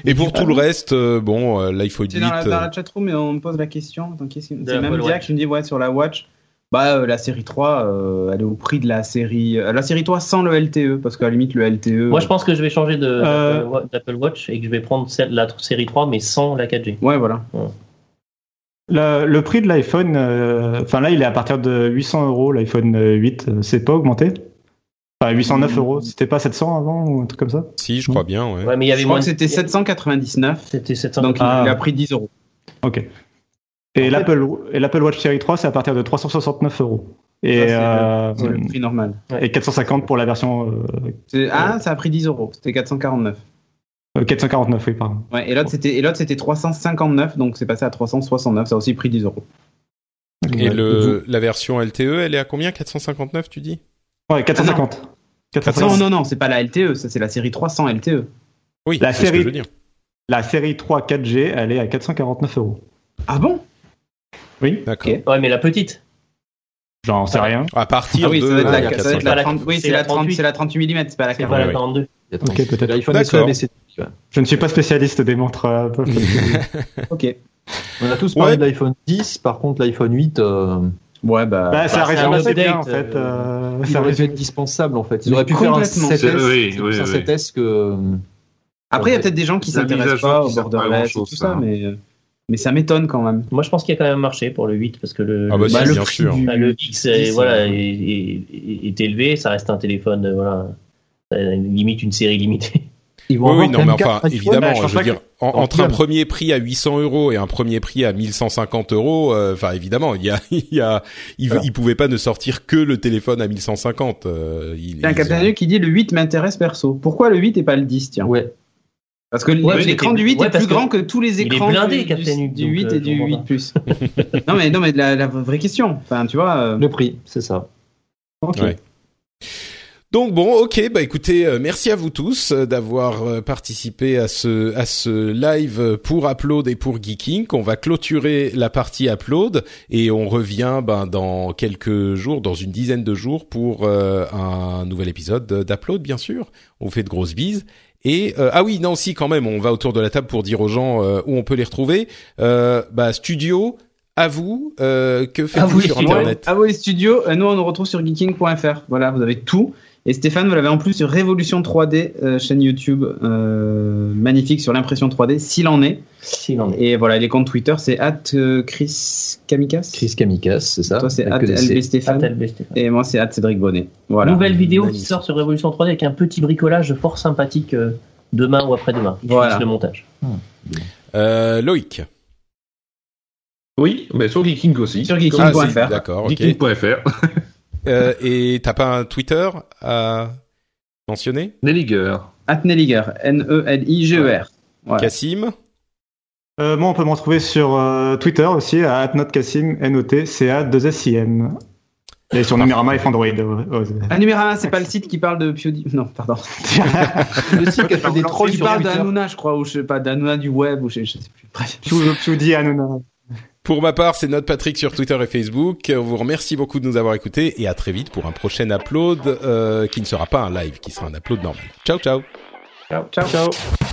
[SPEAKER 1] Et pour tout le reste, euh, bon, euh, l'iPhone 8.
[SPEAKER 4] C'est dans la, dans
[SPEAKER 1] euh,
[SPEAKER 4] la chatroom et on me pose la question. donc qu'est-ce que-
[SPEAKER 5] De
[SPEAKER 4] C'est
[SPEAKER 5] la
[SPEAKER 4] même
[SPEAKER 5] Apple
[SPEAKER 4] Dia qui me dit ouais, sur la Watch, bah, euh, la série 3, euh, elle est au prix de la série, euh, la série 3 sans le LTE, parce qu'à la limite, le
[SPEAKER 3] Euh,
[SPEAKER 4] LTE.
[SPEAKER 5] Moi, je pense que je vais changer de
[SPEAKER 4] Euh.
[SPEAKER 5] d'Apple Wa- d'Apple Watch et que je vais prendre celle, la tr- série 3, mais sans la 4G.
[SPEAKER 4] Ouais, voilà.
[SPEAKER 3] Le, le prix de l'iPhone, euh, enfin là, il est à partir de 800 euros. L'iPhone euh, 8, euh, c'est pas augmenté Enfin, 809
[SPEAKER 4] Hmm.
[SPEAKER 3] euros. C'était pas 700 avant ou un truc comme ça
[SPEAKER 1] Si, je crois bien, ouais.
[SPEAKER 5] mais il y avait
[SPEAKER 4] je crois
[SPEAKER 5] moins
[SPEAKER 4] que
[SPEAKER 5] de-
[SPEAKER 4] c'était 799.
[SPEAKER 5] C'était 700.
[SPEAKER 4] Donc, il-
[SPEAKER 3] Ah.
[SPEAKER 4] il a pris 10 euros.
[SPEAKER 3] Ok. Et l'Apple et l'Apple Watch Série 3, c'est à partir de 369 euros.
[SPEAKER 4] Ça,
[SPEAKER 3] Et,
[SPEAKER 4] c'est le-
[SPEAKER 3] euh,
[SPEAKER 4] c'est le prix normal.
[SPEAKER 3] et 450 pour la version
[SPEAKER 4] C'est- Ah, ça a pris 10 euros. C'était 449.
[SPEAKER 3] euh, 449, oui, pardon.
[SPEAKER 4] Ouais, et l'autre, c'était, et l'autre, c'était 359, donc c'est passé à 369. Ça a aussi pris 10 euros.
[SPEAKER 1] Et le, la version LTE, elle est à combien 459, tu dis
[SPEAKER 3] Ouais, 450.
[SPEAKER 4] Non, non, non, c'est pas la LTE, ça c'est la série 300 LTE.
[SPEAKER 1] Oui,
[SPEAKER 3] La
[SPEAKER 4] c'est ce que
[SPEAKER 3] série,
[SPEAKER 4] je veux dire.
[SPEAKER 3] la série 3 4G, elle est à 449 euros.
[SPEAKER 4] Ah bon
[SPEAKER 3] Oui.
[SPEAKER 1] D'accord.
[SPEAKER 5] Ouais, mais la petite.
[SPEAKER 3] J'en sais rien.
[SPEAKER 1] À partir
[SPEAKER 4] Ah oui, ça doit être la- ça doit être la
[SPEAKER 5] 450.
[SPEAKER 4] 30 oui, c'est
[SPEAKER 5] C'est
[SPEAKER 4] la
[SPEAKER 5] la
[SPEAKER 4] 30 c'est la 38 mm, c'est pas la 40.
[SPEAKER 5] pas la 42.
[SPEAKER 3] Ok, peut-être.
[SPEAKER 6] L'iPhone SE, mais c'est-
[SPEAKER 3] Je ne suis pas spécialiste des montres euh, Apple.
[SPEAKER 4] Ok.
[SPEAKER 6] hein. On a tous parlé de l'iPhone 10, par contre l'iPhone euh, 8.
[SPEAKER 4] Ouais, bah.
[SPEAKER 3] Bah, ça
[SPEAKER 6] bah,
[SPEAKER 3] résume
[SPEAKER 6] c'est un
[SPEAKER 3] assez bien, en
[SPEAKER 6] update,
[SPEAKER 3] fait. euh,
[SPEAKER 6] il
[SPEAKER 3] ça
[SPEAKER 6] aurait dû
[SPEAKER 3] résume-
[SPEAKER 6] être dispensable en fait. Ils
[SPEAKER 4] Mais
[SPEAKER 6] auraient pu faire un
[SPEAKER 4] complètement.
[SPEAKER 6] 7S,
[SPEAKER 4] C'est- oui,
[SPEAKER 6] c'est
[SPEAKER 4] oui,
[SPEAKER 6] un euh,
[SPEAKER 4] oui.
[SPEAKER 6] 7S que.
[SPEAKER 4] Après, il y a peut-être des gens qui
[SPEAKER 6] La mise à
[SPEAKER 4] s'intéressent
[SPEAKER 6] jour
[SPEAKER 4] pas
[SPEAKER 6] qui
[SPEAKER 4] au
[SPEAKER 6] sert pas à
[SPEAKER 4] borderless et tout
[SPEAKER 6] grand-chose,
[SPEAKER 4] ça,
[SPEAKER 6] ça.
[SPEAKER 4] mais, mais ça m'étonne quand même.
[SPEAKER 5] Moi, je pense qu'il y a quand même marché pour le 8 parce que le,
[SPEAKER 1] Ah bah
[SPEAKER 5] le-
[SPEAKER 1] si,
[SPEAKER 5] le
[SPEAKER 1] bien
[SPEAKER 5] prix
[SPEAKER 1] sûr.
[SPEAKER 5] du- bah, le X est,
[SPEAKER 4] 10,
[SPEAKER 5] voilà,
[SPEAKER 4] euh,
[SPEAKER 5] est, est- est élevé. Ça reste un téléphone, euh, voilà, euh, limite une série limitée.
[SPEAKER 6] Ils
[SPEAKER 1] Oui, oui, non,
[SPEAKER 6] avoir
[SPEAKER 1] mais
[SPEAKER 6] quand même
[SPEAKER 1] enfin,
[SPEAKER 6] quatre iPhones,
[SPEAKER 1] évidemment,
[SPEAKER 5] Bah,
[SPEAKER 6] mais je
[SPEAKER 1] je,
[SPEAKER 6] pense
[SPEAKER 1] veux
[SPEAKER 6] pas
[SPEAKER 1] dire,
[SPEAKER 6] que-
[SPEAKER 1] en-
[SPEAKER 6] en
[SPEAKER 1] entre un
[SPEAKER 6] club.
[SPEAKER 1] premier prix à 800 euros et un premier prix à 1150 euros, euh, enfin, évidemment, il y a, il y a, il, il pouvait pas ne sortir que le téléphone à 1150. euh, il-
[SPEAKER 4] Il y a un
[SPEAKER 1] ils
[SPEAKER 4] Captain
[SPEAKER 1] ont-
[SPEAKER 4] Haddock qui dit le 8 m'intéresse perso. Pourquoi le 8 et pas le 10 tiens
[SPEAKER 6] Ouais.
[SPEAKER 4] Parce que
[SPEAKER 5] Ouais, mais
[SPEAKER 4] l'écran
[SPEAKER 5] t'es-
[SPEAKER 4] du 8
[SPEAKER 5] ouais,
[SPEAKER 4] est
[SPEAKER 5] parce
[SPEAKER 4] plus
[SPEAKER 5] que
[SPEAKER 4] grand que tous les
[SPEAKER 5] il est
[SPEAKER 4] écrans
[SPEAKER 5] blindé,
[SPEAKER 4] du-
[SPEAKER 5] Captain
[SPEAKER 4] du,
[SPEAKER 5] Haddock,
[SPEAKER 4] du
[SPEAKER 5] donc,
[SPEAKER 4] 8
[SPEAKER 5] euh, bah.
[SPEAKER 4] et du
[SPEAKER 5] je
[SPEAKER 4] 8
[SPEAKER 5] comprends
[SPEAKER 4] plus. non mais non mais la, la vraie question. Enfin tu vois. euh,
[SPEAKER 6] Le prix, c'est ça.
[SPEAKER 1] Ouais. Donc bon, ok, bah écoutez, euh, merci à vous tous euh, d'avoir euh, participé à ce à ce live euh, pour Upload et pour Geeking. On va clôturer la partie Upload et on revient ben, dans quelques jours, dans une dizaine de jours pour euh, un nouvel épisode d'Upload, bien sûr. On vous fait de grosses bises. Et euh, ah oui, non, si quand même, on va autour de la table pour dire aux gens euh, où on peut les retrouver. Euh, bah studio, à vous, euh, que faites-vous sur internet
[SPEAKER 4] Ah oui, studio. Euh, nous, on nous retrouve sur geeking.fr. Voilà, vous avez tout. Et Stéphane, vous l'avez en plus sur Révolution 3D, euh, chaîne YouTube euh, magnifique sur l'impression 3D, s'il en est.
[SPEAKER 5] S'il en est.
[SPEAKER 4] Et voilà, les comptes Twitter, c'est at euh, Chris Kamikas.
[SPEAKER 6] Chris Kamikas, c'est ça.
[SPEAKER 4] Toi, c'est at
[SPEAKER 6] Avec des C.
[SPEAKER 4] LB Stéphane.
[SPEAKER 5] Atel Besté.
[SPEAKER 4] Et moi, c'est at Cédric Bonnet. Voilà.
[SPEAKER 5] Nouvelle vidéo qui
[SPEAKER 4] Magnifique.
[SPEAKER 5] sort sur Révolution 3D avec un petit bricolage fort sympathique euh, demain ou après-demain. Il
[SPEAKER 4] Voilà.
[SPEAKER 5] finisse le montage.
[SPEAKER 1] Euh, Loïc.
[SPEAKER 7] Oui, mais sur Geeking aussi.
[SPEAKER 4] Sur
[SPEAKER 1] Ah,
[SPEAKER 4] geeking.fr.
[SPEAKER 1] si, D'accord, ok.
[SPEAKER 7] Geeking.fr.
[SPEAKER 1] Euh, et t'as pas un Twitter à mentionner
[SPEAKER 7] Nelliger.
[SPEAKER 4] At Nelliger, E N-E-L-I-G-E-R. Voilà.
[SPEAKER 1] Cassim
[SPEAKER 3] Euh, moi, on peut me retrouver sur euh, Twitter aussi, à atnotcassim, N-O-T-C-A-2-S-I-M. Et sur Numérama et Fandroid. euh, euh,
[SPEAKER 4] Ah, Numérama, c'est pas le site qui parle de Piodi. Non, pardon.
[SPEAKER 6] Le site qui a fait des trolls
[SPEAKER 4] qui
[SPEAKER 6] sur
[SPEAKER 4] parle
[SPEAKER 6] Twitter.
[SPEAKER 4] d'Anouna, je crois, ou je sais pas, d'Anouna du web, ou je, je sais plus. Bref.
[SPEAKER 3] Pew- Pewdie Hanouna.
[SPEAKER 1] Pour ma part, c'est notre Patrick sur Twitter et Facebook. On vous remercie beaucoup de nous avoir écoutés et à très vite pour un prochain upload euh, qui ne sera pas un live, qui sera un upload normal. Ciao, ciao.
[SPEAKER 4] Ciao, ciao. ciao.